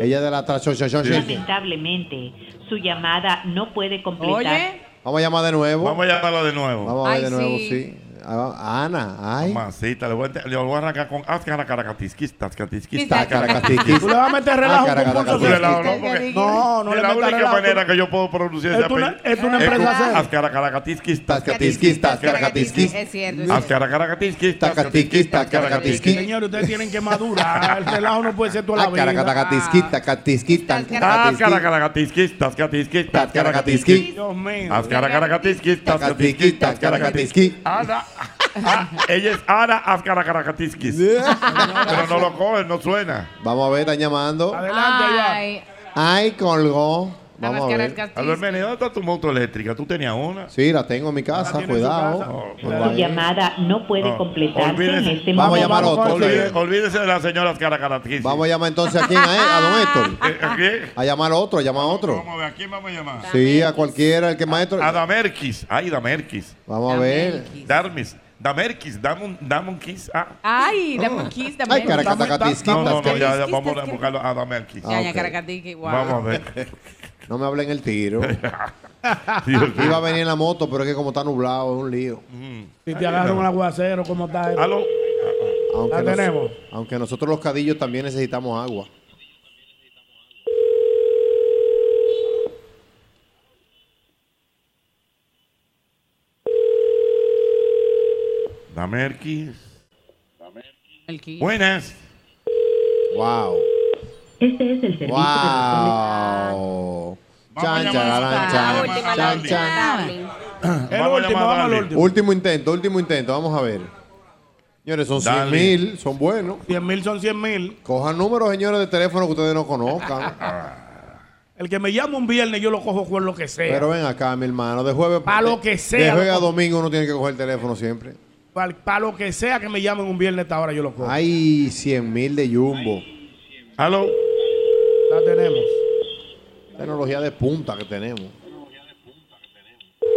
[SPEAKER 8] ella de la trachochachocha.
[SPEAKER 19] Lamentablemente, su llamada no puede completar.
[SPEAKER 8] Vamos a llamar de nuevo.
[SPEAKER 7] Vamos a llamarla de nuevo.
[SPEAKER 8] Vamos a ver
[SPEAKER 19] Ay,
[SPEAKER 8] de nuevo,
[SPEAKER 19] sí.
[SPEAKER 8] sí. Ah, Ana, ay.
[SPEAKER 7] Mamacita, le voy a, le voy a arrancar con. Ah, caracatiquis, caracatiquis,
[SPEAKER 8] Caracatiquis.
[SPEAKER 11] Tú le vas a meter relajo con Ponzo
[SPEAKER 7] Tú le relajo,
[SPEAKER 11] Sosquito.
[SPEAKER 7] no, porque-
[SPEAKER 11] No, no
[SPEAKER 7] Ah, Es
[SPEAKER 11] le
[SPEAKER 7] la
[SPEAKER 11] metas
[SPEAKER 7] única
[SPEAKER 11] relajo.
[SPEAKER 7] manera que yo puedo pronunciar
[SPEAKER 11] Es
[SPEAKER 7] ese
[SPEAKER 11] una-
[SPEAKER 7] apellido.
[SPEAKER 11] es una empresa
[SPEAKER 7] con
[SPEAKER 11] seria.
[SPEAKER 7] Azcaracaracatiquis,
[SPEAKER 8] Tascatisquis, tascaracatisquis.
[SPEAKER 11] Es cierto, es cierto.
[SPEAKER 7] Azcaracaracatiquis,
[SPEAKER 8] Tascatisquis, tascaracatisquis.
[SPEAKER 11] Señores, ustedes tienen que madurar. El relajo no puede ser toda la
[SPEAKER 8] Ah,
[SPEAKER 11] vida.
[SPEAKER 8] caracatacatisquis, tacatisquis, tacatisquis.
[SPEAKER 7] Azcaracaracatiquis, tascatisquis,
[SPEAKER 8] Tascaracatisquis.
[SPEAKER 7] tascaracatisquis.
[SPEAKER 8] Ah,
[SPEAKER 7] Azcaracaracatiquis, tascatisquis, tascaracatisquis. Ana. Ah, ella es Ana Azcaracaracatiskis. Pero no lo coge, no suena.
[SPEAKER 8] Vamos a ver, están llamando.
[SPEAKER 12] Ay,
[SPEAKER 8] Ay, colgó. Vamos a ver.
[SPEAKER 7] Albert Mene, ¿dónde está tu moto eléctrica? ¿Tú tenías una? Ah,
[SPEAKER 8] Sí, la tengo en mi casa, cuidado. Oh,
[SPEAKER 19] Su llamada no puede
[SPEAKER 7] No,
[SPEAKER 19] completarse en este
[SPEAKER 8] Ah. Vamos a
[SPEAKER 19] momento.
[SPEAKER 8] llamar a otro.
[SPEAKER 7] Olvídese, olvídese de las señoras Caracaratisquis.
[SPEAKER 8] Vamos a llamar entonces a quién, a, él, a don Héctor.
[SPEAKER 7] Eh, ¿a quién?
[SPEAKER 8] A llamar a otro, a llamar a otro.
[SPEAKER 7] Vamos a ver, ¿a quién vamos a llamar?
[SPEAKER 8] Sí, a cualquiera, el que maestro.
[SPEAKER 7] A Damerquis. Ay, Damerquis.
[SPEAKER 8] Vamos a ver.
[SPEAKER 7] Darmis. Damerquis. Dame un, dame un kiss. Ah.
[SPEAKER 12] ay, dame un kiss, dame
[SPEAKER 8] Oh. Ay,
[SPEAKER 12] un-
[SPEAKER 8] caracatacatisquis,
[SPEAKER 7] No, no, no, ya, ya,
[SPEAKER 8] tascatisquis.
[SPEAKER 7] vamos a buscarlo Ah, a Damerquis.
[SPEAKER 12] Ya,
[SPEAKER 8] Ah,
[SPEAKER 12] ya, caracatiqui, guau.
[SPEAKER 7] Vamos a ver.
[SPEAKER 8] No me hablen el tiro.
[SPEAKER 7] Dios mío.
[SPEAKER 8] Iba a venir en la moto, pero es que como está nublado, es un lío.
[SPEAKER 11] Si Mm. te agarran un aguacero, ¿cómo está? él?
[SPEAKER 7] Aló.
[SPEAKER 8] Aunque,
[SPEAKER 11] La
[SPEAKER 8] nos-
[SPEAKER 11] tenemos.
[SPEAKER 8] aunque nosotros los cadillos también necesitamos agua.
[SPEAKER 7] Damerquis.
[SPEAKER 12] El kiss.
[SPEAKER 7] Buenas.
[SPEAKER 8] Wow.
[SPEAKER 19] Este es el servicio
[SPEAKER 8] Wow. Oh. Chan, chararán, chan, chan, chan.
[SPEAKER 11] El último, vamos al último.
[SPEAKER 8] Último intento, último intento. Vamos a ver. Señores, son 100
[SPEAKER 11] Dale.
[SPEAKER 8] mil, son buenos.
[SPEAKER 11] 100 mil son 100 mil.
[SPEAKER 8] Cojan números, señores, de teléfono que ustedes no conozcan.
[SPEAKER 11] El que me llama un viernes, yo lo cojo con lo que sea.
[SPEAKER 8] Pero ven acá, mi hermano. De jueves
[SPEAKER 11] Pa' lo que sea,
[SPEAKER 8] De jueves a
[SPEAKER 11] loco.
[SPEAKER 8] domingo uno tiene que coger el teléfono siempre.
[SPEAKER 11] Para lo que sea que me llamen un viernes a esta hora, yo lo cojo.
[SPEAKER 8] Ah. Hay 100 mil de jumbo.
[SPEAKER 7] Aló.
[SPEAKER 11] La tenemos.
[SPEAKER 8] Tecnología de punta que tenemos. Ah,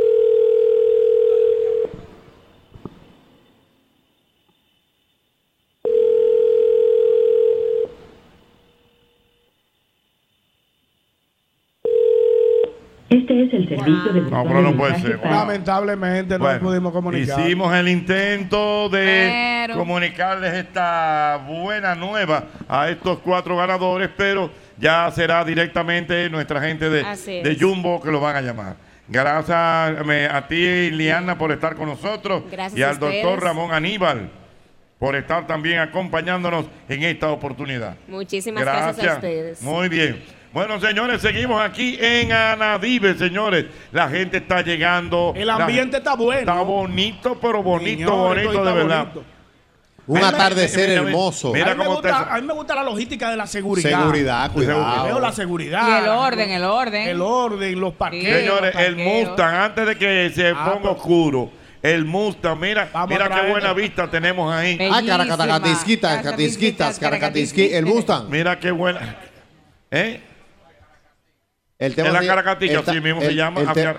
[SPEAKER 20] Este es el servicio de
[SPEAKER 7] No, pero no puede ser.
[SPEAKER 11] Lamentablemente no
[SPEAKER 7] Bueno,
[SPEAKER 11] pudimos comunicar.
[SPEAKER 7] Hicimos el intento de
[SPEAKER 11] Pero-
[SPEAKER 7] comunicarles esta buena nueva a estos cuatro ganadores, pero ya será directamente nuestra gente de,
[SPEAKER 13] Así es.
[SPEAKER 7] de Jumbo que lo van a llamar. Gracias me- a ti, Liana, por estar con nosotros
[SPEAKER 13] Gracias
[SPEAKER 7] y
[SPEAKER 13] a
[SPEAKER 7] al doctor
[SPEAKER 13] ustedes.
[SPEAKER 7] Ramón Aníbal por estar también acompañándonos en esta oportunidad.
[SPEAKER 18] Muchísimas gracias. a ustedes.
[SPEAKER 7] Muy bien. Bueno, señores, seguimos aquí en Anadive, señores. La gente está llegando.
[SPEAKER 11] El
[SPEAKER 7] La-
[SPEAKER 11] ambiente está bueno.
[SPEAKER 7] Está bonito, pero bonito,
[SPEAKER 11] Señor,
[SPEAKER 7] bonito
[SPEAKER 11] esto
[SPEAKER 7] de
[SPEAKER 11] está
[SPEAKER 7] verdad.
[SPEAKER 11] bonito.
[SPEAKER 8] Un
[SPEAKER 7] Mira,
[SPEAKER 8] atardecer
[SPEAKER 7] mira, mira,
[SPEAKER 8] hermoso.
[SPEAKER 7] Mira
[SPEAKER 11] a, mí me
[SPEAKER 7] cómo
[SPEAKER 11] gusta,
[SPEAKER 7] está.
[SPEAKER 11] a mí me gusta la logística de la seguridad.
[SPEAKER 8] Seguridad, cuidado.
[SPEAKER 11] Veo la seguridad.
[SPEAKER 12] Y el orden, el orden.
[SPEAKER 11] El orden, los parqueos.
[SPEAKER 7] Señores,
[SPEAKER 11] los
[SPEAKER 7] el
[SPEAKER 11] parqueos.
[SPEAKER 7] Mustang, antes de que se
[SPEAKER 11] Ah,
[SPEAKER 7] ponga oscuro, el Mustang, mira,
[SPEAKER 8] Vamos
[SPEAKER 7] mira
[SPEAKER 8] a
[SPEAKER 7] qué
[SPEAKER 8] traerlo.
[SPEAKER 7] buena vista tenemos ahí.
[SPEAKER 8] Ah, caracatisquitas, caracatisquitas, caracatisqui, el Mustang.
[SPEAKER 7] Mira qué buena. ¿Eh?
[SPEAKER 8] El
[SPEAKER 7] es la
[SPEAKER 8] de-
[SPEAKER 7] caracatica,
[SPEAKER 8] el ta-
[SPEAKER 7] así mismo se
[SPEAKER 8] el-
[SPEAKER 7] llama.
[SPEAKER 8] el te-
[SPEAKER 7] hacia-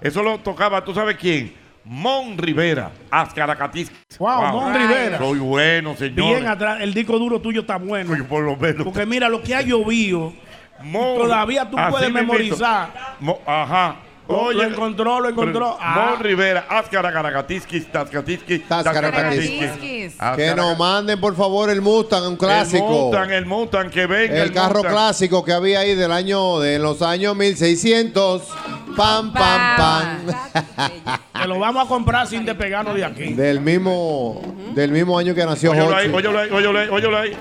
[SPEAKER 7] Eso lo tocaba, ¿tú sabes quién? Mon Rivera, Azcaracatis.
[SPEAKER 11] Wow, Mon Rivera.
[SPEAKER 7] Soy bueno, señor.
[SPEAKER 11] Bien atrás, el disco duro tuyo está bueno.
[SPEAKER 7] por lo menos.
[SPEAKER 11] Porque mira lo que ha llovido. todavía tú
[SPEAKER 7] Así
[SPEAKER 11] puedes
[SPEAKER 7] mismito.
[SPEAKER 11] memorizar.
[SPEAKER 7] Mo- ah. ajá.
[SPEAKER 11] Lo- lo encontró, lo encontró.
[SPEAKER 7] Oh, Pero-
[SPEAKER 11] Ah.
[SPEAKER 7] Mon Rivera, Azcaracatiskis, Tazcatiskis, Tazcaracatisquis.
[SPEAKER 8] Tazcaracatiskis. Que nos manden, por favor, el Mustang, un
[SPEAKER 7] Ah, El
[SPEAKER 8] clásico.
[SPEAKER 7] Mustang, el Mustang, que venga.
[SPEAKER 8] El carro
[SPEAKER 7] Mustang.
[SPEAKER 8] clásico que había ahí del año, de los años 1600. Pam, pam, pam.
[SPEAKER 11] Que lo vamos a comprar sin despegarnos de aquí.
[SPEAKER 8] Del mismo, del mismo año que nació
[SPEAKER 7] Óyelo ahí,
[SPEAKER 8] Hochi.
[SPEAKER 7] óyelo ahí, óyelo ahí, óyelo ahí.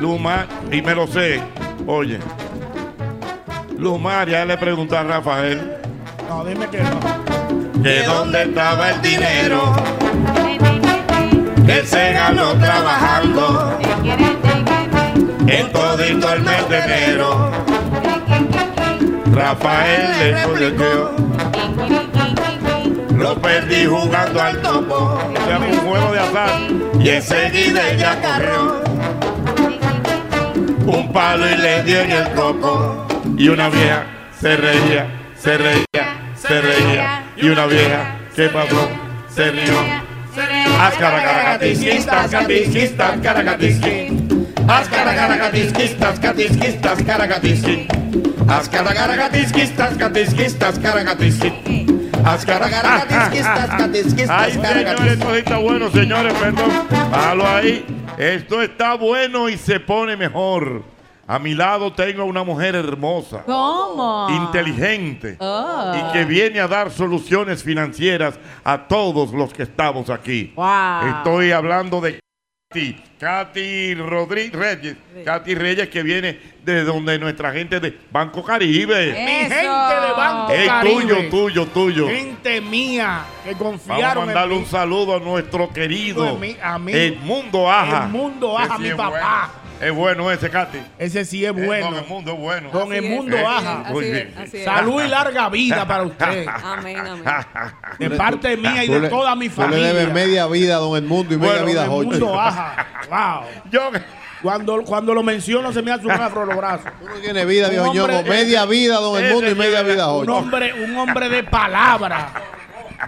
[SPEAKER 7] Luma, y me lo sé, oye. Lumar, ya le pregunté a Rafael
[SPEAKER 11] No, dime que no.
[SPEAKER 7] que dónde estaba el dinero que se ganó trabajando en todito el mes de enero. Rafael le explicó, lo perdí jugando al topo. O sea, un juego de azar. Y enseguida ella corrió un palo y le dio en el coco. Y una vieja se reía, se reía, se reía. Y una vieja que pasó, se rió. Ascaracaracatisquistas, catisquistas, caracatisquistas. Ascaracaracatisquistas, catisquistas, caracatisquistas. Ascaracaracatisquistas, catisquistas, caracatisquistas.
[SPEAKER 21] Ascaracaracatisquistas, catisquistas,
[SPEAKER 7] Ay, señores,
[SPEAKER 21] caracatisquistas.
[SPEAKER 7] esto sí está bueno, señores, perdón. Bájalo ahí. Esto está bueno y se pone mejor. A mi lado tengo a una mujer hermosa,
[SPEAKER 4] ¿Cómo?
[SPEAKER 11] Ah.
[SPEAKER 7] inteligente
[SPEAKER 4] Oh.
[SPEAKER 7] y que viene a dar soluciones financieras a todos los que estamos aquí.
[SPEAKER 4] Wow.
[SPEAKER 7] Estoy hablando de Katy, Katy Rodríguez Reyes, Katy Reyes que viene de donde nuestra gente de Banco Caribe.
[SPEAKER 11] Mi gente de Banco
[SPEAKER 7] Es
[SPEAKER 11] Caribe.
[SPEAKER 7] tuyo, tuyo, tuyo.
[SPEAKER 11] Gente mía que
[SPEAKER 7] Vamos a
[SPEAKER 11] confiaron en
[SPEAKER 7] mandarle
[SPEAKER 11] mí.
[SPEAKER 7] un saludo a nuestro
[SPEAKER 11] Saludo
[SPEAKER 7] querido
[SPEAKER 11] en mí, a mí.
[SPEAKER 7] Edmundo Aja.
[SPEAKER 11] Edmundo Aja,
[SPEAKER 7] Ese
[SPEAKER 11] mi
[SPEAKER 7] es
[SPEAKER 11] papá.
[SPEAKER 7] bueno. Es bueno ese, Katy.
[SPEAKER 11] Ese sí es
[SPEAKER 7] Eh,
[SPEAKER 11] bueno.
[SPEAKER 7] Don Edmundo es bueno.
[SPEAKER 11] Don Edmundo
[SPEAKER 7] Eh,
[SPEAKER 11] Aja.
[SPEAKER 7] muy bien.
[SPEAKER 11] Salud y larga vida para usted.
[SPEAKER 4] Amén, amén.
[SPEAKER 8] Ah,
[SPEAKER 11] De parte mía y
[SPEAKER 8] Tú
[SPEAKER 11] de
[SPEAKER 8] le-
[SPEAKER 11] toda mi
[SPEAKER 8] tú le debes
[SPEAKER 11] familia.
[SPEAKER 8] media vida a Don Edmundo y
[SPEAKER 11] Bueno,
[SPEAKER 8] media vida a
[SPEAKER 11] don
[SPEAKER 8] Hochi.
[SPEAKER 11] Edmundo Aja. Wow. cuando, cuando lo menciono se me hace un afro los brazos. Tú no
[SPEAKER 8] Tiene vida, viejo ñongo. Media vida a Don Edmundo y media vida a
[SPEAKER 11] Un
[SPEAKER 8] Hochi.
[SPEAKER 11] hombre, un hombre de palabra.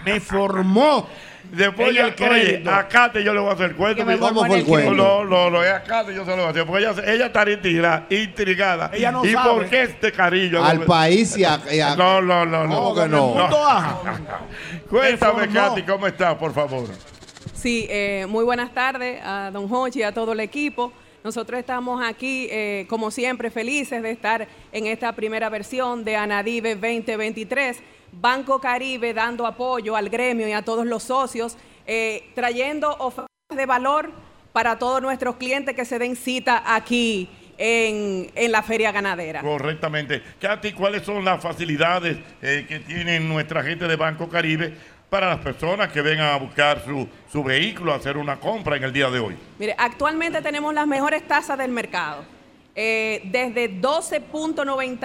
[SPEAKER 11] Me formó.
[SPEAKER 7] Después
[SPEAKER 11] en
[SPEAKER 7] ya,
[SPEAKER 11] el crédito.
[SPEAKER 7] oye, a Katy yo le voy a hacer el cuento.
[SPEAKER 11] Que me
[SPEAKER 7] porque-
[SPEAKER 11] voy a poner el cuento.
[SPEAKER 7] No, no, no, es a Katy yo se lo voy a hacer. Porque ella, ella está intrigada. intrigada.
[SPEAKER 11] Ella no
[SPEAKER 7] ¿Y
[SPEAKER 11] sabe.
[SPEAKER 7] por qué este cariño?
[SPEAKER 8] Al país y a. y a-
[SPEAKER 7] No, no, no, no.
[SPEAKER 8] ¿Cómo que no?
[SPEAKER 11] Edmundo
[SPEAKER 7] Cuéntame, Katy, ¿cómo estás, por favor?
[SPEAKER 4] Sí, eh, muy buenas tardes a don Hochi y a todo el equipo. Nosotros estamos aquí, eh, como siempre, felices de estar en esta primera versión de Anadive 2023. Banco Caribe dando apoyo al gremio y a todos los socios, eh, trayendo ofertas de valor para todos nuestros clientes que se den cita aquí en, en la Feria Ganadera.
[SPEAKER 7] Correctamente. Katy, ¿cuáles son las facilidades eh, que tienen nuestra gente de Banco Caribe para las personas que vengan a buscar su, su vehículo, a hacer una compra en el día de hoy?
[SPEAKER 4] Mire, actualmente tenemos las mejores tasas del mercado, eh, desde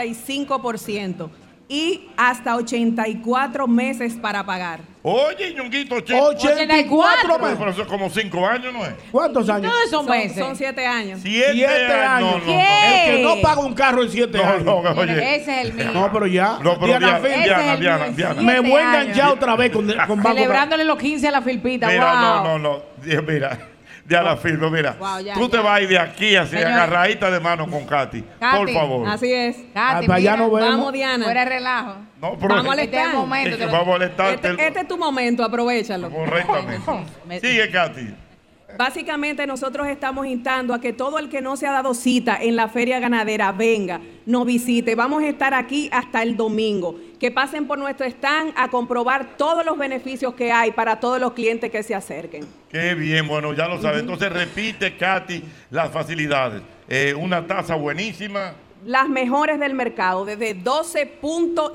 [SPEAKER 4] 12.95% y hasta 84 meses para pagar.
[SPEAKER 7] Oye, Ñonguito, ochen-
[SPEAKER 4] 84.
[SPEAKER 7] Pero eso es como cinco años, ¿no es?
[SPEAKER 11] ¿Cuántos años?
[SPEAKER 4] son,
[SPEAKER 11] meses.
[SPEAKER 4] son siete años.
[SPEAKER 7] Siete,
[SPEAKER 11] Siete
[SPEAKER 7] años.
[SPEAKER 11] años.
[SPEAKER 7] Eh, No, no, no.
[SPEAKER 11] El que no paga un carro en siete años.
[SPEAKER 7] oye.
[SPEAKER 12] Ese es el mío.
[SPEAKER 11] No, pero ya.
[SPEAKER 7] No, pero Diana,
[SPEAKER 11] Phil,
[SPEAKER 7] Diana,
[SPEAKER 11] el
[SPEAKER 7] Diana,
[SPEAKER 11] mío.
[SPEAKER 7] Diana.
[SPEAKER 11] Me voy a
[SPEAKER 12] años.
[SPEAKER 11] enganchar otra vez con, con Banco Caribe.
[SPEAKER 12] Celebrándole los 15 a la filpita.
[SPEAKER 7] Mira,
[SPEAKER 12] wow.
[SPEAKER 7] no, no, no. Di- Mira, Ya la firmo, mira.
[SPEAKER 4] Wow, ya,
[SPEAKER 7] Tú te
[SPEAKER 4] ya.
[SPEAKER 7] vas a ir de aquí así,
[SPEAKER 4] Señores.
[SPEAKER 7] agarradita de mano con Katy. Por favor.
[SPEAKER 4] Así es.
[SPEAKER 7] Ah, para allá nos vemos.
[SPEAKER 4] Vamos, Diana.
[SPEAKER 12] Fuera de relajo.
[SPEAKER 7] No, pero-
[SPEAKER 4] Vamos al
[SPEAKER 7] Este es el
[SPEAKER 4] stand.
[SPEAKER 7] momento, te lo- Vamos al stand,
[SPEAKER 4] Este,
[SPEAKER 7] te lo-
[SPEAKER 4] este es tu momento, aprovechalo.
[SPEAKER 7] Correctamente. Sigue, Katy.
[SPEAKER 4] Básicamente nosotros estamos instando a que todo el que no se ha dado cita en la feria ganadera venga, nos visite. Vamos a estar aquí hasta el domingo. Que pasen por nuestro stand a comprobar todos los beneficios que hay para todos los clientes que se acerquen.
[SPEAKER 7] Qué bien, bueno, ya lo sabes. Entonces repite, Katy, las facilidades. Eh, una taza buenísima.
[SPEAKER 4] Las mejores del mercado, desde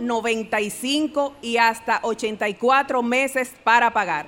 [SPEAKER 4] 12.95 y hasta 84 meses para pagar.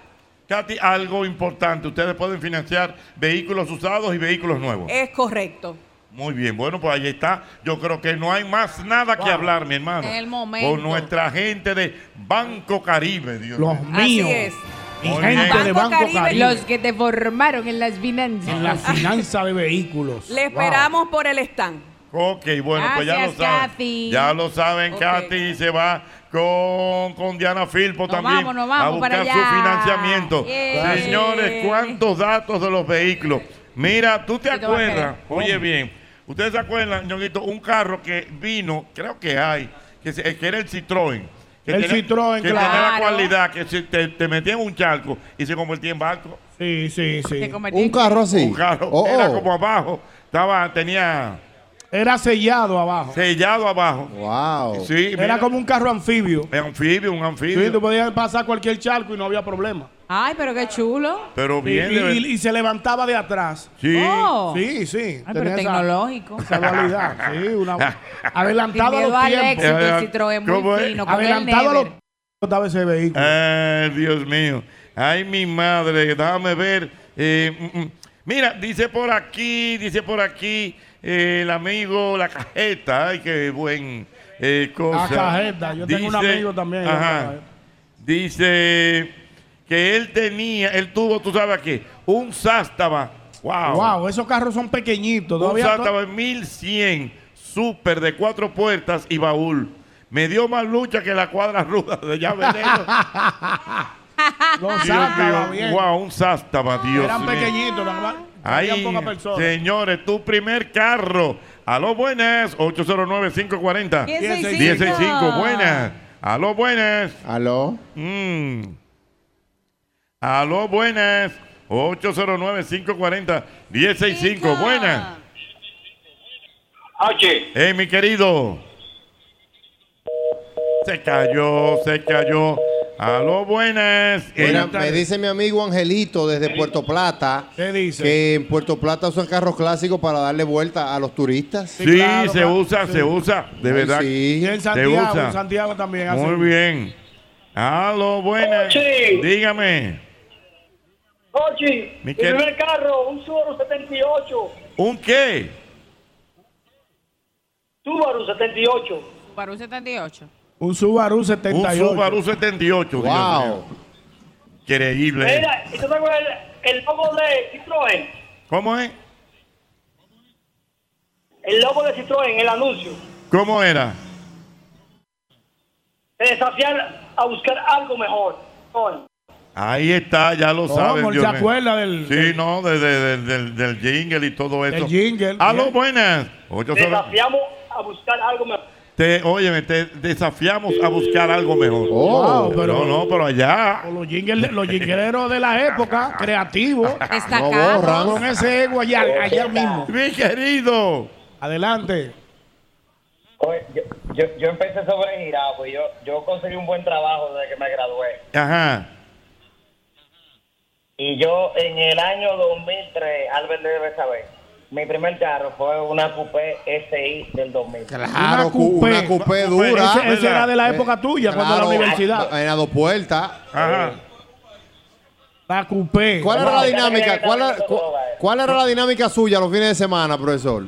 [SPEAKER 7] Katy, algo importante. Ustedes pueden financiar vehículos usados y vehículos nuevos.
[SPEAKER 4] Es correcto.
[SPEAKER 7] Muy bien, bueno, pues ahí está. Yo creo que no hay más nada que hablar, mi hermano.
[SPEAKER 4] Es el momento.
[SPEAKER 7] Con nuestra gente de Banco Caribe, Dios
[SPEAKER 11] Los
[SPEAKER 7] mío. Así
[SPEAKER 11] míos.
[SPEAKER 7] es.
[SPEAKER 11] Mi
[SPEAKER 7] Muy
[SPEAKER 11] gente
[SPEAKER 7] bien.
[SPEAKER 11] de Banco Caribe.
[SPEAKER 12] Los que te formaron en las finanzas.
[SPEAKER 11] En la finanza de vehículos.
[SPEAKER 4] Le esperamos por el stand.
[SPEAKER 7] Ok, bueno, pues ya lo
[SPEAKER 4] Gracias,
[SPEAKER 7] saben.
[SPEAKER 4] Katy.
[SPEAKER 7] Ya lo saben,
[SPEAKER 4] Ok.
[SPEAKER 7] Katy se va con, con Diana Filpo también
[SPEAKER 4] vamos, nos vamos
[SPEAKER 7] a buscar
[SPEAKER 4] para
[SPEAKER 7] su
[SPEAKER 4] allá.
[SPEAKER 7] financiamiento.
[SPEAKER 4] Yeah.
[SPEAKER 7] Señores, ¿cuántos datos de los vehículos? Mira, tú te
[SPEAKER 17] te va a
[SPEAKER 7] acuerdas,
[SPEAKER 17] querer.
[SPEAKER 4] Oh.
[SPEAKER 7] oye bien, ustedes se acuerdan, ñonguito, un carro que vino, creo que hay, que, se- que era el Citroën. Que
[SPEAKER 11] El Citroën,
[SPEAKER 7] que tenía la
[SPEAKER 11] claro.
[SPEAKER 7] cualidad que si te, te metía en un charco y se convertía en barco.
[SPEAKER 11] Sí, sí, sí.
[SPEAKER 8] Un carro así.
[SPEAKER 7] Un carro,
[SPEAKER 8] Oh,
[SPEAKER 7] era
[SPEAKER 8] oh.
[SPEAKER 7] como abajo, estaba, tenía
[SPEAKER 11] Era sellado abajo.
[SPEAKER 7] sellado abajo.
[SPEAKER 8] Wow.
[SPEAKER 7] Sí,
[SPEAKER 11] Era como un carro anfibio.
[SPEAKER 7] anfibio, un anfibio.
[SPEAKER 11] Sí, tú podías pasar cualquier charco y no había problema.
[SPEAKER 4] Ay, pero qué chulo.
[SPEAKER 7] Pero bien,
[SPEAKER 11] Y,
[SPEAKER 7] de
[SPEAKER 11] y- y se levantaba de atrás.
[SPEAKER 7] Sí.
[SPEAKER 4] Oh.
[SPEAKER 11] Sí, sí.
[SPEAKER 12] Ay, pero
[SPEAKER 11] Tenía esa-
[SPEAKER 12] tecnológico.
[SPEAKER 11] esa dualidad. Sí,
[SPEAKER 7] Ah.
[SPEAKER 11] una- adelantado
[SPEAKER 12] Sin
[SPEAKER 11] a
[SPEAKER 12] miedo
[SPEAKER 11] los
[SPEAKER 12] al
[SPEAKER 11] tiempos.
[SPEAKER 12] éxito,
[SPEAKER 7] Eh,
[SPEAKER 12] el Citroën muy ¿Cómo es? fino, con el
[SPEAKER 11] Adelantado a los
[SPEAKER 12] Never.
[SPEAKER 11] tiempos estaba ese vehículo.
[SPEAKER 7] Ay, Eh, Dios mío. Ay, mi madre, déjame ver. Eh, mm, mm. Mira, dice por aquí, dice por aquí eh, el amigo La Cajeta. Ay, qué buen eh, cosa.
[SPEAKER 11] La Cajeta, yo tengo un amigo también, La
[SPEAKER 7] ajá,
[SPEAKER 11] Cajeta.
[SPEAKER 7] dice que él tenía, él tuvo, tú sabes aquí, un Sástaba. Wow.
[SPEAKER 11] Wow, esos carros son pequeñitos.
[SPEAKER 7] Un
[SPEAKER 11] Todavía
[SPEAKER 7] Sástaba 1100, súper de cuatro puertas y baúl. Me dio más lucha que la cuadra ruda de llave de
[SPEAKER 11] Los
[SPEAKER 7] Dios
[SPEAKER 11] Sástaba,
[SPEAKER 7] mío,
[SPEAKER 11] bien.
[SPEAKER 7] guau, un sástaba, Dios
[SPEAKER 11] Eran
[SPEAKER 7] mío.
[SPEAKER 11] pequeñitos, nada más.
[SPEAKER 7] Ahí,
[SPEAKER 11] Había pocas personas.
[SPEAKER 7] señores, tu primer carro. A lo buenas, 809-540.
[SPEAKER 8] 1065.
[SPEAKER 7] 1065, buenas. A lo buenas.
[SPEAKER 8] Aló.
[SPEAKER 7] Mm. A lo buenas, 809-540-1065, buenas.
[SPEAKER 6] Oye,
[SPEAKER 7] Eh, mi querido. Se cayó, se cayó. A lo buenas.
[SPEAKER 8] Mira,
[SPEAKER 7] Eh,
[SPEAKER 8] me dice mi amigo Angelito desde Puerto Plata que en Puerto Plata usan carros clásicos para darle vuelta a los turistas.
[SPEAKER 7] Sí, se usa, se usa, de
[SPEAKER 8] Ay,
[SPEAKER 7] verdad.
[SPEAKER 8] sí. Y en
[SPEAKER 7] Se
[SPEAKER 11] Santiago,
[SPEAKER 7] usa.
[SPEAKER 11] en Ah, Santiago también.
[SPEAKER 7] Muy
[SPEAKER 11] hacen.
[SPEAKER 7] bien. Aló, buenas.
[SPEAKER 11] Ochi.
[SPEAKER 7] Dígame.
[SPEAKER 20] Ochi,
[SPEAKER 7] Mi
[SPEAKER 20] mi
[SPEAKER 7] querido-
[SPEAKER 20] primer carro, un Subaru 78.
[SPEAKER 7] ¿Un qué?
[SPEAKER 20] Subaru 78.
[SPEAKER 12] Para un 78.
[SPEAKER 11] Un Subaru 78.
[SPEAKER 7] Un Subaru 78.
[SPEAKER 11] Wow.
[SPEAKER 7] Increíble.
[SPEAKER 20] Mira, ¿y tú te acuerdas el, el logo de Citroën?
[SPEAKER 7] ¿Cómo es?
[SPEAKER 20] El logo de Citroën, el anuncio.
[SPEAKER 7] ¿Cómo era?
[SPEAKER 20] Te desafiar a buscar algo mejor. Citroën.
[SPEAKER 7] Ahí está, ya lo
[SPEAKER 11] ¿Cómo?
[SPEAKER 7] saben.
[SPEAKER 11] ¿Él
[SPEAKER 7] Dios
[SPEAKER 11] se
[SPEAKER 7] mío.
[SPEAKER 11] acuerda del-
[SPEAKER 7] Sí,
[SPEAKER 11] del-
[SPEAKER 7] no, de- de- de- del, del jingle y todo eso.
[SPEAKER 11] Del jingle,
[SPEAKER 7] Aló,
[SPEAKER 11] bien.
[SPEAKER 7] buenas. Ocho
[SPEAKER 20] Te
[SPEAKER 7] cero-
[SPEAKER 20] desafiamos a buscar algo mejor.
[SPEAKER 7] Te, óyeme, te desafiamos a buscar algo mejor.
[SPEAKER 11] Oh. Wow,
[SPEAKER 7] no,
[SPEAKER 11] pero-
[SPEAKER 7] no, pero allá.
[SPEAKER 11] O Los, jingle- los jingleros de la época, creativos.
[SPEAKER 7] Destacados. borran.
[SPEAKER 11] Con ese ego allá, allá mismo.
[SPEAKER 7] Mi querido.
[SPEAKER 11] Adelante.
[SPEAKER 6] oye, yo, yo, yo empecé sobregirado, pues yo, yo conseguí un buen trabajo desde que me gradué.
[SPEAKER 7] Ajá.
[SPEAKER 6] Y yo en el año 2003, Albert debe saber, mi primer carro fue una Coupé SI del 2000.
[SPEAKER 8] Claro, cu- una coupé, dura. Eh,
[SPEAKER 11] Ese- ese era de la época tuya, cuando la universidad.
[SPEAKER 8] En las dos puertas.
[SPEAKER 7] Ajá.
[SPEAKER 11] La coupé.
[SPEAKER 8] ¿Cuál era la dinámica? ¿Cuál era, cu- cuál era la dinámica suya los fines de semana, profesor?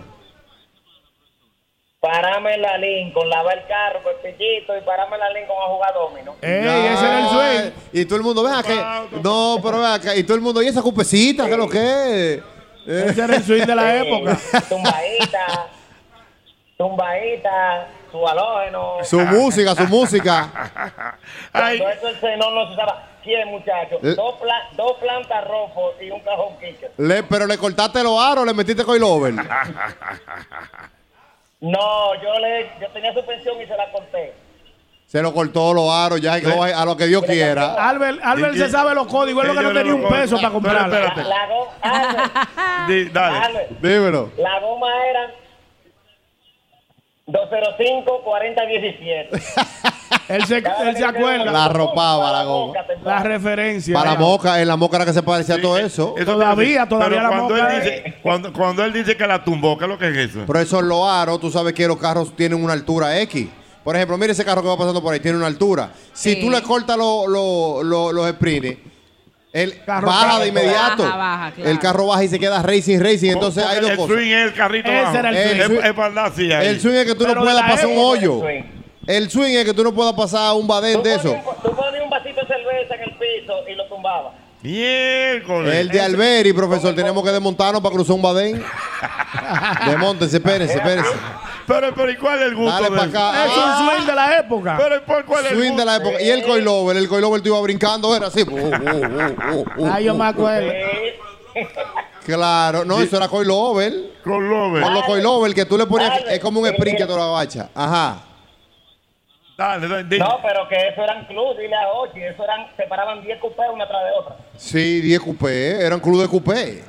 [SPEAKER 6] Parame en la Lincoln, lava el carro, pepillito, y parame en la Lincoln a jugar domino.
[SPEAKER 11] Eh,
[SPEAKER 8] Ya, Y todo el mundo, vea que. No, pero vea que. Y todo el mundo, ¿y esa cupecita? ¿Qué es lo que es?
[SPEAKER 3] Eh,
[SPEAKER 8] Eh.
[SPEAKER 11] Ese era el swing de la época.
[SPEAKER 6] Tumbaíta, tumbaíta,
[SPEAKER 3] su halógeno.
[SPEAKER 8] Su música, su música.
[SPEAKER 3] Cuando eso el señor no se usaba. ¿Quién, muchacho?
[SPEAKER 8] Eh.
[SPEAKER 3] Dos, pla- dos plantas rojos y un cajón quiche.
[SPEAKER 8] Le- pero le cortaste los aros, le metiste coilover.
[SPEAKER 3] No, yo le, yo tenía suspensión y se la corté.
[SPEAKER 8] Se lo cortó los aros, ya a lo que Dios quiera.
[SPEAKER 11] Albert, Albert se sabe los códigos, es lo que no tenía un peso para comprarla.
[SPEAKER 8] espérate.
[SPEAKER 3] La go- Albert, Albert,
[SPEAKER 8] Dímelo.
[SPEAKER 3] La goma era 205 4017.
[SPEAKER 11] Él se, él se acuerda.
[SPEAKER 8] La arropaba la goma.
[SPEAKER 11] La referencia.
[SPEAKER 8] Para moca, en la moca era que se parecía a todo eso.
[SPEAKER 7] eh, Eso te iba a decir. Pero cuando él dice, cuando, cuando él dice que la tumbó, ¿qué es lo que es eso?
[SPEAKER 8] Pero esos loaros, tú sabes que los carros tienen una altura X. Por ejemplo, mire ese carro que va pasando por ahí, tiene una altura. Si
[SPEAKER 12] Sí.
[SPEAKER 8] tú le cortas lo- lo- lo- los sprints, él baja
[SPEAKER 12] cae.
[SPEAKER 8] de inmediato.
[SPEAKER 12] Baja, baja, claro.
[SPEAKER 8] El carro baja y se queda racing, racing. Entonces hay dos
[SPEAKER 7] el
[SPEAKER 8] cosas.
[SPEAKER 7] swing es el carrito
[SPEAKER 8] Ese
[SPEAKER 7] bajo.
[SPEAKER 8] era el swing.
[SPEAKER 7] Es, es para andar así ahí.
[SPEAKER 8] El swing es que tú no puedas pasar un hoyo. El swing es que tú no puedas pasar un badén de eso.
[SPEAKER 3] Tú ponías un vasito de cerveza en el piso y lo tumbaba.
[SPEAKER 8] El de Alberi, profesor, tenemos que desmontarnos para cruzar un badén. Desmontense, espérense, espérense.
[SPEAKER 7] Pero, pero, ¿y cuál es el gusto?
[SPEAKER 8] Dale
[SPEAKER 7] de
[SPEAKER 8] para
[SPEAKER 7] eso?
[SPEAKER 8] acá. Ah.
[SPEAKER 7] Es un swing
[SPEAKER 11] de la época.
[SPEAKER 7] Pero, ¿por cuál es el
[SPEAKER 8] Swing de la
[SPEAKER 7] gusto?
[SPEAKER 8] época. Y el coilover, el coilover tú ibas brincando, era así. Uh,
[SPEAKER 11] Ah, yo me acuerdo.
[SPEAKER 8] Claro, no, eso era coilover.
[SPEAKER 7] Coilover.
[SPEAKER 8] Con los coilover que tú le ponías, es como un sprint que tú la bacha. Ajá.
[SPEAKER 7] Dale, dale, dime.
[SPEAKER 3] No, pero que eso eran clubes, dile a Ochi, eso eran, se paraban 10 cupés una tras de otra.
[SPEAKER 8] Sí, 10 coupé, eran club de coupé.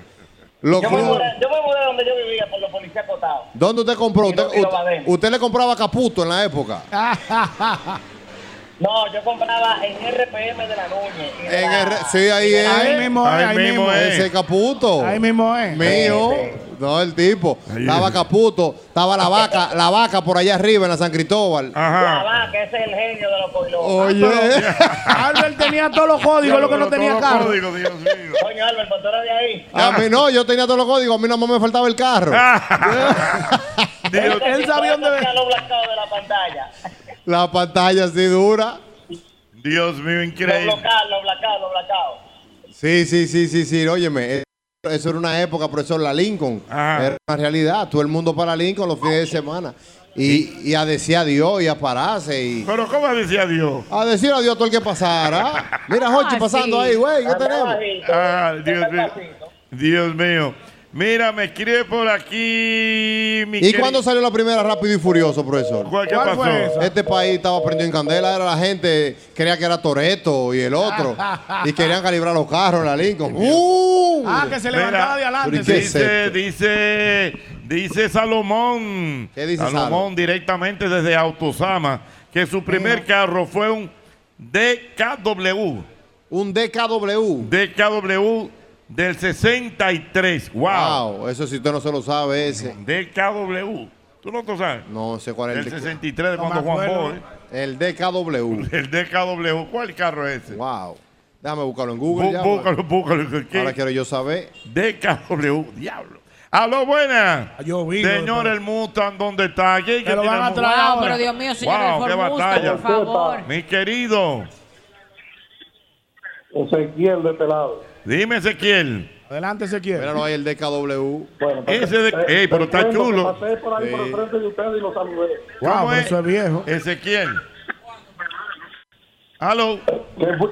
[SPEAKER 8] Los
[SPEAKER 3] Yo me,
[SPEAKER 8] clubes-
[SPEAKER 3] mudé, yo me mudé donde yo vivía por los policías acotados.
[SPEAKER 8] ¿Dónde usted compró?
[SPEAKER 3] Y
[SPEAKER 8] Usted,
[SPEAKER 3] no- y no va
[SPEAKER 8] usted- usted le compraba caputo en la época.
[SPEAKER 3] No, yo compraba en RPM de la Núñez. y de
[SPEAKER 8] En
[SPEAKER 3] la-
[SPEAKER 8] el, re- sí, ahí es.
[SPEAKER 3] Ahí mismo es,
[SPEAKER 11] ahí mismo es.
[SPEAKER 8] Ese caputo.
[SPEAKER 11] Ahí mismo es.
[SPEAKER 8] Mío. No, el tipo. estaba caputo. Estaba la vaca, la vaca por allá arriba en la San Cristóbal.
[SPEAKER 3] La vaca, ese es el genio de los coilos.
[SPEAKER 8] Oye.
[SPEAKER 11] Albert tenía todos los códigos, lo que no tenía carro.
[SPEAKER 3] Coño, Albert, pues tú eres de ahí.
[SPEAKER 8] A mí no, yo tenía todos los códigos. A mí nomás me faltaba el carro.
[SPEAKER 3] Él, sabía dónde venía. lo blancado de la pantalla.
[SPEAKER 8] la pantalla así dura.
[SPEAKER 7] Dios mío,
[SPEAKER 3] Lo
[SPEAKER 7] increíble.
[SPEAKER 3] blacado, lo blacado, lo blacado.
[SPEAKER 8] Sí, sí, sí, sí, sí. Óyeme, eh, eso era una época, profesor, la Lincoln.
[SPEAKER 7] Ah.
[SPEAKER 8] Era una realidad. Todo el mundo para Lincoln los fines de semana. Y, y a decir adiós y a pararse. Y,
[SPEAKER 7] Pero, ¿cómo decía Dios?
[SPEAKER 8] a decir adiós a todo el que pasara. Mira, Jochi
[SPEAKER 7] Ah,
[SPEAKER 8] pasando
[SPEAKER 7] sí.
[SPEAKER 8] ahí, güey. ¿Qué
[SPEAKER 7] Anda
[SPEAKER 8] tenemos?
[SPEAKER 7] Ah, Dios mío. Dios mío. Mira, me escribe por aquí. Mi
[SPEAKER 8] ¿Y cuándo salió la primera Rápido y Furioso, profesor?
[SPEAKER 7] ¿Cuál- qué ¿Cuál pasó? fue esa?
[SPEAKER 8] Este país estaba prendido en candela. Era la gente creía que era Toreto y el otro. y querían calibrar los carros, la Lincoln. ¡Uh!
[SPEAKER 11] Ah, que se levantaba de adelante.
[SPEAKER 8] ¿Qué es
[SPEAKER 7] Dice,
[SPEAKER 8] esto?
[SPEAKER 7] dice, dice Salomón.
[SPEAKER 8] dice
[SPEAKER 7] Salomón directamente desde Autosama que su primer carro fue un DKW.
[SPEAKER 8] Un DKW.
[SPEAKER 7] DKW del 63. Wow.
[SPEAKER 8] Wow, eso si usted no se lo sabe ese.
[SPEAKER 7] DKW. ¿Tú no te sabes?
[SPEAKER 8] No sé cuál es
[SPEAKER 7] Del 63 de
[SPEAKER 8] No
[SPEAKER 7] cuando
[SPEAKER 8] me
[SPEAKER 7] Juan
[SPEAKER 8] acuerdo.
[SPEAKER 7] Bosch.
[SPEAKER 8] El DKW.
[SPEAKER 7] El DKW. ¿Cuál carro es ese?
[SPEAKER 8] Wow. Déjame buscarlo en Google.
[SPEAKER 7] Bú-
[SPEAKER 8] ya,
[SPEAKER 7] búscalo,
[SPEAKER 8] güey.
[SPEAKER 7] búscalo. ¿qué?
[SPEAKER 8] Ahora quiero yo saber.
[SPEAKER 7] DKW. Diablo. Aló, buena.
[SPEAKER 11] Ah,
[SPEAKER 7] Señor, el Mustang, ¿dónde está? ¿Quién que
[SPEAKER 12] Te lo
[SPEAKER 7] tiene
[SPEAKER 12] van a
[SPEAKER 7] el
[SPEAKER 12] traer
[SPEAKER 7] Mustang?
[SPEAKER 12] ahora. Pero Dios mío, señor,
[SPEAKER 7] Wow,
[SPEAKER 12] el
[SPEAKER 7] qué
[SPEAKER 12] Ford Mustang,
[SPEAKER 7] batalla.
[SPEAKER 12] por favor.
[SPEAKER 7] Mi querido.
[SPEAKER 14] Ezequiel de este pelado.
[SPEAKER 7] Dime, Ezequiel.
[SPEAKER 11] Adelante, Ezequiel.
[SPEAKER 8] Míralo ahí, el DKW.
[SPEAKER 7] Ese de- Ey, pero está
[SPEAKER 14] Entiendo que
[SPEAKER 7] chulo.
[SPEAKER 14] Pasé por ahí por el
[SPEAKER 8] Sí.
[SPEAKER 14] frente de ustedes y los saludé.
[SPEAKER 7] ¿Cómo
[SPEAKER 11] pero eso es viejo.
[SPEAKER 7] Ezequiel. Aló.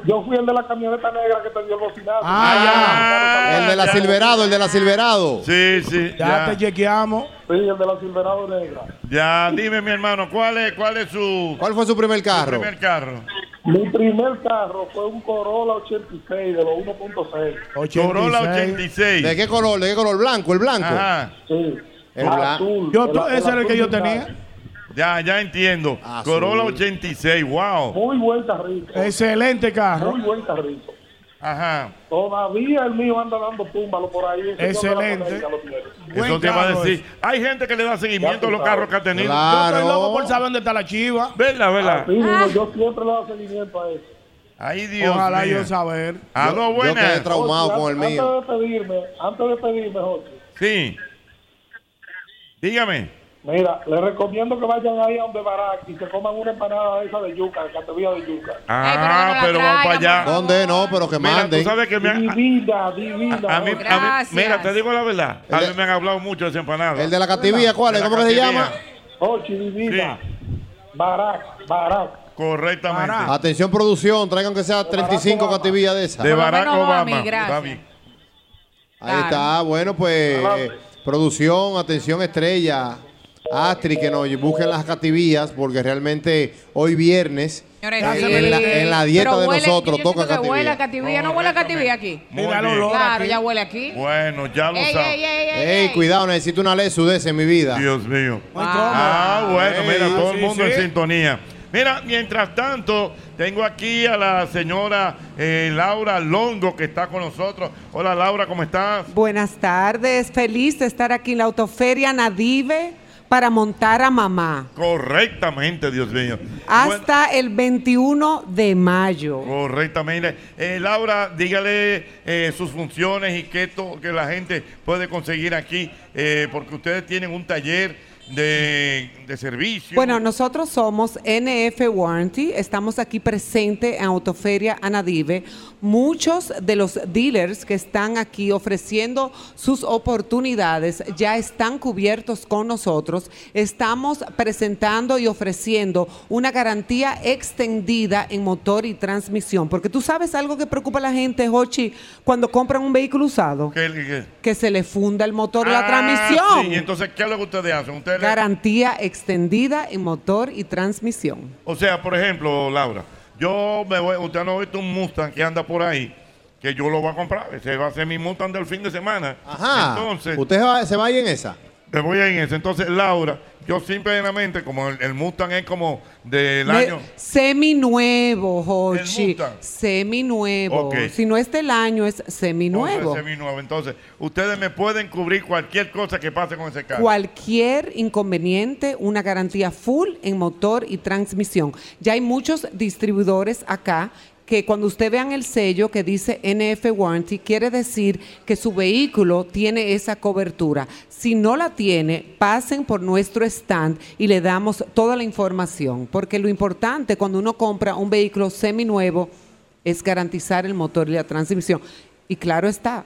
[SPEAKER 14] Yo fui el de la camioneta negra que te dio el bocinazo.
[SPEAKER 7] Ah.
[SPEAKER 8] el de la Silverado, el de la Silverado.
[SPEAKER 7] Sí, sí.
[SPEAKER 11] Ya,
[SPEAKER 7] Ya,
[SPEAKER 11] te chequeamos.
[SPEAKER 14] Sí, el de la Silverado negra.
[SPEAKER 7] ya, dime, mi hermano, ¿cuál es, cuál es su.
[SPEAKER 8] ¿Cuál fue su primer carro?
[SPEAKER 7] primer carro?
[SPEAKER 14] Mi primer carro fue un Corolla 86 de los 1.6.
[SPEAKER 7] Corolla 86.
[SPEAKER 8] ¿De qué color? ¿De qué color? ¿Blanco? ¿El blanco?
[SPEAKER 7] Ajá.
[SPEAKER 14] Sí.
[SPEAKER 8] El blanco.
[SPEAKER 11] Yo, tu- ese era el que yo tenía.
[SPEAKER 7] Ya, ya entiendo. Corolla 86, wow.
[SPEAKER 14] Muy buen carrito.
[SPEAKER 11] Eh, Excelente carro.
[SPEAKER 14] Muy buen carrito.
[SPEAKER 7] Ajá.
[SPEAKER 14] Todavía el mío anda dando túmbalo por ahí.
[SPEAKER 11] Excelente.
[SPEAKER 7] Eso te va a decir. Hay gente que le da seguimiento a los carros que ha tenido.
[SPEAKER 11] Yo estoy loco por saber dónde está la chiva. Ah.
[SPEAKER 7] Vela, vela.
[SPEAKER 14] Sí, digo, yo siempre le doy seguimiento a eso.
[SPEAKER 7] Ay, Dios
[SPEAKER 11] Ojalá
[SPEAKER 7] mío. Ah,
[SPEAKER 11] yo saber.
[SPEAKER 7] A dos buenas.
[SPEAKER 14] Jorge, an- Antes de pedirme, antes de pedirme, Jorge,
[SPEAKER 7] Sí. Dígame.
[SPEAKER 14] mira, les recomiendo que vayan ahí a donde Barak y se coman una empanada de esa de yuca, de categoría de yuca.
[SPEAKER 7] Ah, pero vamos para allá.
[SPEAKER 8] ¿Dónde? No, pero que
[SPEAKER 7] Mira, tú
[SPEAKER 8] manden.
[SPEAKER 7] sabes que me han,
[SPEAKER 14] Divina, divina.
[SPEAKER 7] a mí, a mí-
[SPEAKER 14] Gracias.
[SPEAKER 7] mira, te digo la verdad, a mí me han hablado mucho de esa empanada.
[SPEAKER 8] El de la cativía, ¿cuál es?
[SPEAKER 7] De la
[SPEAKER 8] ¿Cómo que se
[SPEAKER 7] cativía.
[SPEAKER 8] llama?
[SPEAKER 14] Ochi, divina.
[SPEAKER 7] Sí.
[SPEAKER 14] Barack, Barack.
[SPEAKER 7] Correctamente.
[SPEAKER 8] Atención, producción, traigan que sea 35 cativillas de esas.
[SPEAKER 7] De Barack Obama.
[SPEAKER 8] Ahí
[SPEAKER 7] Está bien.
[SPEAKER 8] está, bueno, pues. eh, producción, atención, estrella. Astri, que nos busquen las cativillas, porque realmente hoy viernes.
[SPEAKER 12] Señores,
[SPEAKER 8] eh,
[SPEAKER 12] sí.
[SPEAKER 8] en, la, en la dieta
[SPEAKER 12] Pero
[SPEAKER 8] de
[SPEAKER 12] huele-
[SPEAKER 8] nosotros
[SPEAKER 12] yo siento
[SPEAKER 8] toca
[SPEAKER 12] que huele a
[SPEAKER 8] cativilla.
[SPEAKER 12] cativilla. No huele a cativilla aquí.
[SPEAKER 7] Muy Mira el bien. olor
[SPEAKER 12] Claro,
[SPEAKER 7] aquí.
[SPEAKER 12] ya huele aquí.
[SPEAKER 7] Bueno, ya lo
[SPEAKER 12] Ey,
[SPEAKER 7] sabes.
[SPEAKER 12] ey, ey, ey,
[SPEAKER 8] Ey, cuidado, necesito una ley sudez en mi vida.
[SPEAKER 7] Dios mío. Ah, bueno, mira, todo el mundo en sintonía. Mira, mientras tanto, tengo aquí a la señora eh, Laura Longo que está con nosotros. Hola Laura, ¿cómo estás?
[SPEAKER 22] Buenas tardes, feliz de estar aquí en la autoferia Nadive para montar a mamá.
[SPEAKER 7] Correctamente, Dios mío.
[SPEAKER 22] Hasta el 21 de mayo.
[SPEAKER 7] Correctamente. Eh, Laura, dígale eh, sus funciones y qué to- que la gente puede conseguir aquí, eh, porque ustedes tienen un taller de, de servicio.
[SPEAKER 22] Bueno, nosotros somos NF Warranty, estamos aquí presente en Autoferia Anadive. Muchos de los dealers que están aquí ofreciendo sus oportunidades ya están cubiertos con nosotros. Estamos presentando y ofreciendo una garantía extendida en motor y transmisión, porque tú sabes algo que preocupa a la gente, Hochi, cuando compran un vehículo usado,
[SPEAKER 7] ¿Qué- qué-
[SPEAKER 22] que se le funda el motor o la
[SPEAKER 7] Ah,
[SPEAKER 22] transmisión.
[SPEAKER 7] sí, entonces, ¿qué es lo que ustedes hacen? Ustedes le-
[SPEAKER 22] Garantía extendida en motor y transmisión.
[SPEAKER 7] O sea, por ejemplo, Laura, yo me voy, usted no ha visto un Mustang que anda por ahí, que yo lo voy a comprar, ese va a ser mi Mustang del fin de semana.
[SPEAKER 8] Ajá.
[SPEAKER 7] Entonces,
[SPEAKER 8] Usted va- se va a ir en esa.
[SPEAKER 7] me voy a ir en eso. Entonces, Laura, yo simplemente, como el, el Mustang es como del
[SPEAKER 22] Me-
[SPEAKER 7] año...
[SPEAKER 22] Semi nuevo, Hochi.
[SPEAKER 7] Mustang.
[SPEAKER 22] Semi nuevo.
[SPEAKER 7] Ok.
[SPEAKER 22] Si no es del año, es semi nuevo.
[SPEAKER 7] Entonces, seminuevo. Entonces, ustedes me pueden cubrir cualquier cosa que pase con ese carro.
[SPEAKER 22] Cualquier inconveniente, una garantía full en motor y transmisión. Ya hay muchos distribuidores acá que cuando usted vean el sello que dice NF Warranty, quiere decir que su vehículo tiene esa cobertura. Si no la tiene, pasen por nuestro stand y le damos toda la información. Porque lo importante cuando uno compra un vehículo seminuevo es garantizar el motor y la transmisión. Y claro está,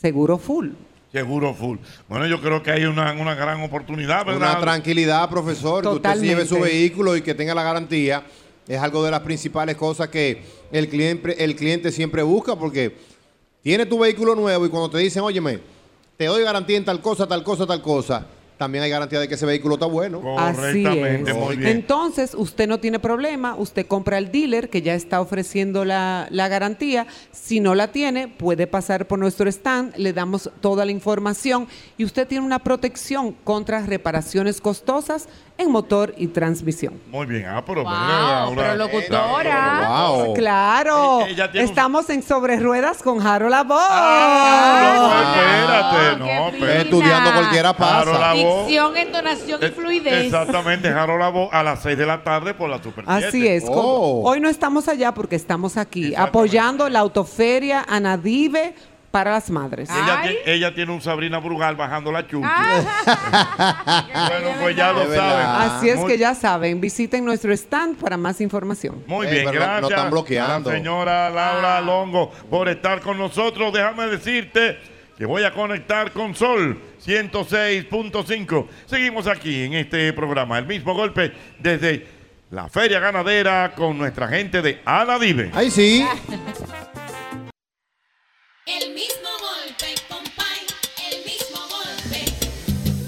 [SPEAKER 22] seguro full.
[SPEAKER 7] Seguro full. Bueno, yo creo que hay una, una gran oportunidad, ¿verdad?
[SPEAKER 8] Una tranquilidad, profesor, que usted
[SPEAKER 7] Totalmente.
[SPEAKER 8] se lleve su vehículo y que tenga la garantía. Es algo de las principales cosas que el cliente, el cliente siempre busca porque tiene tu vehículo nuevo y cuando te dicen, óyeme, te doy garantía en tal cosa, tal cosa, tal cosa, también hay garantía de que ese vehículo está bueno.
[SPEAKER 22] Así es. Entonces, usted no tiene problema, usted compra el dealer que ya está ofreciendo la, la garantía. Si no la tiene, puede pasar por nuestro stand, le damos toda la información y usted tiene una protección contra reparaciones costosas en motor y transmisión.
[SPEAKER 7] Muy bien. Ah, pero...
[SPEAKER 22] Wow,
[SPEAKER 7] mira,
[SPEAKER 22] pero
[SPEAKER 7] Laura, wow.
[SPEAKER 22] Claro,
[SPEAKER 7] Eh, ella tiene un-
[SPEAKER 22] estamos en sobre ruedas con Harold Ah. la
[SPEAKER 7] Ah, Espérate, no, espérate.
[SPEAKER 8] Estudiando cualquiera pasa.
[SPEAKER 7] Harold Lavoe.
[SPEAKER 12] Ah. Dicción, entonación y
[SPEAKER 7] Eh,
[SPEAKER 12] fluidez.
[SPEAKER 7] Exactamente, Harold Lavoe a las 6 de la tarde por la Super
[SPEAKER 22] Así
[SPEAKER 7] 7.
[SPEAKER 22] es. como-
[SPEAKER 7] Oh.
[SPEAKER 8] Oh.
[SPEAKER 22] Hoy no estamos allá porque estamos aquí apoyando la autoferia Anadive para las madres.
[SPEAKER 7] Ella, tie- ella tiene un Sabrina Brugal bajando la chucha. bueno, pues ya lo
[SPEAKER 8] Es
[SPEAKER 7] saben.
[SPEAKER 8] verdad.
[SPEAKER 22] Así es
[SPEAKER 7] Muy-
[SPEAKER 22] que ya saben, visiten nuestro stand para más información.
[SPEAKER 7] Muy
[SPEAKER 8] Ey,
[SPEAKER 7] bien,
[SPEAKER 8] pero no- no
[SPEAKER 7] gracias.
[SPEAKER 8] están bloqueando.
[SPEAKER 7] la señora
[SPEAKER 22] Ah.
[SPEAKER 7] Laura Longo, por estar con nosotros. Déjame decirte que voy a conectar con Sol 106.5. Seguimos aquí en este programa. El mismo golpe desde la Feria Ganadera con nuestra gente de Anadive.
[SPEAKER 8] Ahí sí.
[SPEAKER 1] El mismo golpe, compay, el mismo golpe.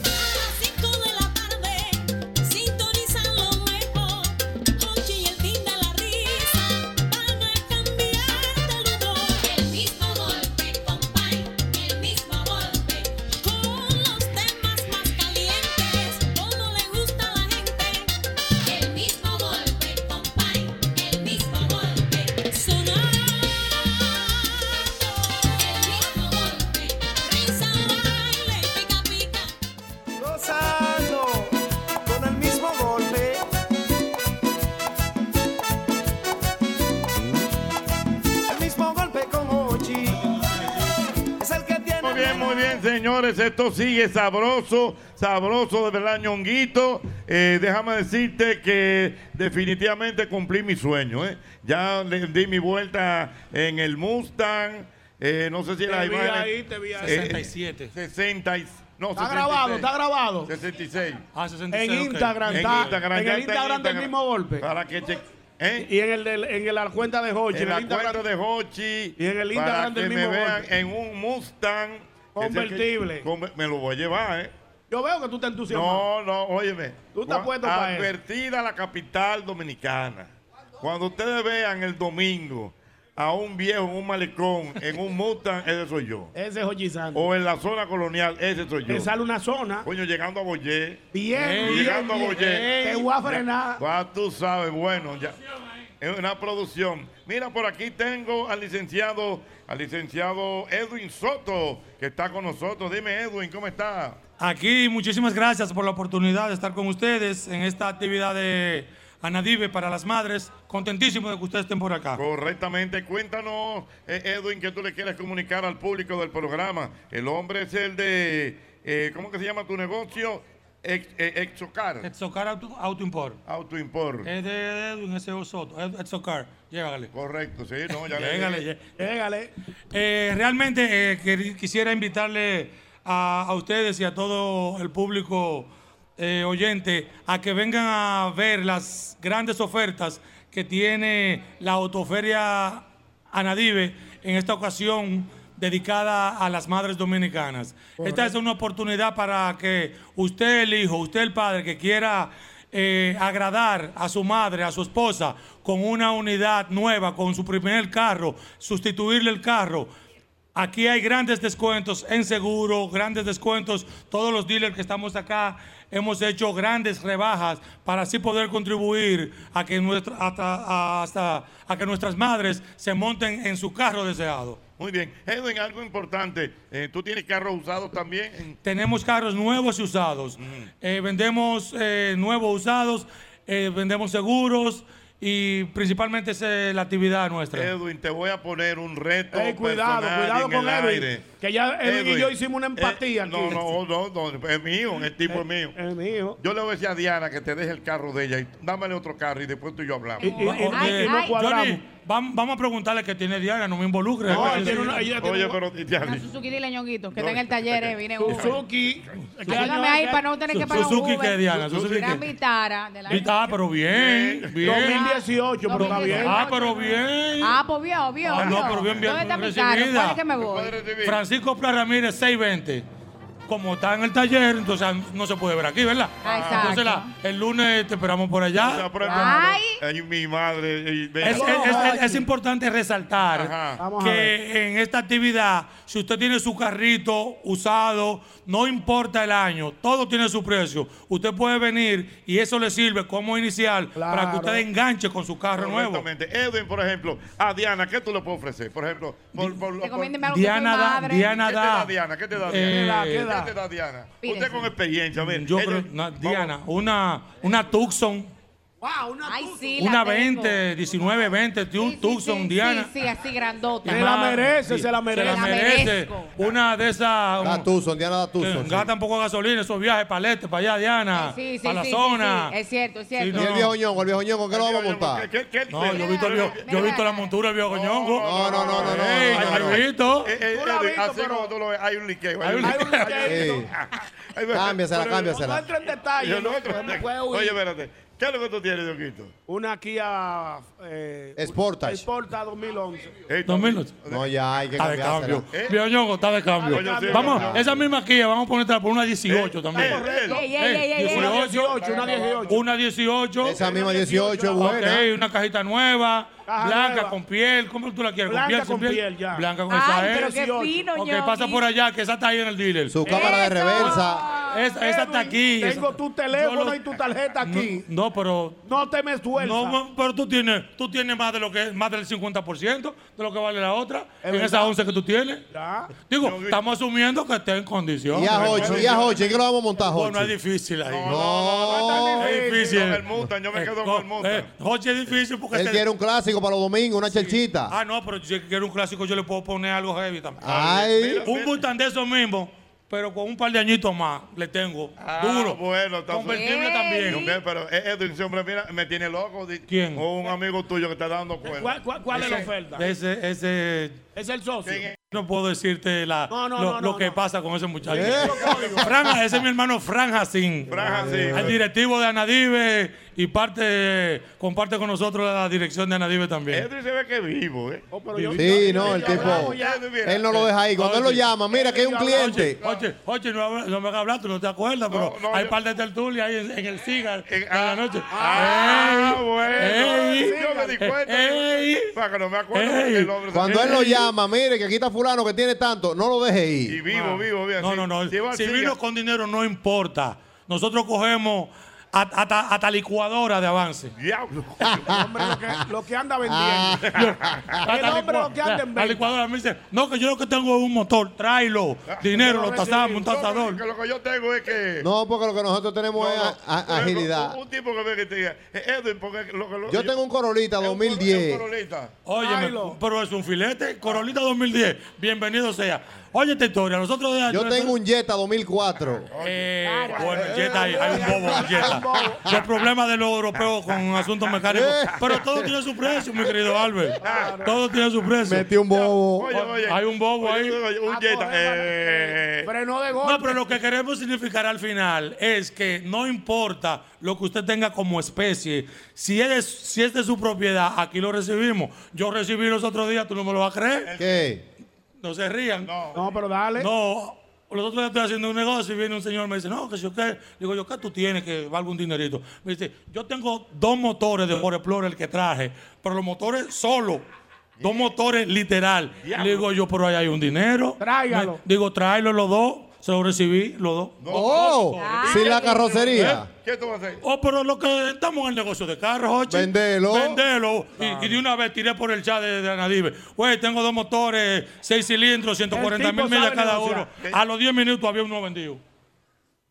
[SPEAKER 1] A las 5 de la tarde, sintonizan lo mejor. Hochi y el fin de la risa, van a cambiar de humor. El mismo golpe, compay, el mismo golpe. Con los temas más calientes, como le gusta a la gente. El mismo golpe, compay, el mismo golpe. Sonar.
[SPEAKER 23] Gozando con el mismo golpe. El mismo golpe con Ochi. Es el que tiene.
[SPEAKER 7] Muy bien, muy bien, señores. Esto sigue sabroso, sabroso de verdad, ñonguito. Eh, déjame decirte que definitivamente cumplí mi sueño. ¿eh? Ya le di mi vuelta en el Mustang. Eh, no sé si Eh,
[SPEAKER 11] Te
[SPEAKER 7] las
[SPEAKER 11] vi
[SPEAKER 7] imágenes.
[SPEAKER 11] ahí, te vi ahí.
[SPEAKER 7] 67. 60 y- no,
[SPEAKER 11] Está grabado, está grabado.
[SPEAKER 7] 66.
[SPEAKER 11] Ah, 66, En ok. Instagram está- en el Instagram del mismo
[SPEAKER 7] golpe. Para que che- ¿eh?
[SPEAKER 11] Y en, el del- en la cuenta de Hochi.
[SPEAKER 7] En la
[SPEAKER 11] Instagram-
[SPEAKER 7] cuenta de Hochi.
[SPEAKER 11] Y en
[SPEAKER 7] para
[SPEAKER 11] el Instagram del
[SPEAKER 7] que me
[SPEAKER 11] mismo
[SPEAKER 7] vean
[SPEAKER 11] golpe.
[SPEAKER 7] en un Mustang. que es el que-
[SPEAKER 11] Convertible.
[SPEAKER 7] Conver- me lo voy a llevar, ¿eh?
[SPEAKER 11] Yo veo que tú te entusiasmas.
[SPEAKER 7] No, no, óyeme.
[SPEAKER 11] Tú estás
[SPEAKER 7] Gua-
[SPEAKER 11] puesto para eso.
[SPEAKER 7] Advertida la capital dominicana. Cuando ustedes vean el domingo a un viejo en un malecón, en un Mustang, ese soy yo.
[SPEAKER 11] Ese es Hochi Santos.
[SPEAKER 7] O en la zona colonial, ese soy yo.
[SPEAKER 11] Te sale una zona.
[SPEAKER 7] Coño, llegando a Boyé.
[SPEAKER 11] Bien, bien,
[SPEAKER 7] Llegando a
[SPEAKER 11] bien.
[SPEAKER 7] Boyé.
[SPEAKER 11] Te voy a frenar.
[SPEAKER 7] Ya, tú sabes, bueno, ya. Es una producción. Mira, por aquí tengo al licenciado, al licenciado Edwin Soto, que está con nosotros. Dime, Edwin, ¿cómo está?
[SPEAKER 24] Aquí, muchísimas gracias por la oportunidad de estar con ustedes en esta actividad de Anadive para las madres. Contentísimo de que ustedes estén por acá.
[SPEAKER 7] Correctamente, cuéntanos, eh, Edwin, que tú le quieres comunicar al público del programa. El hombre es el de, eh, ¿cómo que se llama tu negocio? Ex- eh, Exocar.
[SPEAKER 24] Exocar Auto, Autoimport.
[SPEAKER 7] Autoimport.
[SPEAKER 24] Es de Edwin S.O. Soto. Ed- Exocar, llégale.
[SPEAKER 7] Correcto, sí, no, ya le-
[SPEAKER 24] Llégale, llé- llégale. Eh, realmente eh, quer- quisiera invitarle a, a ustedes y a todo el público eh, oyente a que vengan a ver las grandes ofertas que tiene la Autoferia Anadive en esta ocasión dedicada a las madres dominicanas. Esta es una oportunidad para que usted, el hijo, usted, el padre, que quiera eh, agradar a su madre, a su esposa, con una unidad nueva, con su primer carro, sustituirle el carro. Aquí hay grandes descuentos en seguro, grandes descuentos. Todos los dealers que estamos acá hemos hecho grandes rebajas para así poder contribuir a que, nuestra- hasta- hasta- a que nuestras madres se monten en su carro deseado.
[SPEAKER 7] Muy bien. Edwin, algo importante. eh, ¿Tú tienes carros usados también?
[SPEAKER 24] Tenemos carros nuevos y usados. Eh, vendemos eh, nuevos usados, eh, vendemos seguros y principalmente esa es eh, la actividad nuestra.
[SPEAKER 7] Edwin, te voy a poner un reto.
[SPEAKER 24] Ey, cuidado,
[SPEAKER 7] personal
[SPEAKER 24] cuidado
[SPEAKER 7] en
[SPEAKER 24] con
[SPEAKER 7] el
[SPEAKER 24] Edwin,
[SPEAKER 7] aire.
[SPEAKER 24] que ya Edwin y yo hicimos una
[SPEAKER 7] eh,
[SPEAKER 24] empatía aquí.
[SPEAKER 7] No, no, no, no, es mío, el tipo es mío.
[SPEAKER 11] Es mío.
[SPEAKER 7] Yo le voy a decir a Diana que te deje el carro de ella y dámele otro carro y después tú y yo hablamos.
[SPEAKER 24] Va- Jorge, Johnny, vam- vamos a preguntarle que tiene Diana, no me involucre.
[SPEAKER 7] No, ella tiene una- ella tiene
[SPEAKER 24] Oye,
[SPEAKER 7] una- pero
[SPEAKER 24] Diana.
[SPEAKER 12] Suzuki dile ñonguito, que está en el taller, eh, vine Hugo.
[SPEAKER 11] Suzuki.
[SPEAKER 12] Ayúdame ahí para no tener que pagar un
[SPEAKER 24] Suzuki,
[SPEAKER 12] Uber.
[SPEAKER 24] ¿qué, Diana? Suzuki, ¿qué?
[SPEAKER 12] Gran Vitara de la
[SPEAKER 24] Ah, pero bien, bien.
[SPEAKER 11] 2018, pero está bien.
[SPEAKER 24] Ah, pero bien.
[SPEAKER 12] Ah, pues bien, obvio.
[SPEAKER 24] Ah, no, pero bien, bien
[SPEAKER 12] ¿Dónde está mi carro?
[SPEAKER 24] recibida.
[SPEAKER 12] ¿Cuál es que me voy?
[SPEAKER 24] Francisco Pla Ramírez, 620. Como está en el taller, entonces no se puede ver aquí, ¿verdad?
[SPEAKER 12] Ah, exacto.
[SPEAKER 24] Entonces la- el lunes te esperamos por allá.
[SPEAKER 12] Ay.
[SPEAKER 7] Ay, mi madre. y-
[SPEAKER 24] Es, es- es- es importante resaltar
[SPEAKER 7] Vamos a
[SPEAKER 24] que en esta actividad, si usted tiene su carrito usado, no importa el año, todo tiene su precio. Usted puede venir y eso le sirve como inicial para que
[SPEAKER 7] Claro.
[SPEAKER 24] usted enganche con su carro nuevo.
[SPEAKER 7] Correctamente. Edwin, por ejemplo, a Diana, ¿qué tú le puedes ofrecer? Por ejemplo, por, por, por-
[SPEAKER 24] Recomiéndeme algo que Diana soy da- madre. Diana
[SPEAKER 7] ¿Qué te
[SPEAKER 24] da-
[SPEAKER 7] da Diana? ¿Qué te da Diana?
[SPEAKER 24] Eh, ¿Qué da- qué da?
[SPEAKER 7] ¿Qué te da Diana?
[SPEAKER 24] Pídese.
[SPEAKER 7] Usted con experiencia, a ver.
[SPEAKER 24] Yo
[SPEAKER 7] ella-
[SPEAKER 24] creo- no, Diana, una, una Tucson,
[SPEAKER 12] Wow, una Ay, sí, la
[SPEAKER 24] una
[SPEAKER 12] tengo.
[SPEAKER 24] 20, 19, 20, tu- Tucson, Diana.
[SPEAKER 12] Sí, sí, así grandota.
[SPEAKER 24] Una- sí, Se la merece. Una de esas. La
[SPEAKER 8] Tucson, Diana la
[SPEAKER 24] Tucson. Gasta un poco de gasolina, esos viajes para el este, para allá, Diana.
[SPEAKER 12] Sí, sí,
[SPEAKER 24] para la
[SPEAKER 12] sí, sí,
[SPEAKER 24] zona.
[SPEAKER 12] sí, Es cierto, es cierto.
[SPEAKER 8] ¿Y el viejo ñongo, el viejo ñongo, ¿con qué lo vamos a montar?
[SPEAKER 24] No, yo he visto, el viejo- yo he visto la montura del viejo coñongo. No,
[SPEAKER 8] no, no, no.
[SPEAKER 24] Hay visto.
[SPEAKER 7] Eh, eh, Edwin, así como tú lo ves, hay un liqueo. Hay un liqueo.
[SPEAKER 8] Cámbiasela,
[SPEAKER 7] Pero
[SPEAKER 8] cámbiasela.
[SPEAKER 7] no entra en detalle,
[SPEAKER 11] Yo no
[SPEAKER 7] no,
[SPEAKER 11] entro en
[SPEAKER 7] no
[SPEAKER 11] detalle.
[SPEAKER 7] puede huir. Oye, espérate. ¿Qué es lo que tú tienes, Dioquito?
[SPEAKER 11] Una Kia. Eh,
[SPEAKER 8] Sportage.
[SPEAKER 11] Sportage 2011.
[SPEAKER 24] Dos minutos.
[SPEAKER 8] No, ya hay que
[SPEAKER 24] Está de
[SPEAKER 8] cambiársela.
[SPEAKER 24] cambio. Viejo ñongo, está de cambio.
[SPEAKER 8] Eh. Ah, Coño, sí, Eh,
[SPEAKER 24] vamos,
[SPEAKER 8] coño.
[SPEAKER 24] esa misma Kia, vamos a ponerla por una 18 también.
[SPEAKER 12] Ey, ey, ey, ey, ey.
[SPEAKER 24] Una 18,
[SPEAKER 12] Una 18.
[SPEAKER 24] Una 18.
[SPEAKER 8] Esa misma 18 es buena.
[SPEAKER 24] Ok, una cajita nueva,
[SPEAKER 8] Caja
[SPEAKER 24] blanca
[SPEAKER 8] nueva.
[SPEAKER 24] con piel, ¿cómo tú la quieres?
[SPEAKER 8] Blanca
[SPEAKER 24] con
[SPEAKER 8] con
[SPEAKER 24] piel,
[SPEAKER 8] piel, ya.
[SPEAKER 24] Blanca con
[SPEAKER 8] Ay,
[SPEAKER 24] esa
[SPEAKER 8] pero
[SPEAKER 24] es.
[SPEAKER 8] qué fino,
[SPEAKER 24] Ok,
[SPEAKER 8] Ñonguito.
[SPEAKER 24] pasa por allá, que esa está ahí en el dealer.
[SPEAKER 8] Su cámara de reversa.
[SPEAKER 24] Esa, esa está aquí.
[SPEAKER 11] Tengo
[SPEAKER 24] esa-
[SPEAKER 11] tu teléfono
[SPEAKER 24] Yo lo-
[SPEAKER 11] y tu tarjeta aquí.
[SPEAKER 24] No, pero.
[SPEAKER 11] No te me sueltes.
[SPEAKER 24] No, pero tú tienes, tú tienes más de lo que más del 50% de lo que vale la otra. en
[SPEAKER 11] verdad.
[SPEAKER 24] esas 11 que tú tienes.
[SPEAKER 11] Ya.
[SPEAKER 24] Digo, estamos asumiendo que esté en condición.
[SPEAKER 8] Y a Hochi, y a Hochi, ¿en ¿qué lo vamos a montar, Hochi?
[SPEAKER 24] Bueno, es difícil ahí.
[SPEAKER 8] No,
[SPEAKER 24] es difícil. Eh,
[SPEAKER 8] Con el
[SPEAKER 7] Mustang, yo me
[SPEAKER 24] quedo con el Mustang. Hochi es difícil porque
[SPEAKER 8] Él
[SPEAKER 24] se-
[SPEAKER 8] quiere un clásico para los domingos, una chelchita.
[SPEAKER 24] Ah, no, pero si quiero un clásico, yo le puedo poner algo heavy también.
[SPEAKER 8] Ay.
[SPEAKER 24] Un Mustang de esos mismos, pero con un par de añitos más le tengo. duro.
[SPEAKER 7] Ah, Bueno, está
[SPEAKER 24] Convertible
[SPEAKER 7] su-
[SPEAKER 24] también.
[SPEAKER 7] Ok, pero eh, Edwin, ese hombre, mira, me tiene loco. ¿Quién? O un amigo tuyo que está dando cuerda.
[SPEAKER 11] ¿Cuál, cuál, cuál es la oferta?
[SPEAKER 24] Ese, ese.
[SPEAKER 11] Es el socio.
[SPEAKER 24] No puedo decirte la,
[SPEAKER 11] no,
[SPEAKER 24] lo,
[SPEAKER 11] no,
[SPEAKER 24] lo
[SPEAKER 11] no, ¿Eh?
[SPEAKER 24] que pasa con ese muchacho. Fran- ese es mi hermano Fran Jacín.
[SPEAKER 7] Jacín.
[SPEAKER 24] El directivo de Anadive y parte, comparte con nosotros la dirección de Anadive también.
[SPEAKER 7] Edwin se ve que vivo, ¿eh?
[SPEAKER 11] Oh,
[SPEAKER 8] Sí, no, el tipo. Él no lo deja ahí. Cuando él lo llama, mira que hay un cliente.
[SPEAKER 24] Oye, oye, no, habla- no me hagas hablar, tú no te acuerdas, pero hay par de tertulias ahí en, en el Cigar en la noche.
[SPEAKER 7] Ah,
[SPEAKER 24] Ey,
[SPEAKER 7] bueno.
[SPEAKER 24] ey,
[SPEAKER 7] Yo me di cuenta. Para que no me acuerdo. porque el hombre-
[SPEAKER 8] Cuando él lo llama, mire que aquí está fulano que tiene tanto, no lo deje ir.
[SPEAKER 7] Y vivo, vivo, vivo.
[SPEAKER 24] No,
[SPEAKER 7] así.
[SPEAKER 24] no, no.
[SPEAKER 7] Si va al
[SPEAKER 24] Si
[SPEAKER 7] Siga,
[SPEAKER 24] vino con dinero, no importa. Nosotros cogemos at- hasta hasta licuadora de avance.
[SPEAKER 7] Diablo.
[SPEAKER 11] Lo que anda vendiendo.
[SPEAKER 8] Ah.
[SPEAKER 11] El hombre lo que anda en
[SPEAKER 24] Ah. La
[SPEAKER 11] venta.
[SPEAKER 24] licuadora me dice, no, que yo lo que tengo es un motor, tráelo, dinero, lo tasamos, un tasador.
[SPEAKER 7] que lo que yo tengo es que.
[SPEAKER 8] No, porque lo que nosotros tenemos
[SPEAKER 7] No,
[SPEAKER 8] es
[SPEAKER 7] no.
[SPEAKER 8] a- a-
[SPEAKER 7] Por ejemplo,
[SPEAKER 8] agilidad.
[SPEAKER 7] Un, un tipo que ve que te diga, "Eh, Edwin, porque lo que lo-
[SPEAKER 8] Yo tengo un Corolita
[SPEAKER 7] Es
[SPEAKER 8] 2010.
[SPEAKER 7] un Corolita.
[SPEAKER 24] Oye, pero es un filete, Corolita 2010, bienvenido sea. Oye, esta historia, nosotros de
[SPEAKER 8] Yo tengo un Jetta 2004.
[SPEAKER 24] Eh, bueno, el Jetta hay, hay un bobo, Eh. el Jetta. Los problemas de los europeos con asuntos mecánicos. Pero todo tiene su precio, mi querido Albert. Todo tiene su precio.
[SPEAKER 8] Metí un bobo.
[SPEAKER 24] hay un eh. bobo ahí.
[SPEAKER 7] un Jetta.
[SPEAKER 11] Frenó de
[SPEAKER 24] No, pero lo que queremos significar al final es que no importa lo que usted tenga como especie, si es de, si es de su propiedad, aquí lo recibimos. Yo recibí los otros días, tú no me lo vas a creer.
[SPEAKER 8] ¿Qué?
[SPEAKER 24] No se rían.
[SPEAKER 11] No, pero dale.
[SPEAKER 24] No, los otros días estoy haciendo un negocio y viene un señor y me dice, no, que si usted, digo yo, ¿qué tú tienes que valga un dinerito? Me dice, yo tengo dos motores de Ford Explorer que traje, pero los motores solo. Dos motores literal. Le digo yo, pero ahí hay un dinero.
[SPEAKER 11] Tráigalo.
[SPEAKER 24] Me- digo, tráelo los dos. Se los recibí, los dos.
[SPEAKER 8] Oh, sin la carrocería.
[SPEAKER 7] ¿Qué tú vas a hacer?
[SPEAKER 24] Oh, pero lo que estamos en el negocio de carros, Jochi.
[SPEAKER 8] Vendelo.
[SPEAKER 24] Vendelo. Y- Y, de una vez tiré por el chat de, de Anadive. Güey, tengo dos motores, seis cilindros, 140
[SPEAKER 11] El tipo
[SPEAKER 24] mil millas
[SPEAKER 11] sabe
[SPEAKER 24] cada
[SPEAKER 11] negociar.
[SPEAKER 24] uno. A los 10 minutos había uno vendido.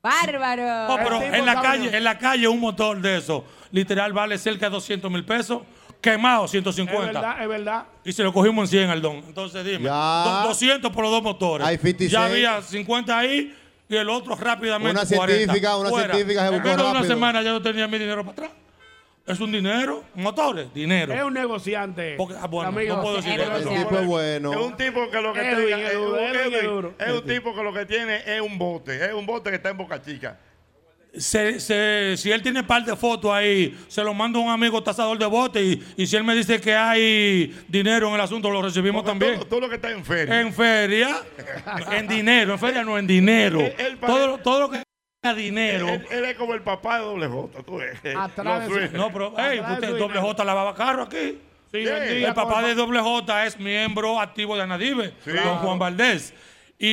[SPEAKER 11] Ah,
[SPEAKER 12] Bárbaro. Este
[SPEAKER 24] Oh, pero en la calle, en la calle un motor de eso, literal, vale cerca de 200 mil pesos. Quemado,
[SPEAKER 11] Es
[SPEAKER 24] 150.
[SPEAKER 11] verdad, es verdad.
[SPEAKER 24] Y se lo cogimos en 100 al don. Entonces dime,
[SPEAKER 8] Ya.
[SPEAKER 24] do- 200 por los dos motores.
[SPEAKER 8] Hay 56.
[SPEAKER 24] Ya había 50 ahí y el otro rápidamente.
[SPEAKER 8] Una
[SPEAKER 24] 40.
[SPEAKER 8] científica, una
[SPEAKER 24] Fuera.
[SPEAKER 8] científica se
[SPEAKER 24] En
[SPEAKER 8] buscó
[SPEAKER 24] menos de una
[SPEAKER 8] rápido.
[SPEAKER 24] semana ya yo tenía mi dinero para atrás. Es un dinero, motores, dinero.
[SPEAKER 11] Es un negociante.
[SPEAKER 24] Porque, ah, bueno,
[SPEAKER 11] Amigo,
[SPEAKER 24] no puedo decir
[SPEAKER 11] es
[SPEAKER 24] eso.
[SPEAKER 11] negociante.
[SPEAKER 8] tipo es bueno.
[SPEAKER 7] Es un tipo que lo que
[SPEAKER 11] Edwin,
[SPEAKER 7] tenga- es un-
[SPEAKER 11] Edwin, Edwin,
[SPEAKER 7] Edwin,
[SPEAKER 11] es duro.
[SPEAKER 7] es un tipo que lo que tiene es un bote. Es un bote que está en Boca Chica.
[SPEAKER 24] Se- se- si él tiene par de fotos ahí, se lo mando a un amigo tasador de bote y, y si él me dice que hay dinero en el asunto, lo recibimos también.
[SPEAKER 7] Todo lo que está en feria.
[SPEAKER 24] En feria, en dinero, en feria no, en dinero. Todo, lo- todo lo que tenga dinero.
[SPEAKER 7] Él, él es como el papá de Doble J, tú ves.
[SPEAKER 11] Atrás
[SPEAKER 7] Los
[SPEAKER 11] de su-
[SPEAKER 7] Swingers.
[SPEAKER 24] No, pero, hey,
[SPEAKER 11] Atrás de
[SPEAKER 24] usted,
[SPEAKER 11] su
[SPEAKER 24] doble J lavaba carro aquí.
[SPEAKER 11] Sí,
[SPEAKER 24] El papá de Doble J es miembro activo de Anadive, don Juan Valdés. Y,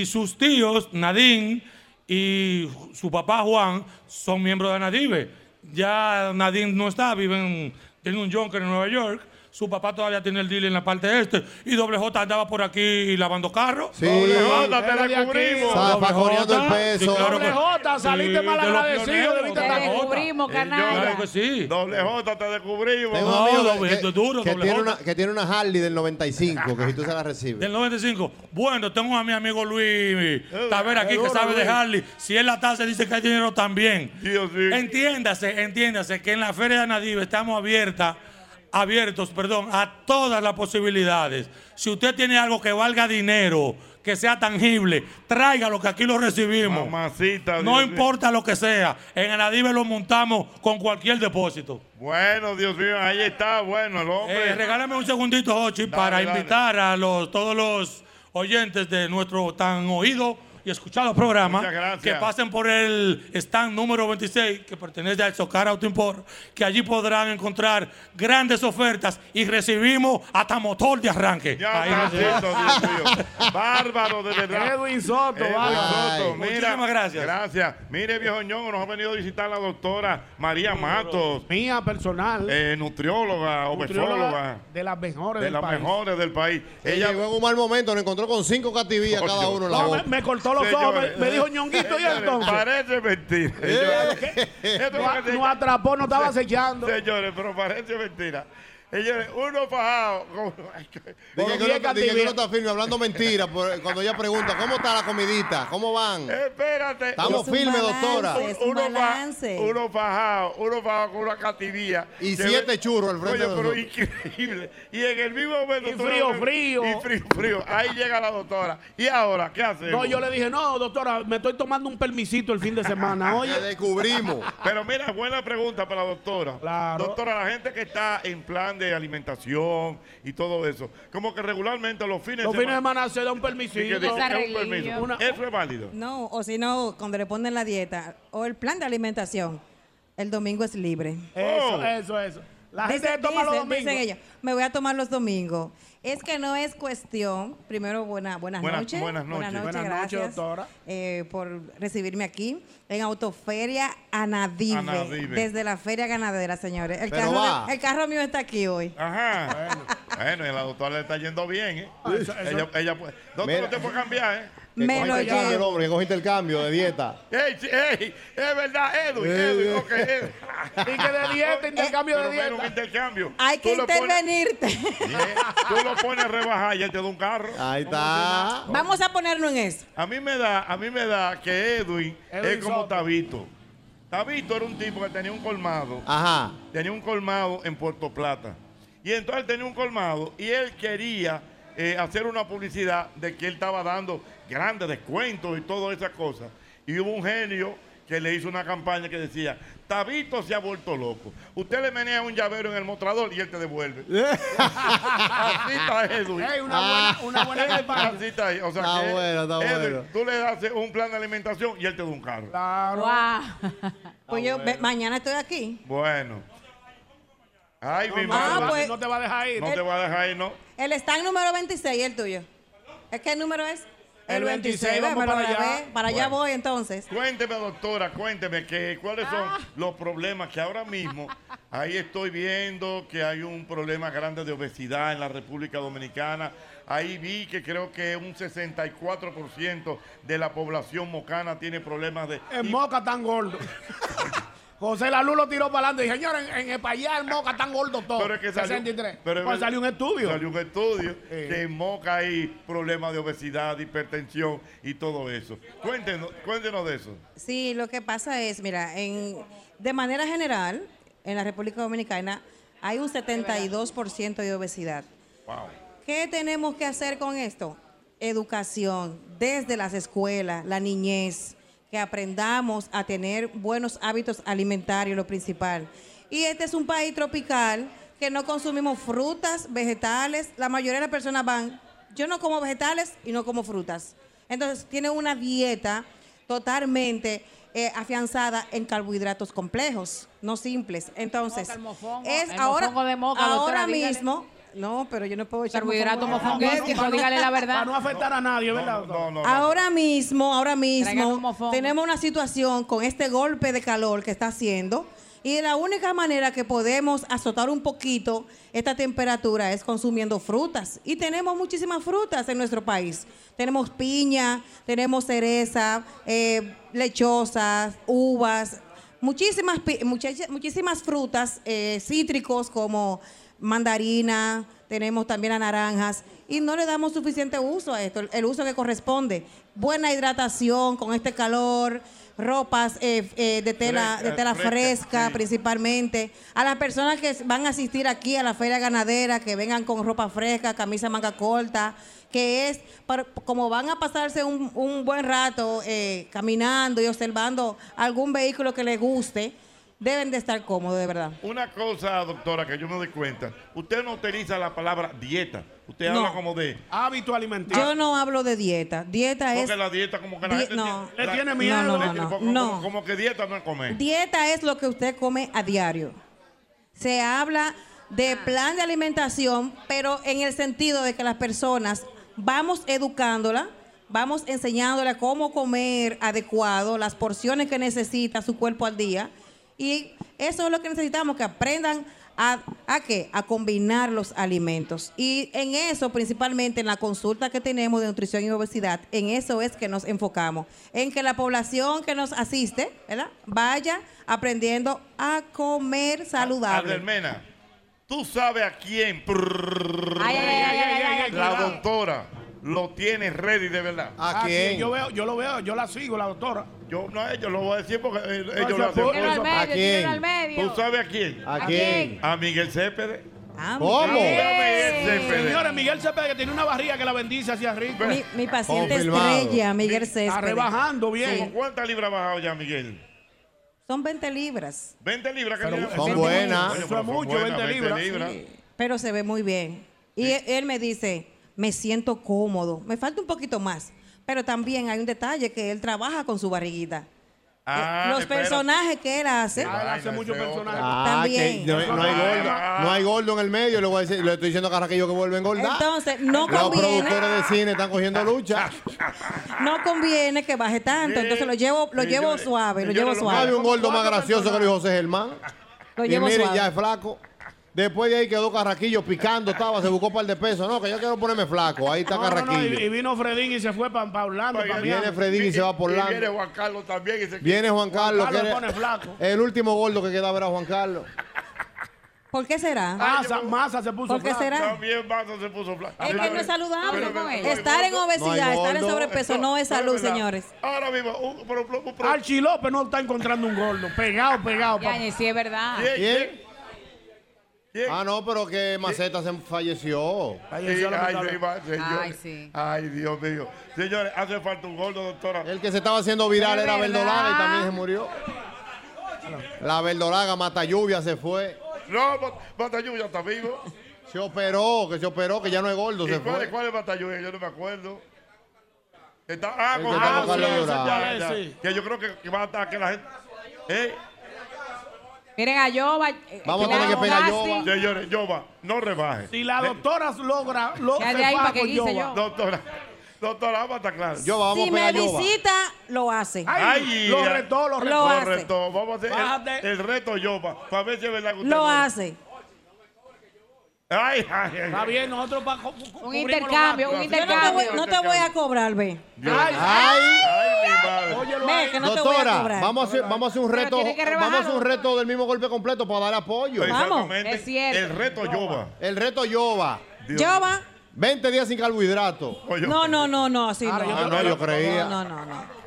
[SPEAKER 24] y sus tíos, Nadine y su papá Juan, son miembros de Anadive. Ya Nadine no está, vive en, tiene un Junker en Nueva York. Su papá todavía tiene el deal en la parte este. Y Doble J andaba por aquí lavando carros.
[SPEAKER 8] Sí.
[SPEAKER 7] Doble J, te
[SPEAKER 11] Era
[SPEAKER 7] la
[SPEAKER 11] de aquí.
[SPEAKER 7] cubrimos.
[SPEAKER 8] Sabe,
[SPEAKER 24] Doble
[SPEAKER 8] fajoneando
[SPEAKER 24] J,
[SPEAKER 8] el
[SPEAKER 24] sí,
[SPEAKER 8] peso.
[SPEAKER 24] claro que-
[SPEAKER 11] Doble J, saliste
[SPEAKER 24] Sí,
[SPEAKER 11] mal
[SPEAKER 24] de los
[SPEAKER 11] agradecido.
[SPEAKER 24] pioneros,
[SPEAKER 11] Debiste
[SPEAKER 24] Doble
[SPEAKER 11] estar
[SPEAKER 24] J.
[SPEAKER 12] descubrimos,
[SPEAKER 24] Claro
[SPEAKER 12] canalla.
[SPEAKER 24] que sí.
[SPEAKER 7] Doble J, te descubrimos.
[SPEAKER 8] Tengo un
[SPEAKER 24] No,
[SPEAKER 8] amigo que-
[SPEAKER 24] doble-
[SPEAKER 8] que,
[SPEAKER 24] duro,
[SPEAKER 8] que
[SPEAKER 24] doble
[SPEAKER 8] tiene
[SPEAKER 24] J.
[SPEAKER 8] una, que tiene una Harley del 95, que si tú se la recibes.
[SPEAKER 24] Del 95. Bueno, tengo a mi amigo Luis Tavera
[SPEAKER 7] qué
[SPEAKER 24] aquí que
[SPEAKER 7] duro,
[SPEAKER 24] sabe
[SPEAKER 7] Luis.
[SPEAKER 24] de Harley. Si él la tasa dice que hay dinero también.
[SPEAKER 7] Dios mío.
[SPEAKER 24] Entiéndase, entiéndase que en la Feria de Nadive estamos abiertas, abiertos, perdón, a todas las posibilidades. Si usted tiene algo que valga dinero, que sea tangible, tráigalo que aquí lo recibimos.
[SPEAKER 7] Mamacita.
[SPEAKER 24] no
[SPEAKER 7] Dios mío.
[SPEAKER 24] importa lo que sea. En Nadive lo montamos con cualquier depósito.
[SPEAKER 7] Bueno, Dios mío, ahí está. Bueno, el hombre.
[SPEAKER 24] Eh, regálame un segundito, Ochi, para
[SPEAKER 7] dale.
[SPEAKER 24] invitar a los, todos los oyentes de nuestro tan oído y escuchado programa
[SPEAKER 7] Muchas gracias.
[SPEAKER 24] que pasen por el stand número 26 que pertenece a Socar Auto Import, que allí podrán encontrar grandes ofertas y recibimos hasta motor de arranque.
[SPEAKER 7] Ya,
[SPEAKER 24] Ahí
[SPEAKER 7] mamacita,
[SPEAKER 24] recibimos.
[SPEAKER 7] Dios mío. Bárbaro, de verdad.
[SPEAKER 11] Edwin Soto,
[SPEAKER 7] Eh,
[SPEAKER 11] vaya.
[SPEAKER 7] Soto, mira,
[SPEAKER 24] Muchísimas gracias.
[SPEAKER 7] Gracias. Mire, viejo ñongo, nos ha venido a visitar la doctora María Matos,
[SPEAKER 11] Mía personal.
[SPEAKER 7] eh, nutrióloga,
[SPEAKER 11] nutrióloga
[SPEAKER 7] obesóloga,
[SPEAKER 11] De las mejores
[SPEAKER 7] de
[SPEAKER 11] del
[SPEAKER 7] las
[SPEAKER 11] país.
[SPEAKER 7] mejores del país.
[SPEAKER 8] Ella
[SPEAKER 7] Ella
[SPEAKER 8] llegó en un mal momento, nos encontró con cinco cativillas
[SPEAKER 7] Coño.
[SPEAKER 8] cada uno en la
[SPEAKER 11] No, me,
[SPEAKER 8] boca.
[SPEAKER 11] me cortó los ojos, me,
[SPEAKER 7] Señores,
[SPEAKER 11] me dijo ñonguito y
[SPEAKER 7] señores,
[SPEAKER 11] entonces.
[SPEAKER 7] Parece mentira. eh,
[SPEAKER 11] Nos,
[SPEAKER 7] Esto es lo que
[SPEAKER 11] nos
[SPEAKER 7] se-
[SPEAKER 11] atrapó, no estaba acechando.
[SPEAKER 7] Señores, pero parece mentira. Ella, uno fajado.
[SPEAKER 8] Dije que, uno, dije que uno está firme hablando mentiras por- cuando ella pregunta, ¿cómo está la comidita? ¿Cómo van?
[SPEAKER 7] Eh, Espérate.
[SPEAKER 8] Estamos
[SPEAKER 7] Es un
[SPEAKER 8] firmes,
[SPEAKER 7] balance,
[SPEAKER 8] doctora.
[SPEAKER 7] es un Uno fa- balance. uno fajado, uno fajado con una cativía.
[SPEAKER 8] Y siete churros al frente
[SPEAKER 7] Oye,
[SPEAKER 8] de
[SPEAKER 7] pero
[SPEAKER 8] nosotros.
[SPEAKER 7] increíble. Y en el mismo momento.
[SPEAKER 11] Y
[SPEAKER 7] tú
[SPEAKER 11] frío,
[SPEAKER 7] no-
[SPEAKER 11] frío.
[SPEAKER 7] Y frío, frío. Ahí llega la doctora. ¿Y ahora qué hacemos?
[SPEAKER 11] No, yo le dije, no, doctora, me estoy tomando un permisito el fin de semana. Oye,
[SPEAKER 7] Pero mira, buena pregunta para la doctora. Doctora, la gente que está en plan de alimentación y todo eso, como que regularmente los fines
[SPEAKER 11] Los fines de semana se da un permisito.
[SPEAKER 7] Sí, que dice, es un
[SPEAKER 11] Arreglillo.
[SPEAKER 7] permiso.
[SPEAKER 11] Una-
[SPEAKER 7] Eso es válido.
[SPEAKER 10] No, o si no, cuando le ponen la dieta o el plan de alimentación, el domingo es libre.
[SPEAKER 11] Eso, Oh, eso, eso. La gente
[SPEAKER 10] Dicen-
[SPEAKER 11] se toma los
[SPEAKER 10] dicen-
[SPEAKER 11] domingos.
[SPEAKER 10] dicen ellos, me voy a tomar los domingos. Es que no es cuestión. Primero, buena, buenas,
[SPEAKER 11] Buenas-
[SPEAKER 10] noches.
[SPEAKER 11] buenas noches. Buenas noches,
[SPEAKER 10] gracias
[SPEAKER 11] doctora.
[SPEAKER 10] eh, por recibirme aquí en Autoferia Anadive.
[SPEAKER 7] Anadive.
[SPEAKER 10] Desde la Feria Ganadera, señores. El
[SPEAKER 7] Pero
[SPEAKER 10] carro,
[SPEAKER 7] va.
[SPEAKER 10] de- el carro mío está aquí hoy.
[SPEAKER 7] Ajá. Bueno, y la doctora le está yendo bien, ¿eh?
[SPEAKER 11] Ah,
[SPEAKER 7] Ella, ella puede. Doctora,
[SPEAKER 8] Mira.
[SPEAKER 7] usted puede cambiar, ¿eh?
[SPEAKER 8] Que cogiste el cambio, el hombre, que cogiste el cambio de dieta.
[SPEAKER 7] ¡Ey, sí, ey! Es verdad, Edwin,
[SPEAKER 8] Eh.
[SPEAKER 7] Edwin, ok, Edwin.
[SPEAKER 11] Y que de dieta, intercambio de
[SPEAKER 7] Pero mira,
[SPEAKER 11] dieta.
[SPEAKER 7] un intercambio.
[SPEAKER 10] Hay que
[SPEAKER 7] Tú le pones-
[SPEAKER 10] intervenirte.
[SPEAKER 7] Tú lo pones a rebajar y él te da un carro. Ahí
[SPEAKER 10] está. Vamos a ponernos en eso.
[SPEAKER 7] A mí me da, a mí me da que Edwin,
[SPEAKER 10] Edwin
[SPEAKER 7] es como
[SPEAKER 10] Soto.
[SPEAKER 7] Tabito. Tabito era un tipo que tenía un colmado.
[SPEAKER 8] Ajá.
[SPEAKER 7] Tenía un colmado en Puerto Plata. Y entonces él tenía un colmado y él quería eh, hacer una publicidad de que él estaba dando grandes descuentos y todas esas cosas. Y hubo un genio que le hizo una campaña que decía, Tabito se ha vuelto loco. Usted le menea un llavero en el mostrador y él te devuelve. Así está Edwin.
[SPEAKER 11] Ey, una buena- una buena campaña.
[SPEAKER 7] Así está ahí. O sea
[SPEAKER 8] Está
[SPEAKER 7] que
[SPEAKER 8] bueno, está
[SPEAKER 7] Edwin,
[SPEAKER 8] bueno.
[SPEAKER 7] Tú le haces un plan de alimentación y él te da un carro.
[SPEAKER 10] Wow. Pues yo ve-
[SPEAKER 7] Ah, bueno.
[SPEAKER 10] mañana estoy aquí.
[SPEAKER 7] Bueno. Ay, mi
[SPEAKER 10] no,
[SPEAKER 7] madre.
[SPEAKER 10] no, pues-
[SPEAKER 11] No te va a dejar ir.
[SPEAKER 7] No te va a dejar ir, ¿no?
[SPEAKER 10] El stand número 26, el tuyo. ¿Es qué número es?
[SPEAKER 7] El 26,
[SPEAKER 10] ve,
[SPEAKER 7] vamos
[SPEAKER 10] me lo
[SPEAKER 7] para allá.
[SPEAKER 10] grabé. Para allá
[SPEAKER 7] Bueno.
[SPEAKER 10] voy entonces.
[SPEAKER 7] Cuénteme, doctora, cuénteme que, cuáles son
[SPEAKER 11] Ah.
[SPEAKER 7] los problemas que ahora mismo ahí estoy viendo que hay un problema grande de obesidad en la República Dominicana. Ahí vi que creo que un 64% de la población mocana tiene problemas de...
[SPEAKER 11] El moca tan gordo. José Lalu lo tiró para adelante. Dije, señor, en, en España el moca tan gordo todo.
[SPEAKER 7] Pero es que salió,
[SPEAKER 11] 63.
[SPEAKER 7] pero es
[SPEAKER 11] Pues
[SPEAKER 7] verdad-
[SPEAKER 11] salió un estudio.
[SPEAKER 7] Salió un estudio
[SPEAKER 11] Sí.
[SPEAKER 7] que en Moca hay problemas de obesidad, de hipertensión y todo eso. Cuéntenos, cuéntenos de eso.
[SPEAKER 10] Sí, lo que pasa es, mira, en, de manera general, en la República Dominicana hay un 72% de obesidad.
[SPEAKER 7] Wow.
[SPEAKER 10] ¿Qué tenemos que hacer con esto? Educación, desde las escuelas, la niñez, que aprendamos a tener buenos hábitos alimentarios, lo principal. Y este es un país tropical que no consumimos frutas, vegetales. La mayoría de las personas van, yo no como vegetales y no como frutas. Entonces, tienen una dieta totalmente eh, afianzada en carbohidratos complejos, no simples. Entonces,
[SPEAKER 12] Moca, el mofongo.
[SPEAKER 10] es
[SPEAKER 12] El
[SPEAKER 10] ahora,
[SPEAKER 12] mofongo de moca,
[SPEAKER 10] ahora
[SPEAKER 12] doctora, dígale.
[SPEAKER 10] mismo. No, pero yo no puedo echar
[SPEAKER 12] Carbohidrato
[SPEAKER 10] mofongo.
[SPEAKER 12] mofonguético, dígale la verdad.
[SPEAKER 11] Para no afectar a nadie, ¿verdad?
[SPEAKER 7] No, no,
[SPEAKER 10] Ahora mismo, ahora
[SPEAKER 12] Traigan un
[SPEAKER 10] mismo,
[SPEAKER 12] mofongo.
[SPEAKER 10] tenemos una situación con este golpe de calor que está haciendo. Y la única manera que podemos azotar un poquito esta temperatura es consumiendo frutas. Y tenemos muchísimas frutas en nuestro país. Tenemos piña, tenemos cereza, eh, lechosas, uvas, muchísimas, pi- muchacha- muchísimas frutas, eh, cítricos como mandarina, tenemos también las naranjas y no le damos suficiente uso a esto, el- el uso que corresponde. Buena hidratación con este calor, ropas eh, eh, de tela,
[SPEAKER 25] Fresca,
[SPEAKER 10] de tela
[SPEAKER 25] fresca,
[SPEAKER 10] fresca,
[SPEAKER 25] sí.
[SPEAKER 10] principalmente. A las personas que van a asistir aquí a la feria ganadera, que vengan con ropa fresca, camisa manga corta, que es para- como van a pasarse un, un buen rato eh, caminando y observando algún vehículo que les guste, deben de estar cómodos, de verdad.
[SPEAKER 7] Una cosa, doctora, que yo me doy cuenta, usted no utiliza la palabra dieta, usted
[SPEAKER 10] No.
[SPEAKER 7] habla como de...
[SPEAKER 11] Hábito alimenticio.
[SPEAKER 10] Yo no hablo de dieta. Dieta es
[SPEAKER 7] Ah. Porque la dieta como que la
[SPEAKER 10] Di-
[SPEAKER 7] gente
[SPEAKER 10] no.
[SPEAKER 7] tiene-
[SPEAKER 10] Le
[SPEAKER 7] la-
[SPEAKER 10] tiene miedo. No, no, no, no.
[SPEAKER 7] Como, como-
[SPEAKER 10] No.
[SPEAKER 7] como que dieta no es comer.
[SPEAKER 10] Dieta es lo que usted come a diario. Se habla de plan de alimentación, pero en el sentido de que las personas vamos educándola, vamos enseñándola cómo comer adecuado, las porciones que necesita su cuerpo al día. Y eso es lo que necesitamos, que aprendan a, a qué? A combinar los alimentos. Y en eso, principalmente en la consulta que tenemos de nutrición y obesidad, en eso es que nos enfocamos. En que la población que nos asiste, ¿verdad? Vaya aprendiendo a comer saludable.
[SPEAKER 7] Adelmena, Tú sabes a quién.
[SPEAKER 11] Ay, ay, ay, ay, ay, ay,
[SPEAKER 7] la
[SPEAKER 11] cuidado.
[SPEAKER 7] doctora lo tiene ready de verdad.
[SPEAKER 11] Ah, sí, Yo, veo, yo lo veo, yo la sigo, la doctora.
[SPEAKER 7] Yo no, ellos lo voy a decir porque eh, ellos
[SPEAKER 11] eso
[SPEAKER 7] lo
[SPEAKER 11] es
[SPEAKER 7] hacen.
[SPEAKER 11] por- Tíralo al medio,
[SPEAKER 7] ¿A quién?
[SPEAKER 11] tíralo al medio.
[SPEAKER 7] ¿Tú sabes a quién?
[SPEAKER 11] ¿A ¿A quién? quién?
[SPEAKER 7] A Miguel Céspedes.
[SPEAKER 11] A Miguel
[SPEAKER 7] Céspedes.
[SPEAKER 11] Señores, Miguel Cepeda que tiene una barriga que la bendice hacia arriba.
[SPEAKER 10] Mi- mi paciente Confirmado. estrella, Miguel
[SPEAKER 11] Está
[SPEAKER 10] Céspedes.
[SPEAKER 11] rebajando bien.
[SPEAKER 10] Sí.
[SPEAKER 7] ¿Cuántas libras ha bajado ya, Miguel?
[SPEAKER 10] Son 20 libras.
[SPEAKER 7] 20 libras que
[SPEAKER 11] Pero
[SPEAKER 7] le-
[SPEAKER 11] son
[SPEAKER 7] 20
[SPEAKER 11] buenas.
[SPEAKER 7] Coño, pero
[SPEAKER 11] Eso es
[SPEAKER 7] son
[SPEAKER 11] mucho,
[SPEAKER 7] buenas,
[SPEAKER 11] 20 libras.
[SPEAKER 10] Pero se ve muy bien. Y él, él me dice, me siento cómodo. Me falta un poquito más. Pero también hay un detalle que él trabaja con su barriguita.
[SPEAKER 7] Ah,
[SPEAKER 10] Los
[SPEAKER 7] espera.
[SPEAKER 10] personajes que él hace.
[SPEAKER 11] Ah, él hace muchos personajes.
[SPEAKER 8] Ah, que no, no hay gordo, no hay gordo en el medio. Le, voy a decir- le estoy diciendo a Carraquillo que vuelve a engordar.
[SPEAKER 10] Entonces, no
[SPEAKER 8] Los
[SPEAKER 10] conviene.
[SPEAKER 8] productores de cine están cogiendo lucha.
[SPEAKER 10] No conviene que baje tanto. Entonces lo llevo, lo llevo suave, lo llevo
[SPEAKER 8] No
[SPEAKER 10] suave.
[SPEAKER 8] había un gordo más gracioso que Luis José Germán.
[SPEAKER 10] Lo
[SPEAKER 8] y
[SPEAKER 10] llevo
[SPEAKER 8] miren,
[SPEAKER 10] suave.
[SPEAKER 8] ya es flaco. Después de ahí quedó Carraquillo picando, estaba, se buscó un par de pesos. No, que yo quiero ponerme flaco. Ahí está
[SPEAKER 11] No, no, no,
[SPEAKER 8] Carraquillo.
[SPEAKER 11] y, y vino Fredín y se fue para Orlando. pa'
[SPEAKER 8] Pues viene
[SPEAKER 11] Miami.
[SPEAKER 8] Fredín y se va por
[SPEAKER 7] Y
[SPEAKER 8] Orlando.
[SPEAKER 7] viene Juan Carlos también. y se-
[SPEAKER 8] Viene Juan Carlos. que
[SPEAKER 11] Carlos
[SPEAKER 8] era-
[SPEAKER 11] pone flaco.
[SPEAKER 8] el último gordo que quedaba era Juan Carlos.
[SPEAKER 10] ¿Por qué será?
[SPEAKER 11] Masa, masa Ah, se puso
[SPEAKER 10] ¿Por qué
[SPEAKER 11] flaco.
[SPEAKER 10] será?
[SPEAKER 7] También Mazo se puso flaco.
[SPEAKER 10] Es que no es saludable.
[SPEAKER 7] Pero, pero,
[SPEAKER 10] Estar en
[SPEAKER 7] no hay
[SPEAKER 10] obesidad,
[SPEAKER 11] gordo.
[SPEAKER 10] estar en sobrepeso no es salud,
[SPEAKER 11] verdad.
[SPEAKER 10] señores.
[SPEAKER 7] Ahora mismo, un, por, por- por-
[SPEAKER 11] Archie López no está encontrando un gordo. Pegado, pegado. papá.
[SPEAKER 12] Yañez, sí es verdad.
[SPEAKER 8] ¿Quién? Ah, no, pero que Maceta se falleció.
[SPEAKER 7] Sí, ay, sí, va, señor.
[SPEAKER 12] Ay, sí.
[SPEAKER 7] Ay, Dios mío. Señores, hace falta un gordo, doctora.
[SPEAKER 8] El que se estaba haciendo viral
[SPEAKER 7] Es
[SPEAKER 8] era
[SPEAKER 7] verdad.
[SPEAKER 8] Verdolaga y también se murió. La Verdolaga mata lluvia se fue.
[SPEAKER 7] No, Bat- Batalluvia está vivo.
[SPEAKER 8] Se operó, que se operó, que ya no es gordo,
[SPEAKER 7] ¿Y
[SPEAKER 8] se
[SPEAKER 7] cuál,
[SPEAKER 8] fue.
[SPEAKER 7] es- cuál es Batalluvia? Yo no me acuerdo. Está, ah,
[SPEAKER 8] El
[SPEAKER 7] con
[SPEAKER 8] que está
[SPEAKER 7] Carlos
[SPEAKER 8] con Carlos
[SPEAKER 7] Durán.
[SPEAKER 8] Durán.
[SPEAKER 7] Ya, ya.
[SPEAKER 8] ¿Cuál es? Sí.
[SPEAKER 7] Que yo creo que, que va a estar que la gente. ¿Eh?
[SPEAKER 12] Miren a Yoba. eh, Claudio Gassi.
[SPEAKER 7] Señores, Yoba, no rebaje. Eh,
[SPEAKER 11] Si la doctora logra, lo
[SPEAKER 12] Ya de
[SPEAKER 11] se
[SPEAKER 12] ahí
[SPEAKER 11] va
[SPEAKER 12] pa' que
[SPEAKER 11] con
[SPEAKER 12] guise
[SPEAKER 11] Yoba.
[SPEAKER 12] yo.
[SPEAKER 7] Doctora, doctora, vamos a estar claros.
[SPEAKER 10] si me visita, lo hace.
[SPEAKER 7] Ay,
[SPEAKER 11] lo
[SPEAKER 7] ya.
[SPEAKER 11] retó, lo
[SPEAKER 10] retó. hace.
[SPEAKER 7] retó. Vamos a hacer el, el reto Yoba. Para ver si es verdad que usted
[SPEAKER 10] Lo
[SPEAKER 7] no-
[SPEAKER 10] hace.
[SPEAKER 7] Ay, ay, ay.
[SPEAKER 11] Está bien, nosotros pa- cu- cu- cubrimos
[SPEAKER 12] intercambio,
[SPEAKER 11] los
[SPEAKER 12] un
[SPEAKER 11] gastos.
[SPEAKER 10] No te voy, no te voy a cobrar, ve.
[SPEAKER 11] Ay,
[SPEAKER 7] ay, mi madre.
[SPEAKER 11] Óyelo
[SPEAKER 10] Ve,
[SPEAKER 11] ahí.
[SPEAKER 10] que no te voy a
[SPEAKER 8] Doctora,
[SPEAKER 10] cobrar.
[SPEAKER 8] vamos a hacer, vamos a hacer un
[SPEAKER 10] Pero
[SPEAKER 8] reto.
[SPEAKER 10] tiene que
[SPEAKER 8] Vamos a hacer
[SPEAKER 10] rebajarlo.
[SPEAKER 8] un reto del mismo golpe completo para dar apoyo.
[SPEAKER 7] Exactamente. Vamos. Es cierto. El reto Yoba.
[SPEAKER 8] El reto Yoba.
[SPEAKER 7] Dios.
[SPEAKER 10] Yoba.
[SPEAKER 8] 20 días sin carbohidrato.
[SPEAKER 10] No, no, no, no, así
[SPEAKER 8] Ah,
[SPEAKER 10] no.
[SPEAKER 8] yo- Ah, no, yo creía.
[SPEAKER 10] No, no, no.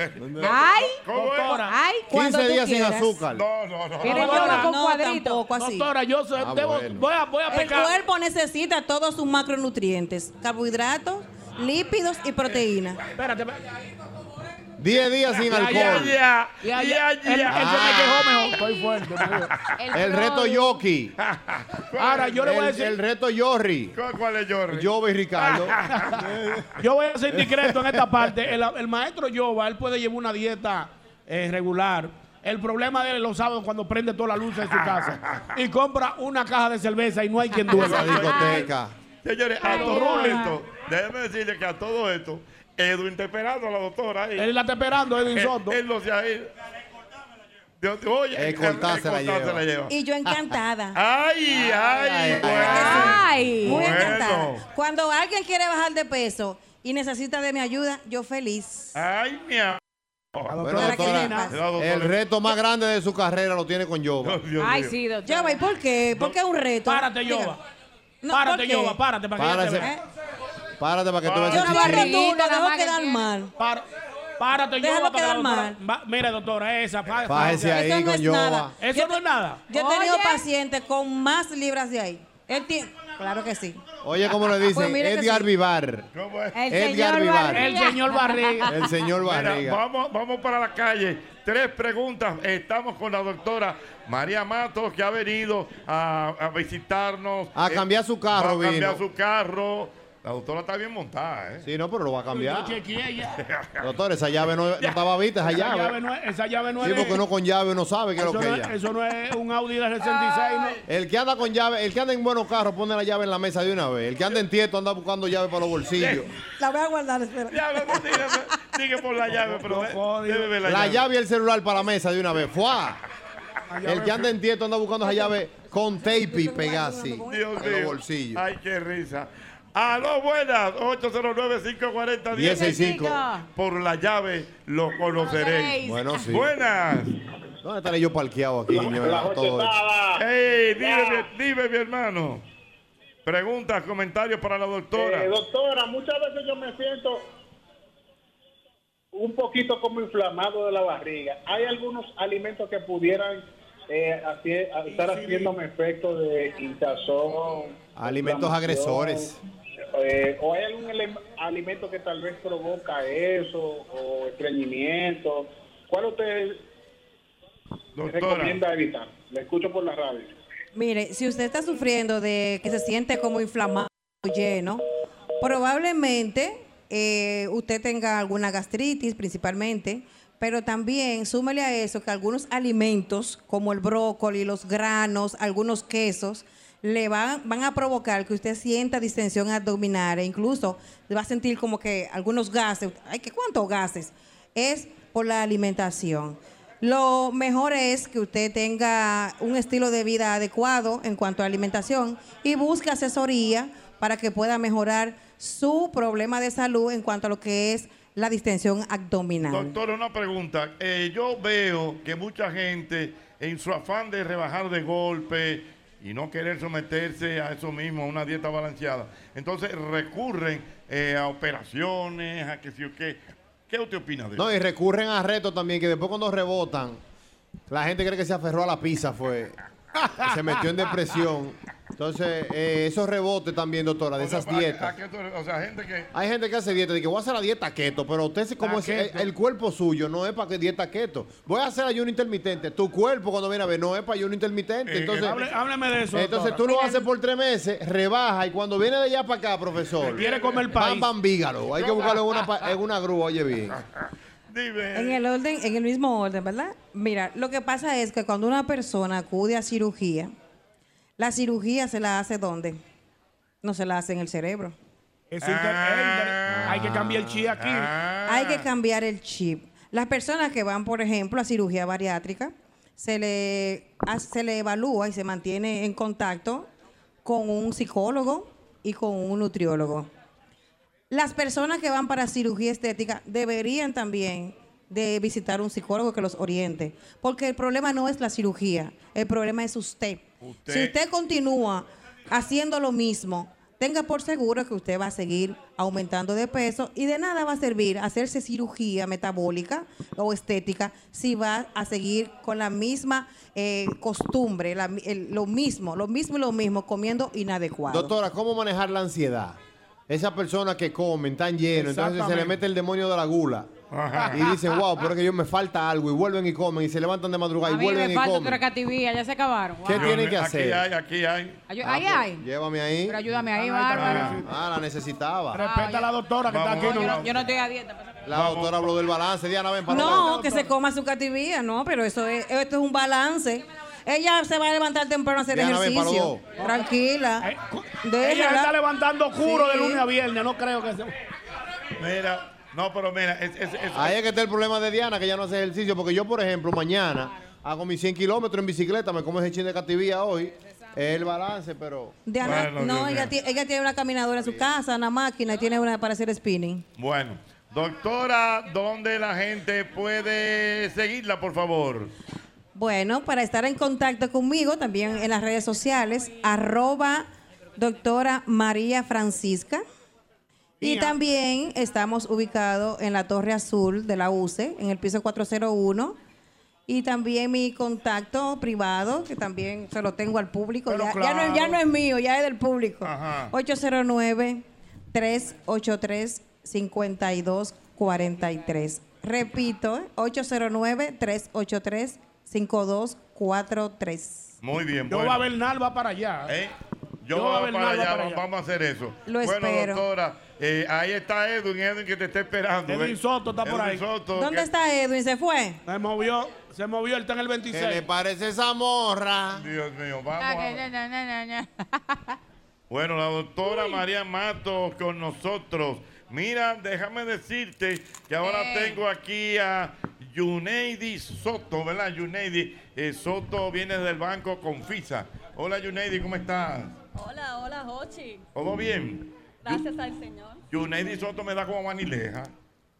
[SPEAKER 12] Ay,
[SPEAKER 7] ¿Cómo es?
[SPEAKER 12] ay, cuando
[SPEAKER 8] 15
[SPEAKER 12] tú
[SPEAKER 8] días sin
[SPEAKER 12] quieras.
[SPEAKER 8] azúcar.
[SPEAKER 7] No, no, no.
[SPEAKER 12] Miren,
[SPEAKER 10] Doctora,
[SPEAKER 12] yo con
[SPEAKER 10] no,
[SPEAKER 12] cuadrito.
[SPEAKER 10] tampoco así.
[SPEAKER 11] Doctora, yo soy-
[SPEAKER 8] Ah,
[SPEAKER 11] debo-
[SPEAKER 8] bueno.
[SPEAKER 11] voy, a, voy a
[SPEAKER 10] El
[SPEAKER 11] pecar.
[SPEAKER 10] cuerpo necesita todos sus macronutrientes, carbohidratos, lípidos y proteínas.
[SPEAKER 11] Espérate, espérate.
[SPEAKER 8] 10 días
[SPEAKER 11] Ya,
[SPEAKER 8] sin
[SPEAKER 11] ya,
[SPEAKER 8] alcohol. Ah,
[SPEAKER 7] Ya,
[SPEAKER 11] Ya,
[SPEAKER 7] ya,
[SPEAKER 11] ya.
[SPEAKER 7] ya.
[SPEAKER 11] Él- él se me quejó mejor. Estoy fuerte.
[SPEAKER 8] El reto Yoki.
[SPEAKER 11] Ahora, yo le voy a
[SPEAKER 8] El-
[SPEAKER 11] decir-
[SPEAKER 8] El reto Yorri.
[SPEAKER 7] ¿Cuál, cuál es Jorri?
[SPEAKER 8] Yoba y Ricardo.
[SPEAKER 11] Yo voy a ser discreto en esta parte. El, el maestro Yoba, él puede llevar una dieta eh, regular. El problema de él es los sábados cuando prende toda la luz en su casa y compra una caja de cerveza y no hay quien duela.
[SPEAKER 8] Esa discoteca.
[SPEAKER 7] Señores, a
[SPEAKER 11] Ay,
[SPEAKER 7] todo
[SPEAKER 11] ay.
[SPEAKER 7] esto, déjenme decirle que a todo esto, Edwin está esperando a la doctora ahí.
[SPEAKER 11] Él la está esperando, Edwin
[SPEAKER 7] Él-
[SPEAKER 11] Soto.
[SPEAKER 7] Él no se ha ido. Dios, oye, eh,
[SPEAKER 8] El Cortázar la
[SPEAKER 7] Cortázar
[SPEAKER 8] lleva.
[SPEAKER 10] Y yo encantada.
[SPEAKER 7] Ay, ay,
[SPEAKER 12] Ay,
[SPEAKER 10] Muy
[SPEAKER 7] Ah. bueno.
[SPEAKER 10] encantada. Cuando alguien quiere bajar de peso y necesita de mi ayuda, yo feliz.
[SPEAKER 7] ay, mi amor.
[SPEAKER 8] Bueno,
[SPEAKER 10] Para que
[SPEAKER 8] doctora,
[SPEAKER 10] sepas.
[SPEAKER 7] La doctora-
[SPEAKER 8] el reto más grande de su carrera lo tiene con Yoba.
[SPEAKER 7] Dios
[SPEAKER 12] Ay,
[SPEAKER 7] mío.
[SPEAKER 12] sí, doctor.
[SPEAKER 10] Yoba, ¿y por qué? ¿Por qué es un reto?
[SPEAKER 11] Párate,
[SPEAKER 10] Diga.
[SPEAKER 11] Yoba.
[SPEAKER 10] No, ¿por
[SPEAKER 11] Párate,
[SPEAKER 10] qué?
[SPEAKER 11] Yoba, párate para que ella te
[SPEAKER 8] Párate,
[SPEAKER 11] vea.
[SPEAKER 8] párate para que tú
[SPEAKER 7] Yo
[SPEAKER 8] veas
[SPEAKER 10] Yo
[SPEAKER 8] el
[SPEAKER 10] no
[SPEAKER 8] chichi.
[SPEAKER 10] barro
[SPEAKER 12] Chiquita,
[SPEAKER 10] Eh, duro,
[SPEAKER 12] nada
[SPEAKER 10] debo
[SPEAKER 12] más que
[SPEAKER 10] quedar
[SPEAKER 12] tiene.
[SPEAKER 10] mal.
[SPEAKER 11] Para- Párate,
[SPEAKER 10] Déjalo
[SPEAKER 11] Yoba, para que la
[SPEAKER 10] quedar
[SPEAKER 11] doctora-
[SPEAKER 10] mal.
[SPEAKER 11] Va- Mira, doctora, esa. pá-
[SPEAKER 8] Bájese
[SPEAKER 11] párate.
[SPEAKER 8] ahí
[SPEAKER 10] Eso no
[SPEAKER 8] con
[SPEAKER 10] es
[SPEAKER 8] Yoba.
[SPEAKER 10] nada.
[SPEAKER 11] Eso no es nada.
[SPEAKER 10] Yo he tenido
[SPEAKER 12] Oye.
[SPEAKER 10] pacientes con más libras de ahí. Él tiene- Claro que sí.
[SPEAKER 8] Oye, como le dicen,
[SPEAKER 10] Pues mira que
[SPEAKER 8] Edgar
[SPEAKER 10] sí.
[SPEAKER 8] Vivar.
[SPEAKER 7] ¿Cómo es?
[SPEAKER 12] El
[SPEAKER 8] Edgar
[SPEAKER 12] señor
[SPEAKER 8] Vivar.
[SPEAKER 12] Barriga.
[SPEAKER 11] El señor Barriga.
[SPEAKER 8] El señor
[SPEAKER 7] Mira,
[SPEAKER 8] Barriga.
[SPEAKER 7] vamos, vamos para la calle. Tres preguntas. Estamos con la doctora María Matos, que ha venido a, a visitarnos.
[SPEAKER 8] A cambiar su carro,
[SPEAKER 7] va A cambiar
[SPEAKER 8] vino.
[SPEAKER 7] su carro. La doctora está bien montada, ¿eh?
[SPEAKER 8] Sí, no, pero lo va a cambiar.
[SPEAKER 11] Chequeé ya.
[SPEAKER 8] Doctor, esa llave no, no estaba vista, esa
[SPEAKER 11] Esa
[SPEAKER 8] llave.
[SPEAKER 11] llave no es- Esa llave no
[SPEAKER 8] Sí,
[SPEAKER 11] es.
[SPEAKER 8] porque uno con llave no sabe qué es
[SPEAKER 11] Eso
[SPEAKER 8] lo que
[SPEAKER 11] no
[SPEAKER 8] es
[SPEAKER 11] es-
[SPEAKER 8] ya.
[SPEAKER 11] eso no es un Audi de 66, ¿no?
[SPEAKER 8] El que anda con llave, el que anda en buenos carros pone la llave en la mesa de una vez. El que anda en tieto anda buscando llave para los bolsillos.
[SPEAKER 10] La voy a guardar, espera.
[SPEAKER 7] Ya, no, no, sigue, sigue por la llave, pero de- debe ver la,
[SPEAKER 8] La llave y el celular para la mesa de una vez. ¡Fua! El que anda en tieto anda buscando esa llave con tape y pegasi
[SPEAKER 7] Dios
[SPEAKER 8] en los
[SPEAKER 7] mío.
[SPEAKER 8] bolsillos.
[SPEAKER 7] Ay, qué risa. Aló, buenas. 809-540-1065.
[SPEAKER 8] 1065.
[SPEAKER 7] Por la llave lo conoceréis.
[SPEAKER 8] Bueno, sí.
[SPEAKER 7] Buenas.
[SPEAKER 8] ¿Dónde estaré yo parqueado aquí, señor?
[SPEAKER 7] la
[SPEAKER 8] Todo hecho.
[SPEAKER 7] ¡Ey! Dime, mi- dime, mi hermano. Preguntas, comentarios para la doctora.
[SPEAKER 14] Eh, doctora, muchas veces yo me siento un poquito como inflamado de la barriga. Hay algunos alimentos que pudieran eh, hacer- estar haciéndome efecto de hinchazón.
[SPEAKER 8] Alimentos
[SPEAKER 14] inflamación,
[SPEAKER 8] agresores.
[SPEAKER 14] eh, o hay algún ele- alimento que tal vez provoca eso o estreñimiento. ¿Cuál usted recomienda evitar? Le escucho por la radio.
[SPEAKER 10] Mire, si usted está sufriendo de que se siente como inflamado, lleno, probablemente eh, usted tenga alguna gastritis principalmente, pero también súmele a eso que algunos alimentos como el brócoli, los granos, algunos quesos, le van, van a provocar que usted sienta distensión abdominal e incluso va a sentir como que algunos gases, ay, ¿qué cuántos gases? Es por la alimentación. Lo mejor es que usted tenga un estilo de vida adecuado en cuanto a alimentación y busque asesoría para que pueda mejorar su problema de salud en cuanto a lo que es la distensión abdominal.
[SPEAKER 7] Doctor, una pregunta. Eh, yo veo que mucha gente, en su afán de rebajar de golpe y no querer someterse a eso mismo, a una dieta balanceada, entonces recurren eh, a operaciones, a que si o qué. ¿Qué usted opina de eso?
[SPEAKER 8] No, y recurren a retos también, que después cuando rebotan, la gente cree que se aferró a la pizza, fue. que Se metió en depresión. Entonces, eh, esos rebotes también, doctora, de esas
[SPEAKER 7] ¿A- a-
[SPEAKER 8] dietas.
[SPEAKER 7] a qué tú- o sea, gente que...
[SPEAKER 8] Hay gente que hace dieta, de que voy a hacer la dieta keto, pero usted se- como
[SPEAKER 7] La
[SPEAKER 8] es, el,
[SPEAKER 7] keto.
[SPEAKER 8] el cuerpo suyo no es para que dieta keto. Voy a hacer ayuno intermitente. Tu cuerpo cuando viene a ver no es para ayuno intermitente.
[SPEAKER 11] Eh,
[SPEAKER 8] entonces,
[SPEAKER 11] hable- hábleme de eso,
[SPEAKER 8] Entonces
[SPEAKER 11] doctora.
[SPEAKER 8] tú lo haces por tres meses, rebaja y cuando viene de allá para acá, profesor.
[SPEAKER 11] Quiere comer
[SPEAKER 8] Bam,
[SPEAKER 11] país.
[SPEAKER 8] bam, vígalo. Hay que buscarlo en una, pa- en una grúa, oye bien.
[SPEAKER 10] En el orden, en el mismo orden, ¿verdad? Mira, lo que pasa es que cuando una persona acude a cirugía, la cirugía se la hace ¿dónde? No se la hace en el cerebro.
[SPEAKER 11] Es inter- es
[SPEAKER 8] Ah.
[SPEAKER 11] inter- hay que cambiar el chi aquí.
[SPEAKER 10] Hay que cambiar el chip. Las personas que van, por ejemplo, a cirugía bariátrica, se le, ha- se le evalúa y se mantiene en contacto con un psicólogo y con un nutriólogo. Las personas que van para cirugía estética deberían también de visitar un psicólogo que los oriente, porque el problema no es la cirugía, el problema es usted.
[SPEAKER 25] Usted.
[SPEAKER 10] Si usted continúa haciendo lo mismo, tenga por seguro que usted va a seguir aumentando de peso y de nada va a servir hacerse cirugía metabólica o estética si va a seguir con la misma eh, costumbre, la mi- el- lo mismo, lo mismo y lo mismo, comiendo inadecuado.
[SPEAKER 8] Doctora, ¿cómo manejar la ansiedad? Esas personas que comen tan lleno, entonces se le
[SPEAKER 10] Exactamente.
[SPEAKER 8] mete el demonio de la gula. Y dicen, wow, pero es que yo me falta algo. Y vuelven y comen, y se levantan de
[SPEAKER 12] A
[SPEAKER 8] madrugada, y
[SPEAKER 12] mí
[SPEAKER 8] vuelven
[SPEAKER 12] me
[SPEAKER 8] y
[SPEAKER 12] falta
[SPEAKER 8] comen.
[SPEAKER 12] otra cativilla, ya se acabaron.
[SPEAKER 8] ¿Qué
[SPEAKER 12] Wow.
[SPEAKER 8] tienen que
[SPEAKER 7] aquí
[SPEAKER 8] hacer? Ah, pues,
[SPEAKER 7] hay, aquí hay.
[SPEAKER 12] Ay, ay, ay.
[SPEAKER 8] Llévame ahí.
[SPEAKER 12] Pero ayúdame ahí,
[SPEAKER 8] Ah,
[SPEAKER 12] Bárbara.
[SPEAKER 8] ah, la necesitaba.
[SPEAKER 12] Respeta
[SPEAKER 8] a la doctora
[SPEAKER 12] No, yo, no, yo no estoy a dieta.
[SPEAKER 8] La doctora habló del balance. Diana, ven para acá.
[SPEAKER 10] No, que se coma su cativía, no, pero eso es, esto es un balance. Ella se va a levantar temprano a hacer
[SPEAKER 11] Diana, ven,
[SPEAKER 10] ejercicio.
[SPEAKER 11] Palomó.
[SPEAKER 10] Tranquila.
[SPEAKER 11] Eh, Ella
[SPEAKER 10] Déjala.
[SPEAKER 11] está levantando oscuro de
[SPEAKER 10] Sí.
[SPEAKER 11] lunes a viernes, no creo que sea.
[SPEAKER 7] Mira, no, pero mira, es, es- es-
[SPEAKER 8] Ahí es que está el problema de Diana, que ya no hace ejercicio. Porque yo, por ejemplo, mañana hago mis 100 kilómetros en bicicleta, me como ese chin de cativía hoy. Es el balance, pero.
[SPEAKER 10] Diana, no, ella, ti- ella tiene una caminadora en su casa, una máquina, y tiene una para hacer spinning.
[SPEAKER 7] Bueno, doctora, ¿dónde la gente puede seguirla, por favor?
[SPEAKER 10] Bueno, para estar en contacto conmigo también en las redes sociales, arroba doctora María Francisca. Y también estamos ubicados en la Torre Azul de la UCE, en el piso 401. Y también mi contacto privado, que también se lo tengo al público. Ya, ya no, ya no es mío, ya es del público. 809-383-5243. Repito, 809-383-5243.
[SPEAKER 7] Muy bien,
[SPEAKER 11] Yo
[SPEAKER 7] bueno.
[SPEAKER 11] va a Bernal, va para allá.
[SPEAKER 7] ¿Eh? Yo,
[SPEAKER 11] Yo
[SPEAKER 7] voy
[SPEAKER 11] a Bernal
[SPEAKER 7] para
[SPEAKER 11] va
[SPEAKER 7] allá,
[SPEAKER 11] para allá.
[SPEAKER 7] vamos a hacer eso.
[SPEAKER 10] Lo
[SPEAKER 7] bueno,
[SPEAKER 10] espero.
[SPEAKER 7] doctora, eh, ahí está Edwin, Edwin que te está esperando. ¿eh?
[SPEAKER 11] Edwin Soto está por ahí.
[SPEAKER 10] ¿Dónde está Edwin? ¿Se fue?
[SPEAKER 11] Se movió, se movió, él está en el 26.
[SPEAKER 8] ¿Qué le parece esa morra?
[SPEAKER 7] Dios mío,
[SPEAKER 12] Ah,
[SPEAKER 7] vamos.
[SPEAKER 12] que-
[SPEAKER 7] a-
[SPEAKER 12] na, na, na, na.
[SPEAKER 7] Bueno, la doctora María Matos con nosotros. Mira, déjame decirte que
[SPEAKER 12] Eh.
[SPEAKER 7] ahora tengo aquí a Yuneidi Soto, ¿verdad? Yuneidi eh, Soto viene del banco Confisa. Hola Yuneidi, ¿cómo estás?
[SPEAKER 26] Hola, hola, Jochi.
[SPEAKER 7] ¿Todo bien?
[SPEAKER 26] Gracias al Señor.
[SPEAKER 7] Yuneidi Soto me da como manileja.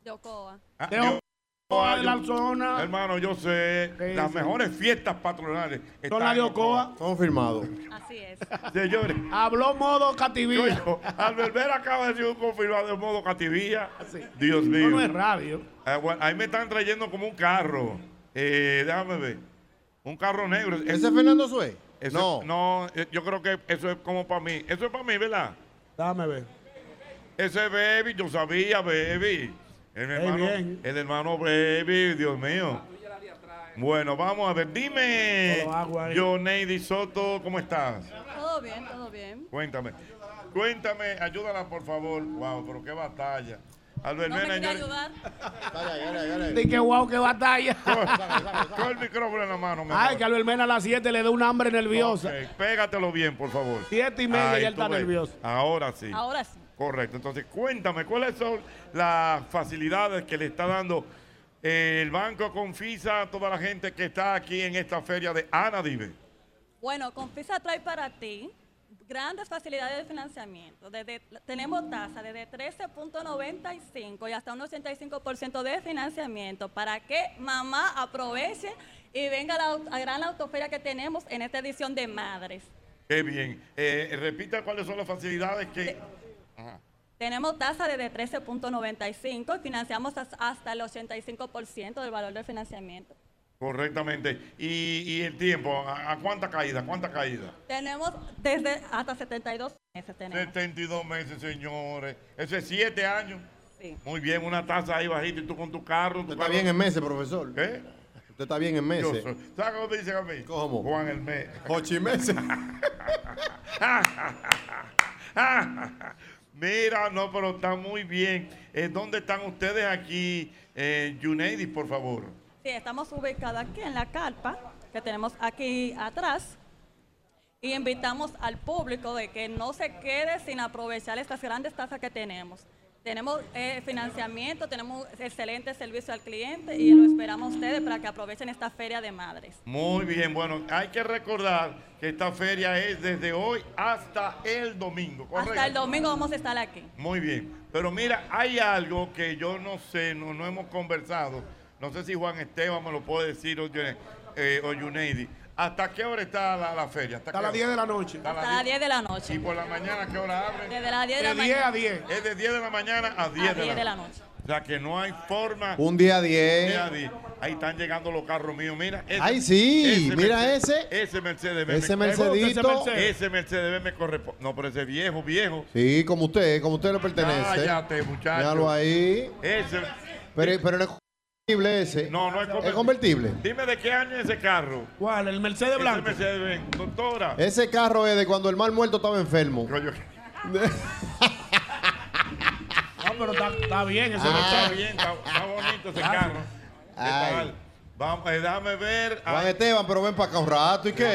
[SPEAKER 26] Yocoa.
[SPEAKER 7] Ah,
[SPEAKER 26] Teo-
[SPEAKER 7] yo-
[SPEAKER 11] de la zona.
[SPEAKER 7] Hermano, yo sé, las mejores fiestas patronales
[SPEAKER 11] Son las de Ocoa.
[SPEAKER 8] Confirmado.
[SPEAKER 26] Así es.
[SPEAKER 7] Señores.
[SPEAKER 11] Habló modo cativilla.
[SPEAKER 7] al volver acaba de decir un confirmado de modo cativilla. Dios
[SPEAKER 11] Ah, No,
[SPEAKER 7] mío.
[SPEAKER 11] no es radio.
[SPEAKER 7] Ah, bueno, ahí me están trayendo como un carro. Eh, déjame ver. Un carro negro.
[SPEAKER 8] ¿Ese es Fernando Sue?
[SPEAKER 7] no. No, eh, yo creo que eso es como para mí. Eso es para mí, ¿verdad?
[SPEAKER 11] Déjame ver.
[SPEAKER 7] Ese es baby, yo sabía, baby. El hermano,
[SPEAKER 11] bien.
[SPEAKER 7] el hermano baby, Dios mío. Bueno, vamos a ver. Dime,
[SPEAKER 26] Todo agua ahí.
[SPEAKER 7] yo, Neidy Soto, ¿cómo estás?
[SPEAKER 26] Todo bien, todo bien.
[SPEAKER 7] Cuéntame. Cuéntame, ayúdala, por favor. Wow, pero qué batalla. Albert
[SPEAKER 26] No me
[SPEAKER 7] Mena,
[SPEAKER 26] quiere
[SPEAKER 7] señores.
[SPEAKER 26] ayudar.
[SPEAKER 11] Di que guau, qué batalla.
[SPEAKER 7] Con el micrófono en la mano, mi
[SPEAKER 11] Ay,
[SPEAKER 7] amor.
[SPEAKER 11] que a Luis Mena a las 7 le da un hambre nerviosa.
[SPEAKER 7] Ok, pégatelo bien, por favor.
[SPEAKER 11] Siete y media y él
[SPEAKER 7] tú
[SPEAKER 11] está
[SPEAKER 7] ves.
[SPEAKER 11] nervioso.
[SPEAKER 7] Ahora sí.
[SPEAKER 26] Ahora sí.
[SPEAKER 7] Correcto. Entonces, cuéntame, ¿cuáles son las facilidades que le está dando eh, el Banco Confisa a toda la gente que está aquí en esta feria de Anadive?
[SPEAKER 26] Bueno, Confisa trae para ti grandes facilidades de financiamiento. Desde, tenemos tasas desde 13.95 y hasta un 85% de financiamiento para que mamá aproveche y venga a la, au- a gran autoferia que tenemos en esta edición de Madres.
[SPEAKER 7] Qué bien. Eh, repita cuáles son las facilidades que...
[SPEAKER 26] Eh,
[SPEAKER 7] Ajá.
[SPEAKER 26] Tenemos tasa desde 13.95 y financiamos as- hasta el 85% del valor del financiamiento.
[SPEAKER 7] Correctamente. Y, y el tiempo, ¿a, a cuánta caída? ¿Cuánta caída?
[SPEAKER 26] Tenemos desde hasta 72 meses. Tenemos.
[SPEAKER 7] 72 meses, señores. Eso es 7 años.
[SPEAKER 26] Sí.
[SPEAKER 7] Muy bien, una tasa ahí bajita y tú con tu carro. tu
[SPEAKER 8] Está
[SPEAKER 7] carro-
[SPEAKER 8] bien en meses, profesor.
[SPEAKER 7] ¿Qué?
[SPEAKER 8] Usted está bien en
[SPEAKER 7] Yo
[SPEAKER 8] meses.
[SPEAKER 7] soy- ¿Sabes cómo me dicen a mí? ¿Cómo? Juan el mes.
[SPEAKER 8] Ocho meses.
[SPEAKER 7] Mira, no, pero está muy bien. Eh, ¿Dónde están ustedes aquí, eh, Yuneidis, por favor?
[SPEAKER 26] Sí, estamos ubicados aquí en la carpa que tenemos aquí atrás y invitamos al público de que no se quede sin aprovechar estas grandes tasas que tenemos. Tenemos eh, financiamiento, tenemos excelente servicio al cliente y lo esperamos a ustedes para que aprovechen esta feria de madres.
[SPEAKER 7] Muy bien, bueno, hay que recordar que esta feria es desde hoy hasta el domingo, ¿correcto?
[SPEAKER 26] Hasta el domingo vamos a estar aquí.
[SPEAKER 7] Muy bien. Pero mira, hay algo que yo no sé, no, no hemos conversado. No sé si Juan Esteban me lo puede decir o, Yune- eh, o Yuneidi. ¿Hasta qué hora está la, la feria? ¿Hasta,
[SPEAKER 11] Hasta las 10 de la noche.
[SPEAKER 7] Hasta
[SPEAKER 26] Hasta las 10 de la noche.
[SPEAKER 7] ¿Y por la mañana qué hora abre?
[SPEAKER 26] Desde las 10 de la mañana.
[SPEAKER 7] Es de 10 de la mañana a 10
[SPEAKER 26] A
[SPEAKER 7] de,
[SPEAKER 26] 10 de
[SPEAKER 7] la
[SPEAKER 26] la
[SPEAKER 7] noche.
[SPEAKER 26] noche.
[SPEAKER 7] O sea que no hay forma.
[SPEAKER 8] Un día a 10.
[SPEAKER 7] Un día a 10. Ahí están llegando los carros míos, mira. ese-
[SPEAKER 8] Ay, sí, mira
[SPEAKER 7] Mercedes- Ese Mercedes Benz.
[SPEAKER 8] Ese
[SPEAKER 7] me-
[SPEAKER 8] Mercedito.
[SPEAKER 7] Ese Mercedes Benz me corresponde. No, pero ese viejo, viejo.
[SPEAKER 8] Sí, como usted, como usted le pertenece.
[SPEAKER 7] Cállate, muchacho.
[SPEAKER 8] Míralo ahí.
[SPEAKER 7] Ese.
[SPEAKER 8] Pero, pero no es convertible ese.
[SPEAKER 7] No, no es convertible.
[SPEAKER 8] Es convertible.
[SPEAKER 7] Dime de qué año es ese carro.
[SPEAKER 11] ¿Cuál? El Mercedes
[SPEAKER 7] Blanco. Mercedes Benz. Doctora.
[SPEAKER 8] Ese carro es de cuando el mal muerto estaba enfermo.
[SPEAKER 11] No, Ah, pero está, está bien ese
[SPEAKER 8] Ah.
[SPEAKER 7] Está
[SPEAKER 11] Mercedes.
[SPEAKER 7] bien, está, está bonito ese carro. ¿Qué tal? Vamos, eh, déjame ver.
[SPEAKER 8] Juan Esteban, pero ven para acá un rato. ¿Y qué?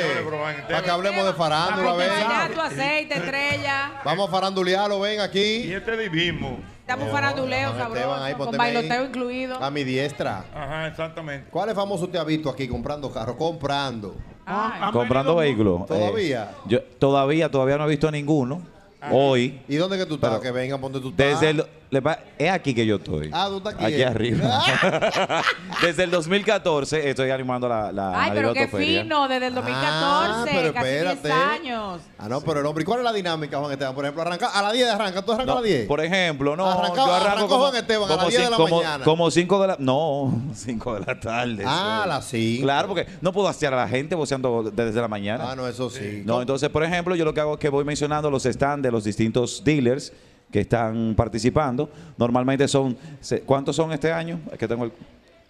[SPEAKER 8] Para que hablemos de farándula,
[SPEAKER 12] Vallenato,
[SPEAKER 8] ven.
[SPEAKER 12] aceite, estrella.
[SPEAKER 8] Vamos a farandulearlo, ven aquí.
[SPEAKER 7] Y este divismo.
[SPEAKER 12] Estamos faranduleo,
[SPEAKER 8] Eh, Juan Esteban, ahí,
[SPEAKER 12] sabroso. Con
[SPEAKER 8] pónteme
[SPEAKER 12] bailoteo
[SPEAKER 8] ahí.
[SPEAKER 12] incluido.
[SPEAKER 8] A mi diestra.
[SPEAKER 7] Ajá, exactamente.
[SPEAKER 8] ¿Cuáles famosos te ha visto aquí comprando carros? Comprando.
[SPEAKER 12] Ah,
[SPEAKER 27] Comprando vehículos.
[SPEAKER 8] ¿Todavía?
[SPEAKER 27] Eh, yo todavía, todavía no he visto ninguno. Hoy.
[SPEAKER 8] ¿Y dónde que tú estás? que vengan, ponte tu
[SPEAKER 27] Desde el, le pa- es aquí que yo estoy.
[SPEAKER 8] Ah, tú estás aquí.
[SPEAKER 27] Aquí arriba. Desde el 2014 estoy animando la, la
[SPEAKER 12] Ay, pero qué
[SPEAKER 27] Anadirotoferia.
[SPEAKER 12] fino, desde el 2014,
[SPEAKER 8] Ah, pero
[SPEAKER 12] casi 10
[SPEAKER 8] espérate.
[SPEAKER 12] años.
[SPEAKER 8] Ah, no, pero el hombre. ¿Y cuál es la dinámica, Juan Esteban? Por ejemplo, arranca a las 10 arranca. ¿Tú arrancas
[SPEAKER 27] No,
[SPEAKER 8] a las 10?
[SPEAKER 27] Por ejemplo, no,
[SPEAKER 8] Arrancó-
[SPEAKER 27] yo arranco
[SPEAKER 8] arrancó
[SPEAKER 27] como,
[SPEAKER 8] Juan Esteban a
[SPEAKER 27] como
[SPEAKER 8] las 10 de
[SPEAKER 27] cin-
[SPEAKER 8] la
[SPEAKER 27] como-
[SPEAKER 8] mañana.
[SPEAKER 27] Como 5 de la... No, 5 de la tarde.
[SPEAKER 8] Ah,
[SPEAKER 27] sí.
[SPEAKER 8] a las 5.
[SPEAKER 27] Claro, porque no puedo hacer a la gente voceando desde la mañana.
[SPEAKER 8] Ah, no, eso sí.
[SPEAKER 27] No, entonces, por ejemplo, yo lo que hago es que voy mencionando los stands de los distintos dealers que están participando. Normalmente son, se- ¿cuántos son este año? Es que tengo el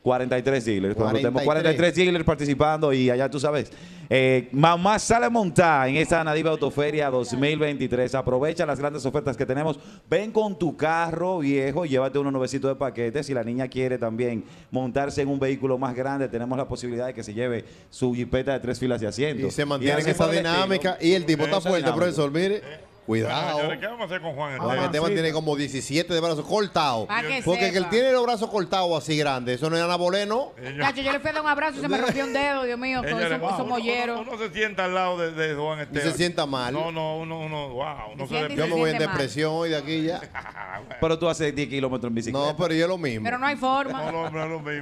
[SPEAKER 27] 43 dealers. Por ejemplo, Tenemos 43 dealers participando y allá tú sabes. Eh, mamá sale a montar en esta Anadiva Autoferia 2023. Aprovecha las grandes ofertas que tenemos. Ven con tu carro viejo, llévate unos nuevecitos de paquete. Si la niña quiere también montarse en un vehículo más grande, tenemos la posibilidad de que se lleve su jipeta de tres filas de asientos.
[SPEAKER 7] Eh,
[SPEAKER 8] Y se mantiene en esa dinámica. Y el tipo está fuerte, profesor, mire. Cuidado.
[SPEAKER 7] Bueno, señores, ¿Qué vamos a hacer con Juan?
[SPEAKER 8] Juan
[SPEAKER 7] Esteban?
[SPEAKER 8] Esteban tiene como 17 de brazos cortados.
[SPEAKER 12] Pa' Ah, que
[SPEAKER 8] Porque que
[SPEAKER 12] sepa.
[SPEAKER 8] él tiene los brazos cortados así grandes, eso no es anaboleno.
[SPEAKER 12] Cacho, yo le fui a dar un abrazo y se me rompió un dedo, Dios mío, con
[SPEAKER 7] Señores,
[SPEAKER 12] esos,
[SPEAKER 7] wow,
[SPEAKER 12] esos
[SPEAKER 7] uno-
[SPEAKER 12] molleros.
[SPEAKER 7] Uno, uno se sienta al lado de, de Juan Esteban.
[SPEAKER 8] se sienta mal.
[SPEAKER 7] No, no, uno, uno, wow. No se,
[SPEAKER 12] siente y
[SPEAKER 8] Yo
[SPEAKER 12] se
[SPEAKER 8] me voy en
[SPEAKER 12] siente mal.
[SPEAKER 8] depresión hoy de aquí ya.
[SPEAKER 7] Ah,
[SPEAKER 9] Pero tú haces 10 kilómetros en bicicleta.
[SPEAKER 8] No, pero yo lo mismo.
[SPEAKER 12] Pero no hay forma.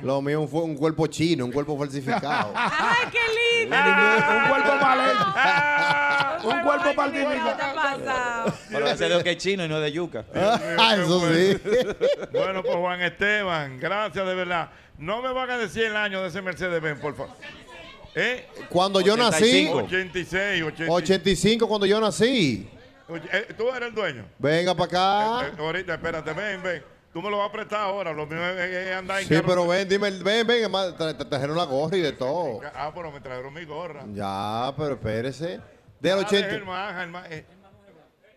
[SPEAKER 8] Lo mío fue un cuerpo chino, un cuerpo falsificado.
[SPEAKER 12] ¡Ay, qué lindo!
[SPEAKER 11] un cuerpo mal hecho.
[SPEAKER 7] Ah.
[SPEAKER 8] un cuerpo
[SPEAKER 11] ¿Qué
[SPEAKER 8] falsificado.
[SPEAKER 11] te pasa?
[SPEAKER 9] Pero ese de que es chino y no es de yuca.
[SPEAKER 8] Ah, eso sí.
[SPEAKER 7] Bueno, pues Juan Esteban, gracias de verdad. No me van a decir el año de ese Mercedes-Benz, por favor. ¿Eh?
[SPEAKER 8] Cuando yo nací.
[SPEAKER 7] 86, 86.
[SPEAKER 8] 85 cuando yo nací.
[SPEAKER 7] Oye, eh, Tú eres el dueño.
[SPEAKER 8] Venga para acá.
[SPEAKER 7] Eh, ahorita, espérate, ven, ven. Tú me lo vas a prestar ahora. Lo mío es, es andar en
[SPEAKER 8] Sí,
[SPEAKER 7] carro.
[SPEAKER 8] pero ven, dime, el- ven, ven, hermano, tra- te trajeron la gorra y de todo.
[SPEAKER 7] Ah, pero me trajeron mi gorra.
[SPEAKER 8] Ya, pero espérese. Del
[SPEAKER 7] Ah, de
[SPEAKER 8] 80.
[SPEAKER 7] Germán, Germán, eh.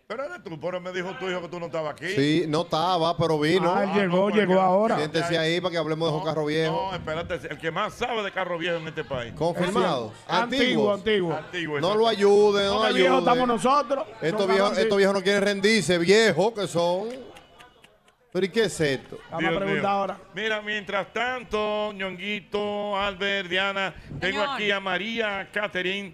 [SPEAKER 7] Pero eres tú, pero me dijo tu hijo que tú no estabas aquí.
[SPEAKER 8] Sí, no estaba, pero vino.
[SPEAKER 7] Ah, él llegó,
[SPEAKER 8] no,
[SPEAKER 7] llegó ahora.
[SPEAKER 8] Siéntese ahí para que hablemos de Jocarro Viejo.
[SPEAKER 7] No, espérate, el que más sabe de carro viejo en este país.
[SPEAKER 8] Confirmado.
[SPEAKER 11] Antiguo,
[SPEAKER 8] Antiguos.
[SPEAKER 11] antiguo.
[SPEAKER 8] No lo ayude, no
[SPEAKER 11] Estos
[SPEAKER 8] lo
[SPEAKER 11] viejos
[SPEAKER 8] ayude.
[SPEAKER 11] estamos nosotros.
[SPEAKER 8] Estos
[SPEAKER 11] Son
[SPEAKER 8] viejos,
[SPEAKER 11] varones.
[SPEAKER 8] estos viejos no quieren rendirse, viejos que son. Pero ¿y qué es esto?
[SPEAKER 7] Dios mío. Mira, mientras tanto, Ñonguito, Albert, Diana, tengo
[SPEAKER 8] Señor.
[SPEAKER 7] aquí a María Catherine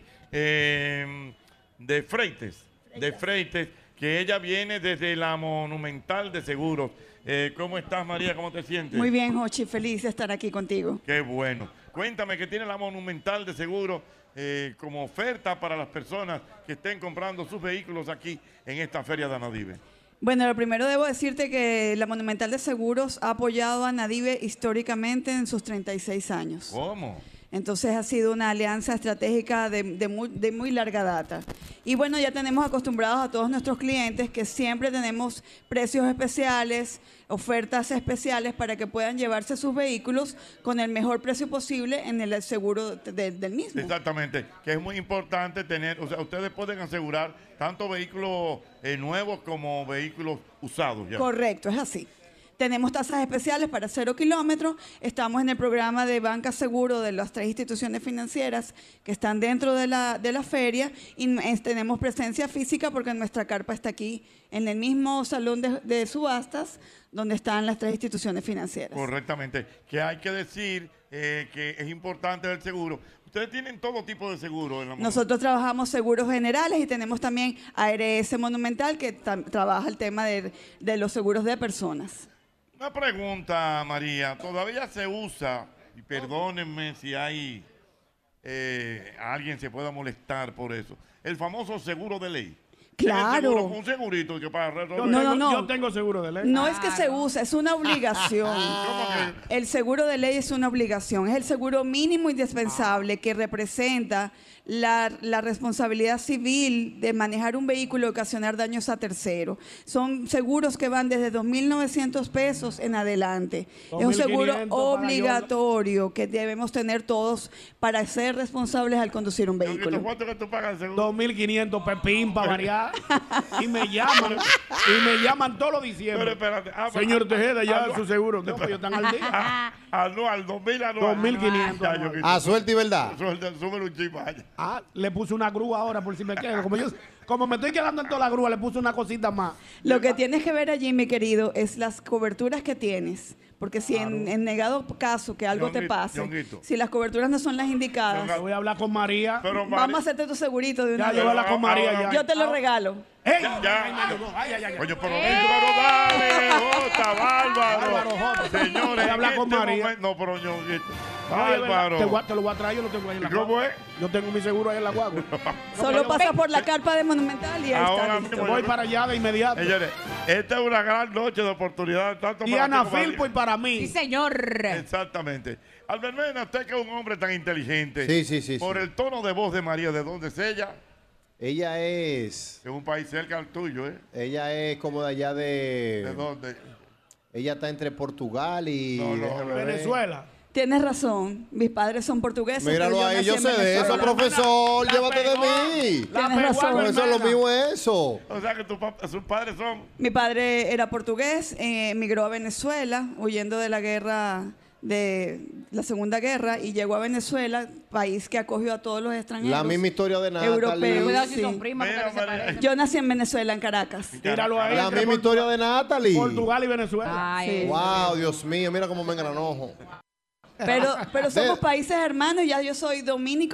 [SPEAKER 7] eh, de Freites, de Freites, que ella viene desde la Monumental de Seguros. Eh, ¿Cómo estás, María? ¿Cómo te sientes?
[SPEAKER 25] Muy bien, Jochi, feliz de estar aquí contigo.
[SPEAKER 7] Qué bueno. Cuéntame que tiene la Monumental de Seguro eh, como oferta para las personas que estén comprando sus vehículos aquí en esta feria de Anadive.
[SPEAKER 25] Bueno, lo primero debo decirte que la Monumental de Seguros ha apoyado a Nadive históricamente en sus 36 años.
[SPEAKER 7] ¿Cómo?
[SPEAKER 25] Entonces ha sido una alianza estratégica de, de muy, de muy larga data. Y bueno, ya tenemos acostumbrados a todos nuestros clientes que siempre tenemos precios especiales, ofertas especiales para que puedan llevarse sus vehículos con el mejor precio posible en el seguro de- del mismo.
[SPEAKER 7] Exactamente, que es muy importante tener, o sea, ustedes pueden asegurar tanto vehículos eh, nuevos como vehículos usados. ya.
[SPEAKER 25] Correcto, es así. Tenemos tasas especiales para cero kilómetros. Estamos en el programa de banca seguro de las tres instituciones financieras que están dentro de la, de la feria y n- es- tenemos presencia física porque nuestra carpa está aquí en el mismo salón de, de subastas donde están las tres instituciones financieras.
[SPEAKER 7] Correctamente, que hay que decir eh, que es importante el seguro. Ustedes tienen todo tipo de seguro en la
[SPEAKER 25] Nosotros trabajamos seguros generales y tenemos también ARS Monumental que tam- trabaja el tema de- de los seguros de personas.
[SPEAKER 7] Una pregunta, María. Todavía se usa, y perdónenme si hay eh, alguien se pueda molestar por eso, el famoso seguro de ley. Tiene
[SPEAKER 25] Claro.
[SPEAKER 7] seguro, un segurito que para
[SPEAKER 25] Yo No, tengo- no, no. yo
[SPEAKER 7] tengo seguro de
[SPEAKER 25] No es que se usa, es una obligación.
[SPEAKER 11] Ah,
[SPEAKER 25] El seguro de ley es una obligación, es el seguro mínimo indispensable que representa la, la responsabilidad civil de manejar un vehículo y ocasionar daños a terceros. Son seguros que van desde 2.900 pesos en adelante. Es un seguro
[SPEAKER 2] 2.500 para
[SPEAKER 25] obligatorio que debemos tener todos para ser responsables al conducir un vehículo.
[SPEAKER 7] ¿Cuánto que tú pagas el seguro?
[SPEAKER 11] 2.500 pepín para variar. y me llaman. y me llaman todos los diciembre.
[SPEAKER 7] Pero espérate. ah,
[SPEAKER 11] Señor
[SPEAKER 7] ah,
[SPEAKER 11] Tejeda, ya
[SPEAKER 7] ah,
[SPEAKER 11] su seguro. No, pero están al día.
[SPEAKER 7] Ah, Anual, 2.000 anual. Ya,
[SPEAKER 11] 2.500
[SPEAKER 7] yo
[SPEAKER 11] anual.
[SPEAKER 7] quito.
[SPEAKER 11] Ah, suerte y verdad.
[SPEAKER 7] Suerte, súbele un chip allá.
[SPEAKER 11] Ah, le puse una grúa ahora por si me quedo. Como, yo, como me estoy quedando en toda la grúa, le puse una cosita más.
[SPEAKER 25] Lo que tienes que ver allí, mi querido, es las coberturas que tienes. Porque si en, en negado caso que algo te
[SPEAKER 11] Ñonguito,
[SPEAKER 25] pase,
[SPEAKER 11] Ñonguito.
[SPEAKER 25] si las coberturas no son las indicadas,
[SPEAKER 11] Yo voy a hablar con María.
[SPEAKER 25] vamos a hacerte tu segurito de una
[SPEAKER 11] Ya, yo
[SPEAKER 25] vez.
[SPEAKER 11] voy a hablar con María, ya.
[SPEAKER 25] Yo te lo regalo.
[SPEAKER 11] ¡Ey!
[SPEAKER 7] Coño, por lo menos. Dale, Jota, bárbaro. Señores,
[SPEAKER 11] Voy a hablar
[SPEAKER 7] en
[SPEAKER 11] con
[SPEAKER 7] este
[SPEAKER 11] María.
[SPEAKER 7] momento- No, pero yo.
[SPEAKER 11] Oye, ¿verdad? Te, voy
[SPEAKER 7] Bárbaro.
[SPEAKER 11] a- te lo voy a traer, yo lo tengo ahí en la
[SPEAKER 7] ¿Cómo
[SPEAKER 11] guagua. Yo tengo mi seguro ahí en la guagua.
[SPEAKER 25] Solo pasa por la carpa de Monumental y ahí está. listo.
[SPEAKER 11] Voy para allá de inmediato.
[SPEAKER 7] Señores, esta es una gran noche de oportunidad. Tanto para ti
[SPEAKER 11] Diana
[SPEAKER 7] como para
[SPEAKER 11] Filpo y para mí.
[SPEAKER 7] Sí,
[SPEAKER 11] señor.
[SPEAKER 7] Exactamente. Albert Mena, usted que es un hombre tan inteligente.
[SPEAKER 8] Sí, sí, sí,
[SPEAKER 7] Por
[SPEAKER 8] sí.
[SPEAKER 7] el tono de voz de María, ¿de dónde es ella?
[SPEAKER 8] Ella es.
[SPEAKER 7] Es un país cerca al tuyo, ¿eh?
[SPEAKER 8] Ella es como de allá de.
[SPEAKER 7] ¿De dónde?
[SPEAKER 8] Ella está entre Portugal y. déjame ver.
[SPEAKER 25] Tienes razón. Mis padres son portugueses.
[SPEAKER 8] Míralo
[SPEAKER 25] pero
[SPEAKER 8] ahí,
[SPEAKER 25] nací
[SPEAKER 8] yo
[SPEAKER 25] en
[SPEAKER 8] sé de
[SPEAKER 25] Venezuela.
[SPEAKER 8] eso, profesor. Llévate de mí.
[SPEAKER 25] La Tienes pegó, razón.
[SPEAKER 8] Eso es lo
[SPEAKER 25] hermana.
[SPEAKER 8] mismo, es eso.
[SPEAKER 7] O sea que tu pap- sus padres son.
[SPEAKER 25] Mi padre era portugués, eh, emigró a Venezuela huyendo de la guerra de la Segunda Guerra y llegó a Venezuela, país que acogió a todos los extranjeros.
[SPEAKER 8] La misma historia de Natalie.
[SPEAKER 25] Europeos.
[SPEAKER 8] Cuidado
[SPEAKER 25] sí. Yo nací en Venezuela, en Caracas.
[SPEAKER 11] Tíralo ahí.
[SPEAKER 8] La
[SPEAKER 11] entre
[SPEAKER 8] misma
[SPEAKER 11] Por-
[SPEAKER 8] historia de Natalie.
[SPEAKER 11] Portugal y Venezuela.
[SPEAKER 25] Ay.
[SPEAKER 8] Wow, Dios mío, mira cómo me engranojo.
[SPEAKER 25] Pero, pero somos
[SPEAKER 8] De-
[SPEAKER 25] países hermanos, ya yo soy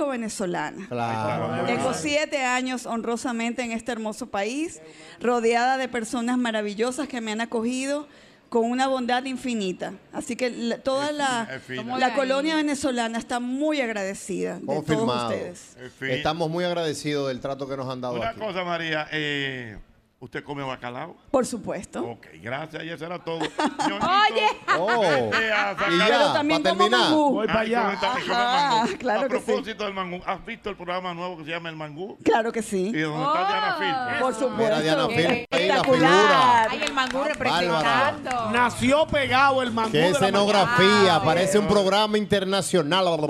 [SPEAKER 25] dominico-venezolana.
[SPEAKER 8] Claro.
[SPEAKER 25] Tengo siete años honrosamente en este hermoso país, rodeada de personas maravillosas que me han acogido con una bondad infinita. Así que la- toda la,
[SPEAKER 8] es fina.
[SPEAKER 25] la colonia venezolana está muy agradecida de todos
[SPEAKER 8] Confirmado.
[SPEAKER 25] ustedes.
[SPEAKER 7] En fin.
[SPEAKER 8] Estamos muy agradecidos del trato que nos han dado
[SPEAKER 7] Una
[SPEAKER 8] aquí.
[SPEAKER 7] cosa, María, eh, ¿usted come bacalao?
[SPEAKER 25] Por supuesto.
[SPEAKER 7] Ok, gracias, y eso era todo.
[SPEAKER 25] Oye,
[SPEAKER 7] Oh. Vete a sacar-
[SPEAKER 25] Pero también como mangú.
[SPEAKER 7] Ay, ¿cómo está? ¿Cómo el
[SPEAKER 25] Ajá,
[SPEAKER 7] mangú?
[SPEAKER 25] claro
[SPEAKER 7] A
[SPEAKER 25] que sí.
[SPEAKER 7] propósito del mangú, ¿has visto el programa nuevo que se llama El Mangú?
[SPEAKER 25] Claro que sí.
[SPEAKER 7] Y donde está Diana Filpo.
[SPEAKER 25] Oh. Por supuesto.
[SPEAKER 7] Mira, Diana Filpo, ahí la
[SPEAKER 25] Espectacular.
[SPEAKER 12] Ay, el mangú representando.
[SPEAKER 8] Bárbara.
[SPEAKER 11] Nació pegado el mangú.
[SPEAKER 8] Qué
[SPEAKER 11] de la
[SPEAKER 8] escenografía, parece un programa internacional.
[SPEAKER 11] Parece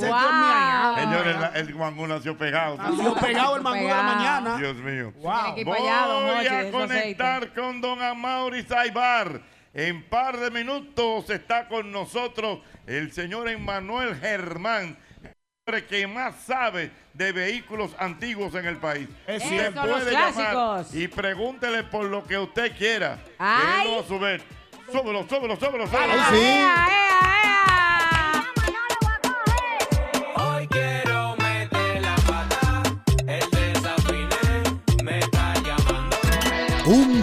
[SPEAKER 11] que es mi allá.
[SPEAKER 7] Señores, la- el mangú nació pegado.
[SPEAKER 11] Ah, Nació pegado el mangú de la mañana.
[SPEAKER 7] Dios mío.
[SPEAKER 11] Wow.
[SPEAKER 7] Voy a conectar con don Amaury Saibar. En par de minutos está con nosotros el señor Emmanuel Germán, el hombre que más sabe de vehículos antiguos en el país.
[SPEAKER 11] Es
[SPEAKER 7] Usted
[SPEAKER 11] cierto. Esos, los
[SPEAKER 7] llamar
[SPEAKER 11] clásicos.
[SPEAKER 7] y pregúntele por lo que usted quiera.
[SPEAKER 11] Ay.
[SPEAKER 7] Déjelo a su vez. Súbelo, súbelo, súbelo, súbelo.
[SPEAKER 23] Hoy quiero meter la pata, el desafiné me está llamando.
[SPEAKER 2] Un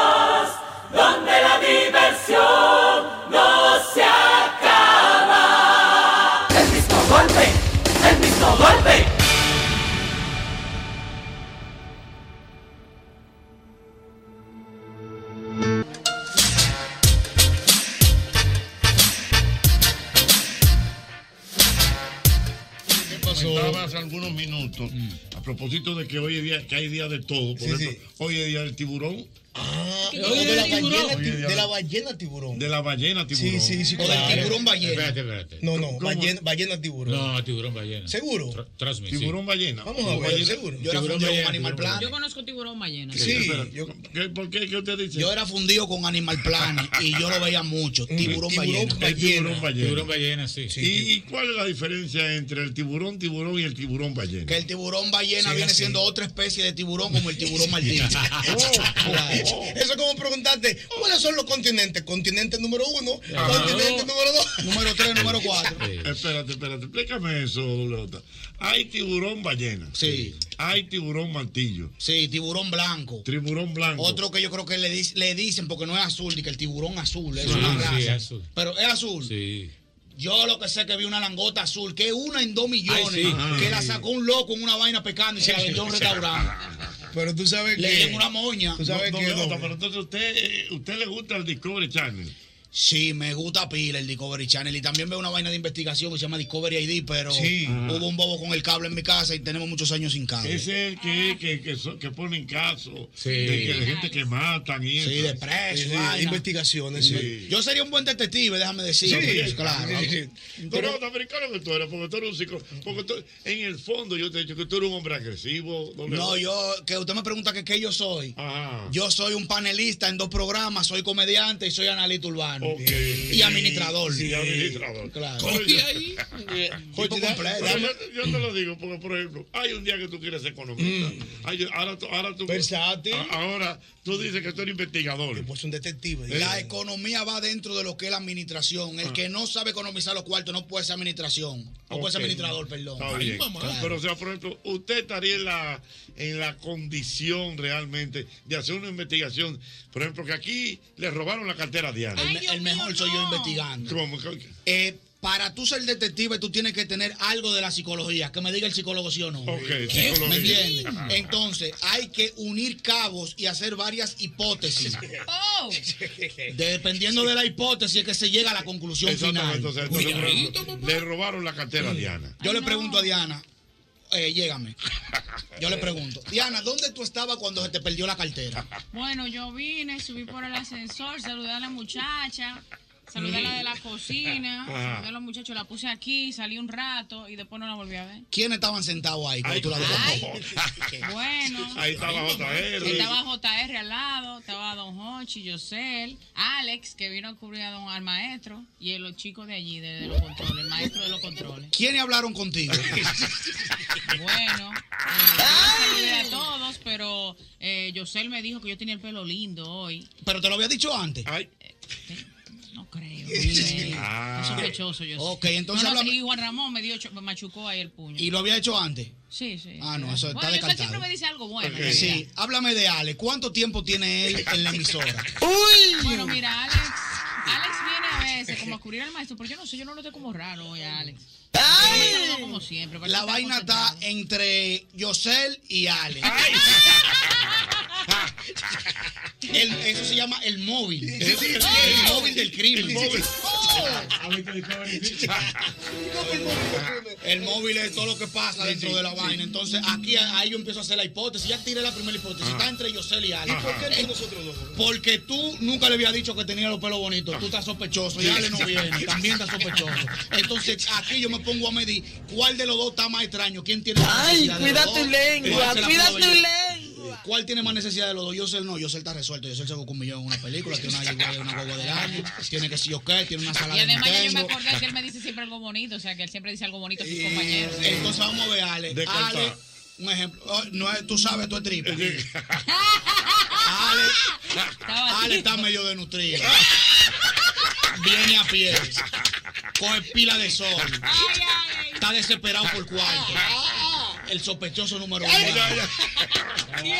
[SPEAKER 1] donde la diversión no se acaba. El mismo golpe, el mismo golpe.
[SPEAKER 7] Comentabas algunos minutos
[SPEAKER 19] Mm.
[SPEAKER 7] a propósito de que hoy es día, que hay día de todo. Por ejemplo, hoy es día del tiburón.
[SPEAKER 19] Ah, de la ballena,
[SPEAKER 7] Hoy es día
[SPEAKER 19] ti- de la ballena tiburón.
[SPEAKER 7] De la ballena tiburón.
[SPEAKER 19] Sí, sí, sí,
[SPEAKER 7] O
[SPEAKER 19] o del tiburón ballena.
[SPEAKER 7] Espérate, espérate.
[SPEAKER 19] No, no,
[SPEAKER 7] ¿Cómo?
[SPEAKER 19] ballena, ballena tiburón.
[SPEAKER 13] No, tiburón ballena.
[SPEAKER 19] ¿Seguro?
[SPEAKER 13] Transmisión.
[SPEAKER 7] Tiburón ballena.
[SPEAKER 19] Vamos a ver, seguro. Yo era fundido con animal planet.
[SPEAKER 12] Yo conozco tiburón ballena.
[SPEAKER 19] Sí, yo-
[SPEAKER 7] ¿Por qué? ¿Qué usted dice?
[SPEAKER 19] Yo era fundido con animal planet y yo lo veía mucho. Tiburón, ballena.
[SPEAKER 7] El tiburón ballena.
[SPEAKER 19] Tiburón
[SPEAKER 13] ballena, sí.
[SPEAKER 7] ¿Y, y cuál es la diferencia entre el tiburón tiburón y el tiburón ballena?
[SPEAKER 19] Que el tiburón
[SPEAKER 7] Sí,
[SPEAKER 19] ballena viene
[SPEAKER 7] así. Oh,
[SPEAKER 19] siendo otra especie de tiburón como el tiburón martillo. Eso es como preguntarte, ¿cuáles son los continentes? Continente número uno,
[SPEAKER 7] Ajá.
[SPEAKER 19] continente número dos, número tres, número cuatro.
[SPEAKER 7] Espérate, espérate, explícame eso, doble J. Hay tiburón ballena. Sí. Hay tiburón martillo.
[SPEAKER 19] Sí, tiburón blanco.
[SPEAKER 7] Tiburón blanco.
[SPEAKER 19] Otro que yo creo que le, dic- le dicen, porque no es azul, ni que el tiburón azul, es
[SPEAKER 13] Sí,
[SPEAKER 19] una raza.
[SPEAKER 13] sí, azul.
[SPEAKER 19] Pero es azul.
[SPEAKER 13] Sí.
[SPEAKER 19] Yo lo que sé que vi una langota azul, que es una en dos millones,
[SPEAKER 13] Ay, sí.
[SPEAKER 19] que
[SPEAKER 13] Ah,
[SPEAKER 19] la
[SPEAKER 13] sí.
[SPEAKER 19] sacó un loco en una vaina pecando y se la vendió a un restaurante.
[SPEAKER 7] Pero tú sabes
[SPEAKER 19] Le dieron una moña.
[SPEAKER 7] Tú sabes
[SPEAKER 19] No,
[SPEAKER 7] que.
[SPEAKER 19] no, no,
[SPEAKER 7] pero entonces usted, eh, usted le gusta el Discovery Channel.
[SPEAKER 19] Sí, me gusta pila el Discovery Channel y también veo una vaina de investigación que se llama Discovery ID, pero
[SPEAKER 7] Sí. Ajá.
[SPEAKER 19] hubo un bobo con el cable en mi casa y tenemos muchos años sin cable.
[SPEAKER 7] Ese es el que, que, que, so- que ponen casos
[SPEAKER 19] Sí.
[SPEAKER 7] de que de gente que matan y eso.
[SPEAKER 19] Sí, de presos, vaina. investigaciones.
[SPEAKER 7] Sí.
[SPEAKER 19] Yo sería un buen detective, déjame decir.
[SPEAKER 7] Sí,
[SPEAKER 19] claro.
[SPEAKER 7] claro. Tú eres norteamericano que tú eres, porque tú eres un psicó- Porque tú- en el fondo yo te he dicho que tú eres un hombre agresivo. doble
[SPEAKER 19] No,
[SPEAKER 7] J.
[SPEAKER 19] yo, que usted me pregunta que qué yo soy. Yo soy un panelista en dos programas, soy comediante y soy analista urbano. Y administrador.
[SPEAKER 7] Sí, administrador.
[SPEAKER 19] Claro.
[SPEAKER 7] Oye,
[SPEAKER 19] Tipo
[SPEAKER 7] Oye,
[SPEAKER 19] completo.
[SPEAKER 7] pero yo- Yo te lo digo porque, por ejemplo, hay un día que tú quieres ser economista.
[SPEAKER 19] Mm.
[SPEAKER 7] Hay- ahora, tú- ahora tú. a- Ahora tú dices que tú eres investigador. Eh.
[SPEAKER 19] Pues un detective. La economía va dentro de lo que es la administración.
[SPEAKER 7] Ah.
[SPEAKER 19] El que no sabe economizar los cuartos no puede ser administración. No puede ser
[SPEAKER 7] Ok.
[SPEAKER 19] administrador, perdón.
[SPEAKER 7] Está bien.
[SPEAKER 19] Claro.
[SPEAKER 7] Pero, o sea, por ejemplo, usted estaría en la, en la condición realmente de hacer una investigación. Por ejemplo, que aquí le robaron la cartera a Diana.
[SPEAKER 19] El, el mejor soy yo investigando.
[SPEAKER 7] ¿Cómo?
[SPEAKER 19] Eh, para tú ser detective, tú tienes que tener algo de la psicología. Que me diga el psicólogo sí o no.
[SPEAKER 7] ¿Qué?
[SPEAKER 19] ¿Eh?
[SPEAKER 7] psicología.
[SPEAKER 19] ¿Me entiendes?
[SPEAKER 7] Ajá.
[SPEAKER 19] Entonces, hay que unir cabos y hacer varias hipótesis.
[SPEAKER 12] Oh.
[SPEAKER 19] Dependiendo de la hipótesis es que se llega a la conclusión final.
[SPEAKER 7] Exactamente. O sea, entonces, por ejemplo, le robaron la cartera a Diana.
[SPEAKER 19] Yo le pregunto a Diana, eh, llégame. Yo le pregunto, Diana, ¿dónde tú estabas cuando se te perdió la cartera?
[SPEAKER 12] Bueno, yo vine, subí por el ascensor, saludé a la muchacha, saludé a la de la cocina,
[SPEAKER 19] Ajá.
[SPEAKER 12] saludé a los muchachos, la puse aquí, salí un rato y después no la volví a ver.
[SPEAKER 19] ¿Quiénes estaban sentados ahí cuando tú la
[SPEAKER 12] Ay.
[SPEAKER 19] dejaste?
[SPEAKER 12] Bueno,
[SPEAKER 19] Ahí estaba JR.
[SPEAKER 12] estaba JR al lado, estaba Don Hochi, Yosel, Alex, que vino a cubrir a don, al maestro, y los chicos de allí, de, de los controles, el maestro de los controles.
[SPEAKER 19] ¿Quiénes hablaron contigo?
[SPEAKER 12] Bueno, eh, yo los saludé a todos, pero eh, Yosel me dijo que yo tenía el pelo lindo hoy.
[SPEAKER 19] Pero te lo había dicho antes.
[SPEAKER 12] Es sospechoso, yo sé.
[SPEAKER 19] Ok, entonces
[SPEAKER 12] No, no,
[SPEAKER 19] háblame-
[SPEAKER 12] Y Juan Ramón me, dio, cho- me machucó ahí el puño.
[SPEAKER 19] ¿Y lo había hecho antes?
[SPEAKER 12] Sí, sí.
[SPEAKER 19] Ah, no, eso está
[SPEAKER 12] bueno, Yosel siempre
[SPEAKER 19] descartado.
[SPEAKER 12] me dice algo bueno. en
[SPEAKER 19] Sí,
[SPEAKER 12] realidad.
[SPEAKER 19] háblame de Ale. ¿Cuánto tiempo tiene él en la emisora?
[SPEAKER 12] Bueno, mira, Alex, Alex viene a veces como a cubrir al maestro, pero yo no sé, yo no noté como raro hoy a Alex. Yo me saludo como siempre. parece
[SPEAKER 19] La
[SPEAKER 12] que está
[SPEAKER 19] vaina está entre Yosel y Ale. El- eso se llama el móvil.
[SPEAKER 23] Sí, sí, sí.
[SPEAKER 19] El móvil del crimen.
[SPEAKER 23] El móvil.
[SPEAKER 19] El móvil es todo lo que pasa dentro de la vaina. Entonces, aquí ahí yo empiezo a hacer la hipótesis. Ya tiré la primera hipótesis.
[SPEAKER 23] Ajá.
[SPEAKER 19] Está entre Yosel y Ale.
[SPEAKER 23] ¿Y por qué no
[SPEAKER 19] Eh,
[SPEAKER 23] nosotros dos?
[SPEAKER 19] Porque tú nunca le habías dicho que tenía los pelos bonitos. Tú estás sospechoso. Y Ale no viene. También estás sospechoso. Entonces, aquí yo me pongo a medir cuál de los dos está más extraño. ¿Quién tiene más
[SPEAKER 23] Ay,
[SPEAKER 19] necesidad de
[SPEAKER 23] cuida
[SPEAKER 19] los dos?
[SPEAKER 23] tu lengua,
[SPEAKER 19] ¿Cuál se la
[SPEAKER 23] cuida
[SPEAKER 19] puedo
[SPEAKER 23] tu
[SPEAKER 19] yo? ¿Cuál tiene más necesidad de los dos? Yosel no. Yosel está resuelto. Yosel se buscó un millón en una película. Tiene una yegua- una guagua del año. Tiene que si yo qué. Tiene una sala
[SPEAKER 12] Y
[SPEAKER 19] de
[SPEAKER 12] además ya yo me
[SPEAKER 19] Nintendo.
[SPEAKER 12] acordé que él me dice siempre algo bonito, o sea que él siempre dice algo bonito a sus compañeros.
[SPEAKER 19] Entonces vamos a ver, Ale.
[SPEAKER 12] Descartado.
[SPEAKER 19] Ale, un ejemplo. Oh, no es- tú sabes, tú es triple. Ale, Ale está medio desnutrido. Viene a pie. Coge pila de sol. Está desesperado por cuarto.
[SPEAKER 23] Ah.
[SPEAKER 19] El sospechoso número uno.
[SPEAKER 23] Ay, ay,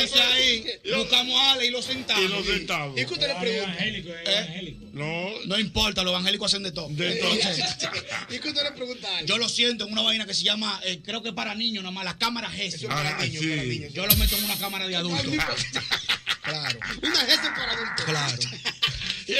[SPEAKER 19] Entonces ahí buscamos a Ale y lo sentamos.
[SPEAKER 23] Y lo sentamos.
[SPEAKER 19] ¿Y qué usted le pregunta? ¿Eh? No, no importa, los evangélicos hacen de todo. Entonces, ¿Y qué usted le pregunta? Yo lo siento en una vaina que se llama, eh, creo que es para niños, nada más, la cámara G.
[SPEAKER 23] es para Ah, niños, sí. para niños.
[SPEAKER 19] Yo lo meto en una cámara de adultos. claro. Una G para adultos. Claro.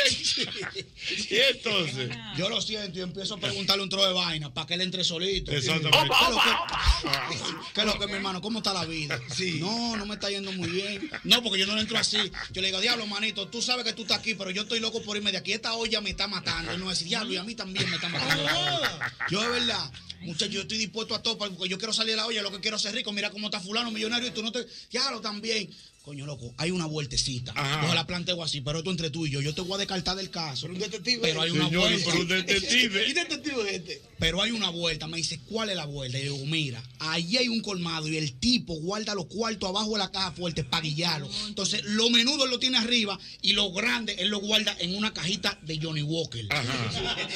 [SPEAKER 19] y entonces. Yo lo siento y empiezo a preguntarle un trozo de vaina para que él entre solito.
[SPEAKER 23] Exactamente.
[SPEAKER 19] ¿Qué es lo que-
[SPEAKER 23] Opa,
[SPEAKER 19] ¿Qué es lo que, mi hermano? ¿Cómo está la vida? No, no me está yendo muy bien. No, porque yo no le entro así. Yo le digo, diablo, manito, tú sabes que tú estás aquí, pero yo estoy loco por irme de aquí. Esta olla me está matando. Y no es diablo, y a mí también me está matando. yo, de verdad, muchachos, yo estoy dispuesto a todo, porque yo quiero salir de la olla, lo que quiero es ser rico. Mira cómo está fulano, millonario, y tú no te... Diablo, también. Coño, loco, hay una vueltecita. Yo la planteo así, pero tú entre tú y yo, yo te voy a descartar del caso. Pero hay una
[SPEAKER 23] Señores,
[SPEAKER 19] vuelta.
[SPEAKER 23] pero un detective.
[SPEAKER 19] ¿Y detective este? Pero hay una vuelta. Me dice, ¿cuál es la vuelta? Y yo digo, mira, ahí hay un colmado y el tipo guarda los cuartos abajo de la caja fuerte para guiarlo. Entonces, lo menudo él lo tiene arriba y lo grande él lo guarda en una cajita de Johnny Walker.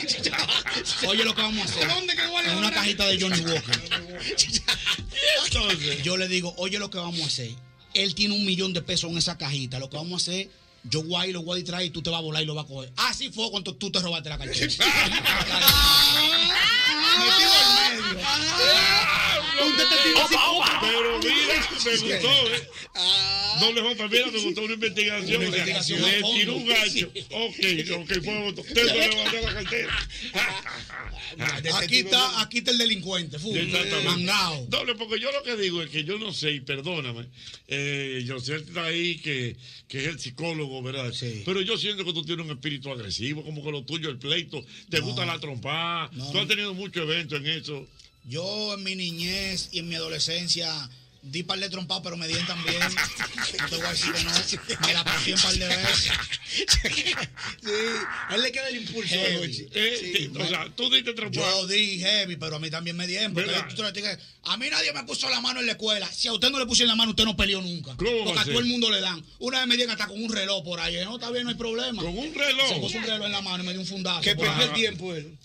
[SPEAKER 19] Oye, lo que vamos a hacer.
[SPEAKER 23] ¿Dónde que guarda
[SPEAKER 19] En una
[SPEAKER 23] ahora?
[SPEAKER 19] cajita de Johnny Walker. Yo le digo, oye, lo que vamos a hacer. Él tiene un millón de pesos en esa cajita. Lo que vamos a hacer, yo voy a ir, lo voy a distraer y tú te vas a volar y lo vas a coger. Así fue cuando tú te robaste la cartera.
[SPEAKER 23] Un
[SPEAKER 19] detective así.
[SPEAKER 23] Pero mira, me
[SPEAKER 19] Sí. Ah.
[SPEAKER 23] gustó, ¿eh? Doble J, mira, me gustó una investigación.
[SPEAKER 19] Una investigación a
[SPEAKER 23] Le
[SPEAKER 19] fondo.
[SPEAKER 23] tiró un gancho. Ok, ok, fue otro. Usted no le va a dar la cartera.
[SPEAKER 19] Aquí está, aquí está el delincuente. fu,
[SPEAKER 23] Exactamente.
[SPEAKER 19] Mangao.
[SPEAKER 23] Doble, porque yo lo que digo es que yo no sé, y perdóname, eh, yo sé que está ahí que, que es el psicólogo, ¿verdad? Pero yo siento que tú tienes un espíritu agresivo, como que lo tuyo, el pleito, te gusta la trompa, tú has tenido muchos eventos en eso.
[SPEAKER 19] Yo en mi niñez y en mi adolescencia di par de trompadas, pero me dieron también. No te voy a decir que no. Me la partí un par de veces. Sí, a él le queda el impulso.
[SPEAKER 23] de noche. eh, o sea, tú diste trompada.
[SPEAKER 19] Yo di heavy, pero a mí también me dieron. porque
[SPEAKER 23] ¿Verdad?
[SPEAKER 19] tú te lo tienes que- A mí nadie me puso la mano en la escuela. Si a usted no le pusieron la mano, usted no peleó nunca.
[SPEAKER 23] ¿Cómo va
[SPEAKER 19] Porque
[SPEAKER 23] a
[SPEAKER 19] a
[SPEAKER 23] ser?
[SPEAKER 19] todo el mundo le dan. Una vez me dieron hasta con un reloj por ahí. No, está bien, no hay problema. ¿Con
[SPEAKER 23] un reloj?
[SPEAKER 19] Se puso un reloj en la mano y me dio un fundazo.
[SPEAKER 23] Que
[SPEAKER 19] por
[SPEAKER 23] perdió
[SPEAKER 19] ahí.
[SPEAKER 23] el tiempo
[SPEAKER 19] él.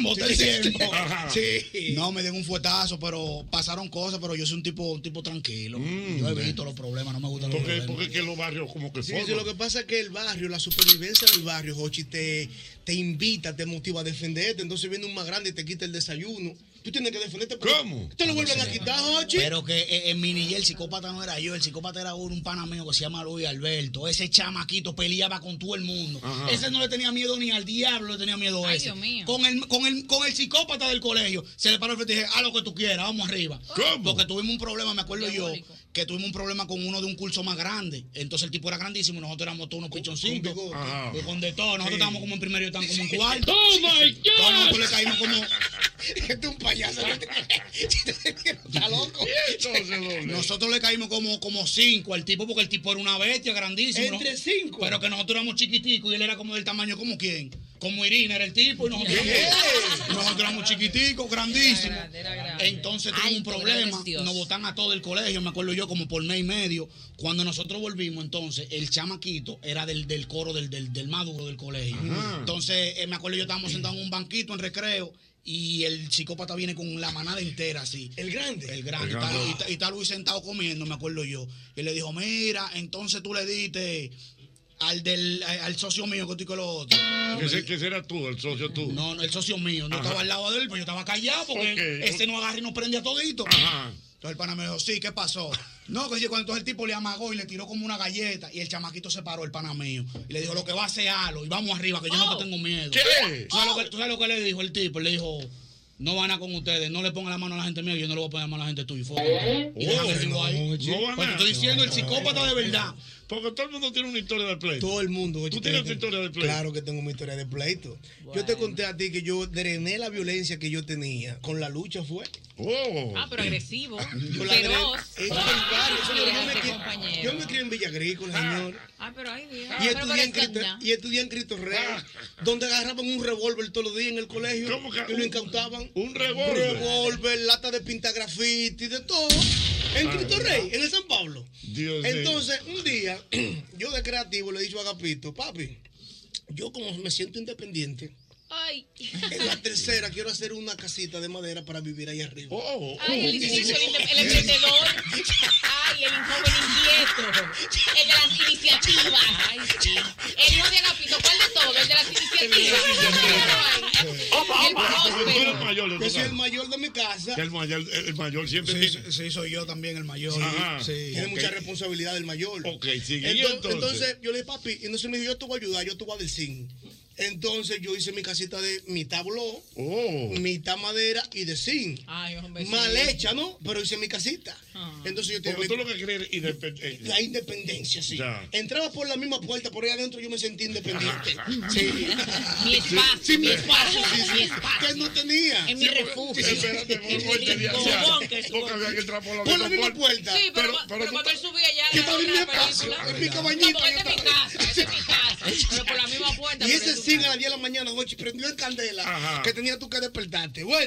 [SPEAKER 19] Boté el
[SPEAKER 23] Sí.
[SPEAKER 19] tiempo.
[SPEAKER 23] Ajá.
[SPEAKER 19] Sí. No, me dieron un fuetazo, pero pasaron cosas, pero yo soy un tipo, un tipo tranquilo. yo evito los problemas, no me gustan los
[SPEAKER 23] Mm, Porque,
[SPEAKER 19] problemas.
[SPEAKER 23] porque es que los barrios como que
[SPEAKER 21] Sí,
[SPEAKER 23] forman.
[SPEAKER 21] sí, lo que pasa es que el barrio, la supervivencia del barrio, Jochi, te, te invita, te motiva a defenderte. Entonces viene un más grande y te quita el desayuno. Tú tienes que defenderte. ¿Cómo? Te lo vuelven a quitar, Jochi.
[SPEAKER 19] Pero que eh, en mi niñez el psicópata no era yo, el psicópata era uno, un pana mío que se llama Luis Alberto. Ese chamaquito peleaba con todo el mundo.
[SPEAKER 1] Ajá.
[SPEAKER 19] Ese no le tenía miedo ni al diablo, le tenía miedo a
[SPEAKER 1] Ay,
[SPEAKER 19] ese.
[SPEAKER 1] Dios mío.
[SPEAKER 19] Con el, con el, con el psicópata del colegio, se le paró el frente y dije, haz lo que tú quieras, vamos arriba. Porque tuvimos un problema, me acuerdo yo, que tuvimos un problema con uno de un curso más grande. Entonces el tipo era grandísimo, nosotros éramos todos unos pichoncitos.
[SPEAKER 1] bigote.
[SPEAKER 19] Ajá. Y Con de todo, nosotros
[SPEAKER 1] Sí.
[SPEAKER 19] estábamos como en primero y yo estábamos como en cuarto.
[SPEAKER 1] ¡Oh, my God!
[SPEAKER 19] Todos nosotros le caímos como. Este es un payaso. Está loco. Nosotros le caímos como, como cinco al tipo, porque el tipo era una bestia grandísima.
[SPEAKER 21] Entre
[SPEAKER 19] ¿no?
[SPEAKER 21] cinco.
[SPEAKER 19] Pero que nosotros éramos chiquiticos y él era como del tamaño como quién. Como Irina era el tipo y nosotros,
[SPEAKER 1] ¿Qué?
[SPEAKER 19] nosotros éramos chiquiticos, grandísimos. Entonces tuvimos un problema.
[SPEAKER 1] grande Dios.
[SPEAKER 19] Nos botan a todo el colegio, me acuerdo yo, como por mes y medio. Cuando nosotros volvimos, entonces, el chamaquito era del, del coro del, del, del más duro del colegio.
[SPEAKER 1] Ajá.
[SPEAKER 19] Entonces, eh, me acuerdo yo, estábamos sentados en un banquito en recreo. Y el psicópata viene con la manada entera así. ¿El grande? El grande.
[SPEAKER 1] El
[SPEAKER 19] Y está-
[SPEAKER 1] grande.
[SPEAKER 19] Y, está, y está Luis sentado comiendo, me acuerdo yo. Y él le dijo, mira, entonces tú le diste al del eh, al socio mío que estoy con los otros.
[SPEAKER 23] ¿Qué, se- qué será tú, el socio tú?
[SPEAKER 19] No, no, el socio mío. Yo estaba al lado de él, pero yo estaba callado porque
[SPEAKER 23] Ok.
[SPEAKER 19] él- ese no agarra y nos prende a todito. Entonces el pana me dijo, sí, ¿qué pasó? No, que sí, cuando entonces el tipo le amagó y le tiró como una galleta y el chamaquito se paró, el pana mío. Y le dijo, lo que va a hacer, halo y vamos arriba, que yo no te tengo miedo.
[SPEAKER 1] ¿Qué?
[SPEAKER 19] ¿Tú sabes, lo que, tú sabes lo que le dijo el tipo? Él Le dijo, no van a con ustedes, no le pongan la mano a la gente mía, yo no le voy a poner la mano a la gente tuya. Y fue. Y déjame
[SPEAKER 23] Oh,
[SPEAKER 19] decirlo ahí.
[SPEAKER 23] no, chico.
[SPEAKER 19] Porque estoy diciendo el psicópata de verdad.
[SPEAKER 23] Porque todo el mundo tiene una historia de pleito.
[SPEAKER 21] Todo el mundo.
[SPEAKER 23] ¿Tú tienes tu historia de pleito?
[SPEAKER 21] Claro que tengo mi historia de pleito. Yo te conté a ti que yo drené la violencia que yo tenía. Con la lucha fue.
[SPEAKER 23] Oh.
[SPEAKER 12] Ah, pero agresivo.
[SPEAKER 21] Yo la drené.
[SPEAKER 12] feroz.
[SPEAKER 21] Eso es barrio, eso es- yo me
[SPEAKER 12] Ay, este
[SPEAKER 21] crié-
[SPEAKER 12] compañero.
[SPEAKER 21] Yo me crié en Villa Agrícola, señor.
[SPEAKER 12] Ah, pero ay, Dios.
[SPEAKER 21] Y
[SPEAKER 12] Pero
[SPEAKER 21] estudié, en
[SPEAKER 12] parece
[SPEAKER 21] Cristo,
[SPEAKER 12] ya.
[SPEAKER 21] y estudié en Cristo Rey,
[SPEAKER 23] Ah.
[SPEAKER 21] donde agarraban un revólver todos los días en el colegio y lo incautaban.
[SPEAKER 23] ¿Un revólver?
[SPEAKER 21] Revólver, lata de pintagrafiti, de todo.
[SPEAKER 23] Ah.
[SPEAKER 21] En Cristo Rey, en el San Pablo.
[SPEAKER 23] Dios
[SPEAKER 21] Entonces, un día, yo de creativo le he dicho a Agapito, papi, yo como me siento independiente,
[SPEAKER 12] Ay.
[SPEAKER 21] en la tercera quiero hacer una casita de madera para vivir ahí arriba.
[SPEAKER 23] Oh,
[SPEAKER 12] Ay, el indeciso, el, inde- el emprendedor. Ay, el joven inquieto. El de las iniciativas. Ay, sí. El hijo de Agapito, ¿cuál de todos? El de las iniciativas.
[SPEAKER 23] Porque tú eres mayor, le
[SPEAKER 21] Yo soy
[SPEAKER 23] toca.
[SPEAKER 21] el mayor de mi casa.
[SPEAKER 23] Que el mayor, el, el mayor siempre
[SPEAKER 21] Sí,
[SPEAKER 23] tiene.
[SPEAKER 19] Sí, soy yo también el mayor.
[SPEAKER 23] Ajá.
[SPEAKER 21] Tiene
[SPEAKER 23] Ok.
[SPEAKER 21] mucha responsabilidad el mayor.
[SPEAKER 23] Ok, sigue. ¿Y
[SPEAKER 21] Entonces,
[SPEAKER 23] entonces?
[SPEAKER 21] entonces, yo le dije, papi, y entonces me dijo, yo te voy a ayudar, yo te voy a decir. Entonces yo hice mi casita de mitad blog,
[SPEAKER 23] Oh.
[SPEAKER 21] mitad madera y de zinc.
[SPEAKER 12] Ay, hombre. sí.
[SPEAKER 21] Mal hecha, ¿no? Pero hice mi casita. Entonces yo tenía
[SPEAKER 23] Porque tú
[SPEAKER 21] mi-
[SPEAKER 23] lo que crees es independiente.
[SPEAKER 21] la independencia, sí.
[SPEAKER 23] Ya.
[SPEAKER 21] Entraba por la misma puerta, por ahí adentro yo me sentí independiente. sí.
[SPEAKER 12] Mi espacio.
[SPEAKER 21] Sí, mi
[SPEAKER 12] mi
[SPEAKER 21] espacio, sí, sí.
[SPEAKER 12] mi espacio.
[SPEAKER 21] Que no tenía.
[SPEAKER 12] Es mi refugio.
[SPEAKER 23] Espérate, por favor, que ya-
[SPEAKER 12] Como
[SPEAKER 23] ya.
[SPEAKER 12] bunker, su
[SPEAKER 23] Porque había que entrar por la
[SPEAKER 21] Por la misma puerta.
[SPEAKER 12] Sí, pero,
[SPEAKER 21] Pero-
[SPEAKER 12] cua-
[SPEAKER 21] pero
[SPEAKER 12] pero
[SPEAKER 21] tú
[SPEAKER 12] cuando él subía ya.
[SPEAKER 21] yo
[SPEAKER 12] era
[SPEAKER 21] estaba en
[SPEAKER 12] otra
[SPEAKER 21] mi espacio,
[SPEAKER 12] película.
[SPEAKER 21] en mi
[SPEAKER 12] No,
[SPEAKER 21] cabañita,
[SPEAKER 12] porque esta es mi casa, esta es mi casa. Pero por la misma puerta.
[SPEAKER 21] Y
[SPEAKER 12] pero
[SPEAKER 21] ese
[SPEAKER 12] tú-
[SPEAKER 21] zinc a las 10 de la mañana, Jochi, prendió en candela
[SPEAKER 23] Ajá.
[SPEAKER 21] que tenía tú que despertarte. Bueno.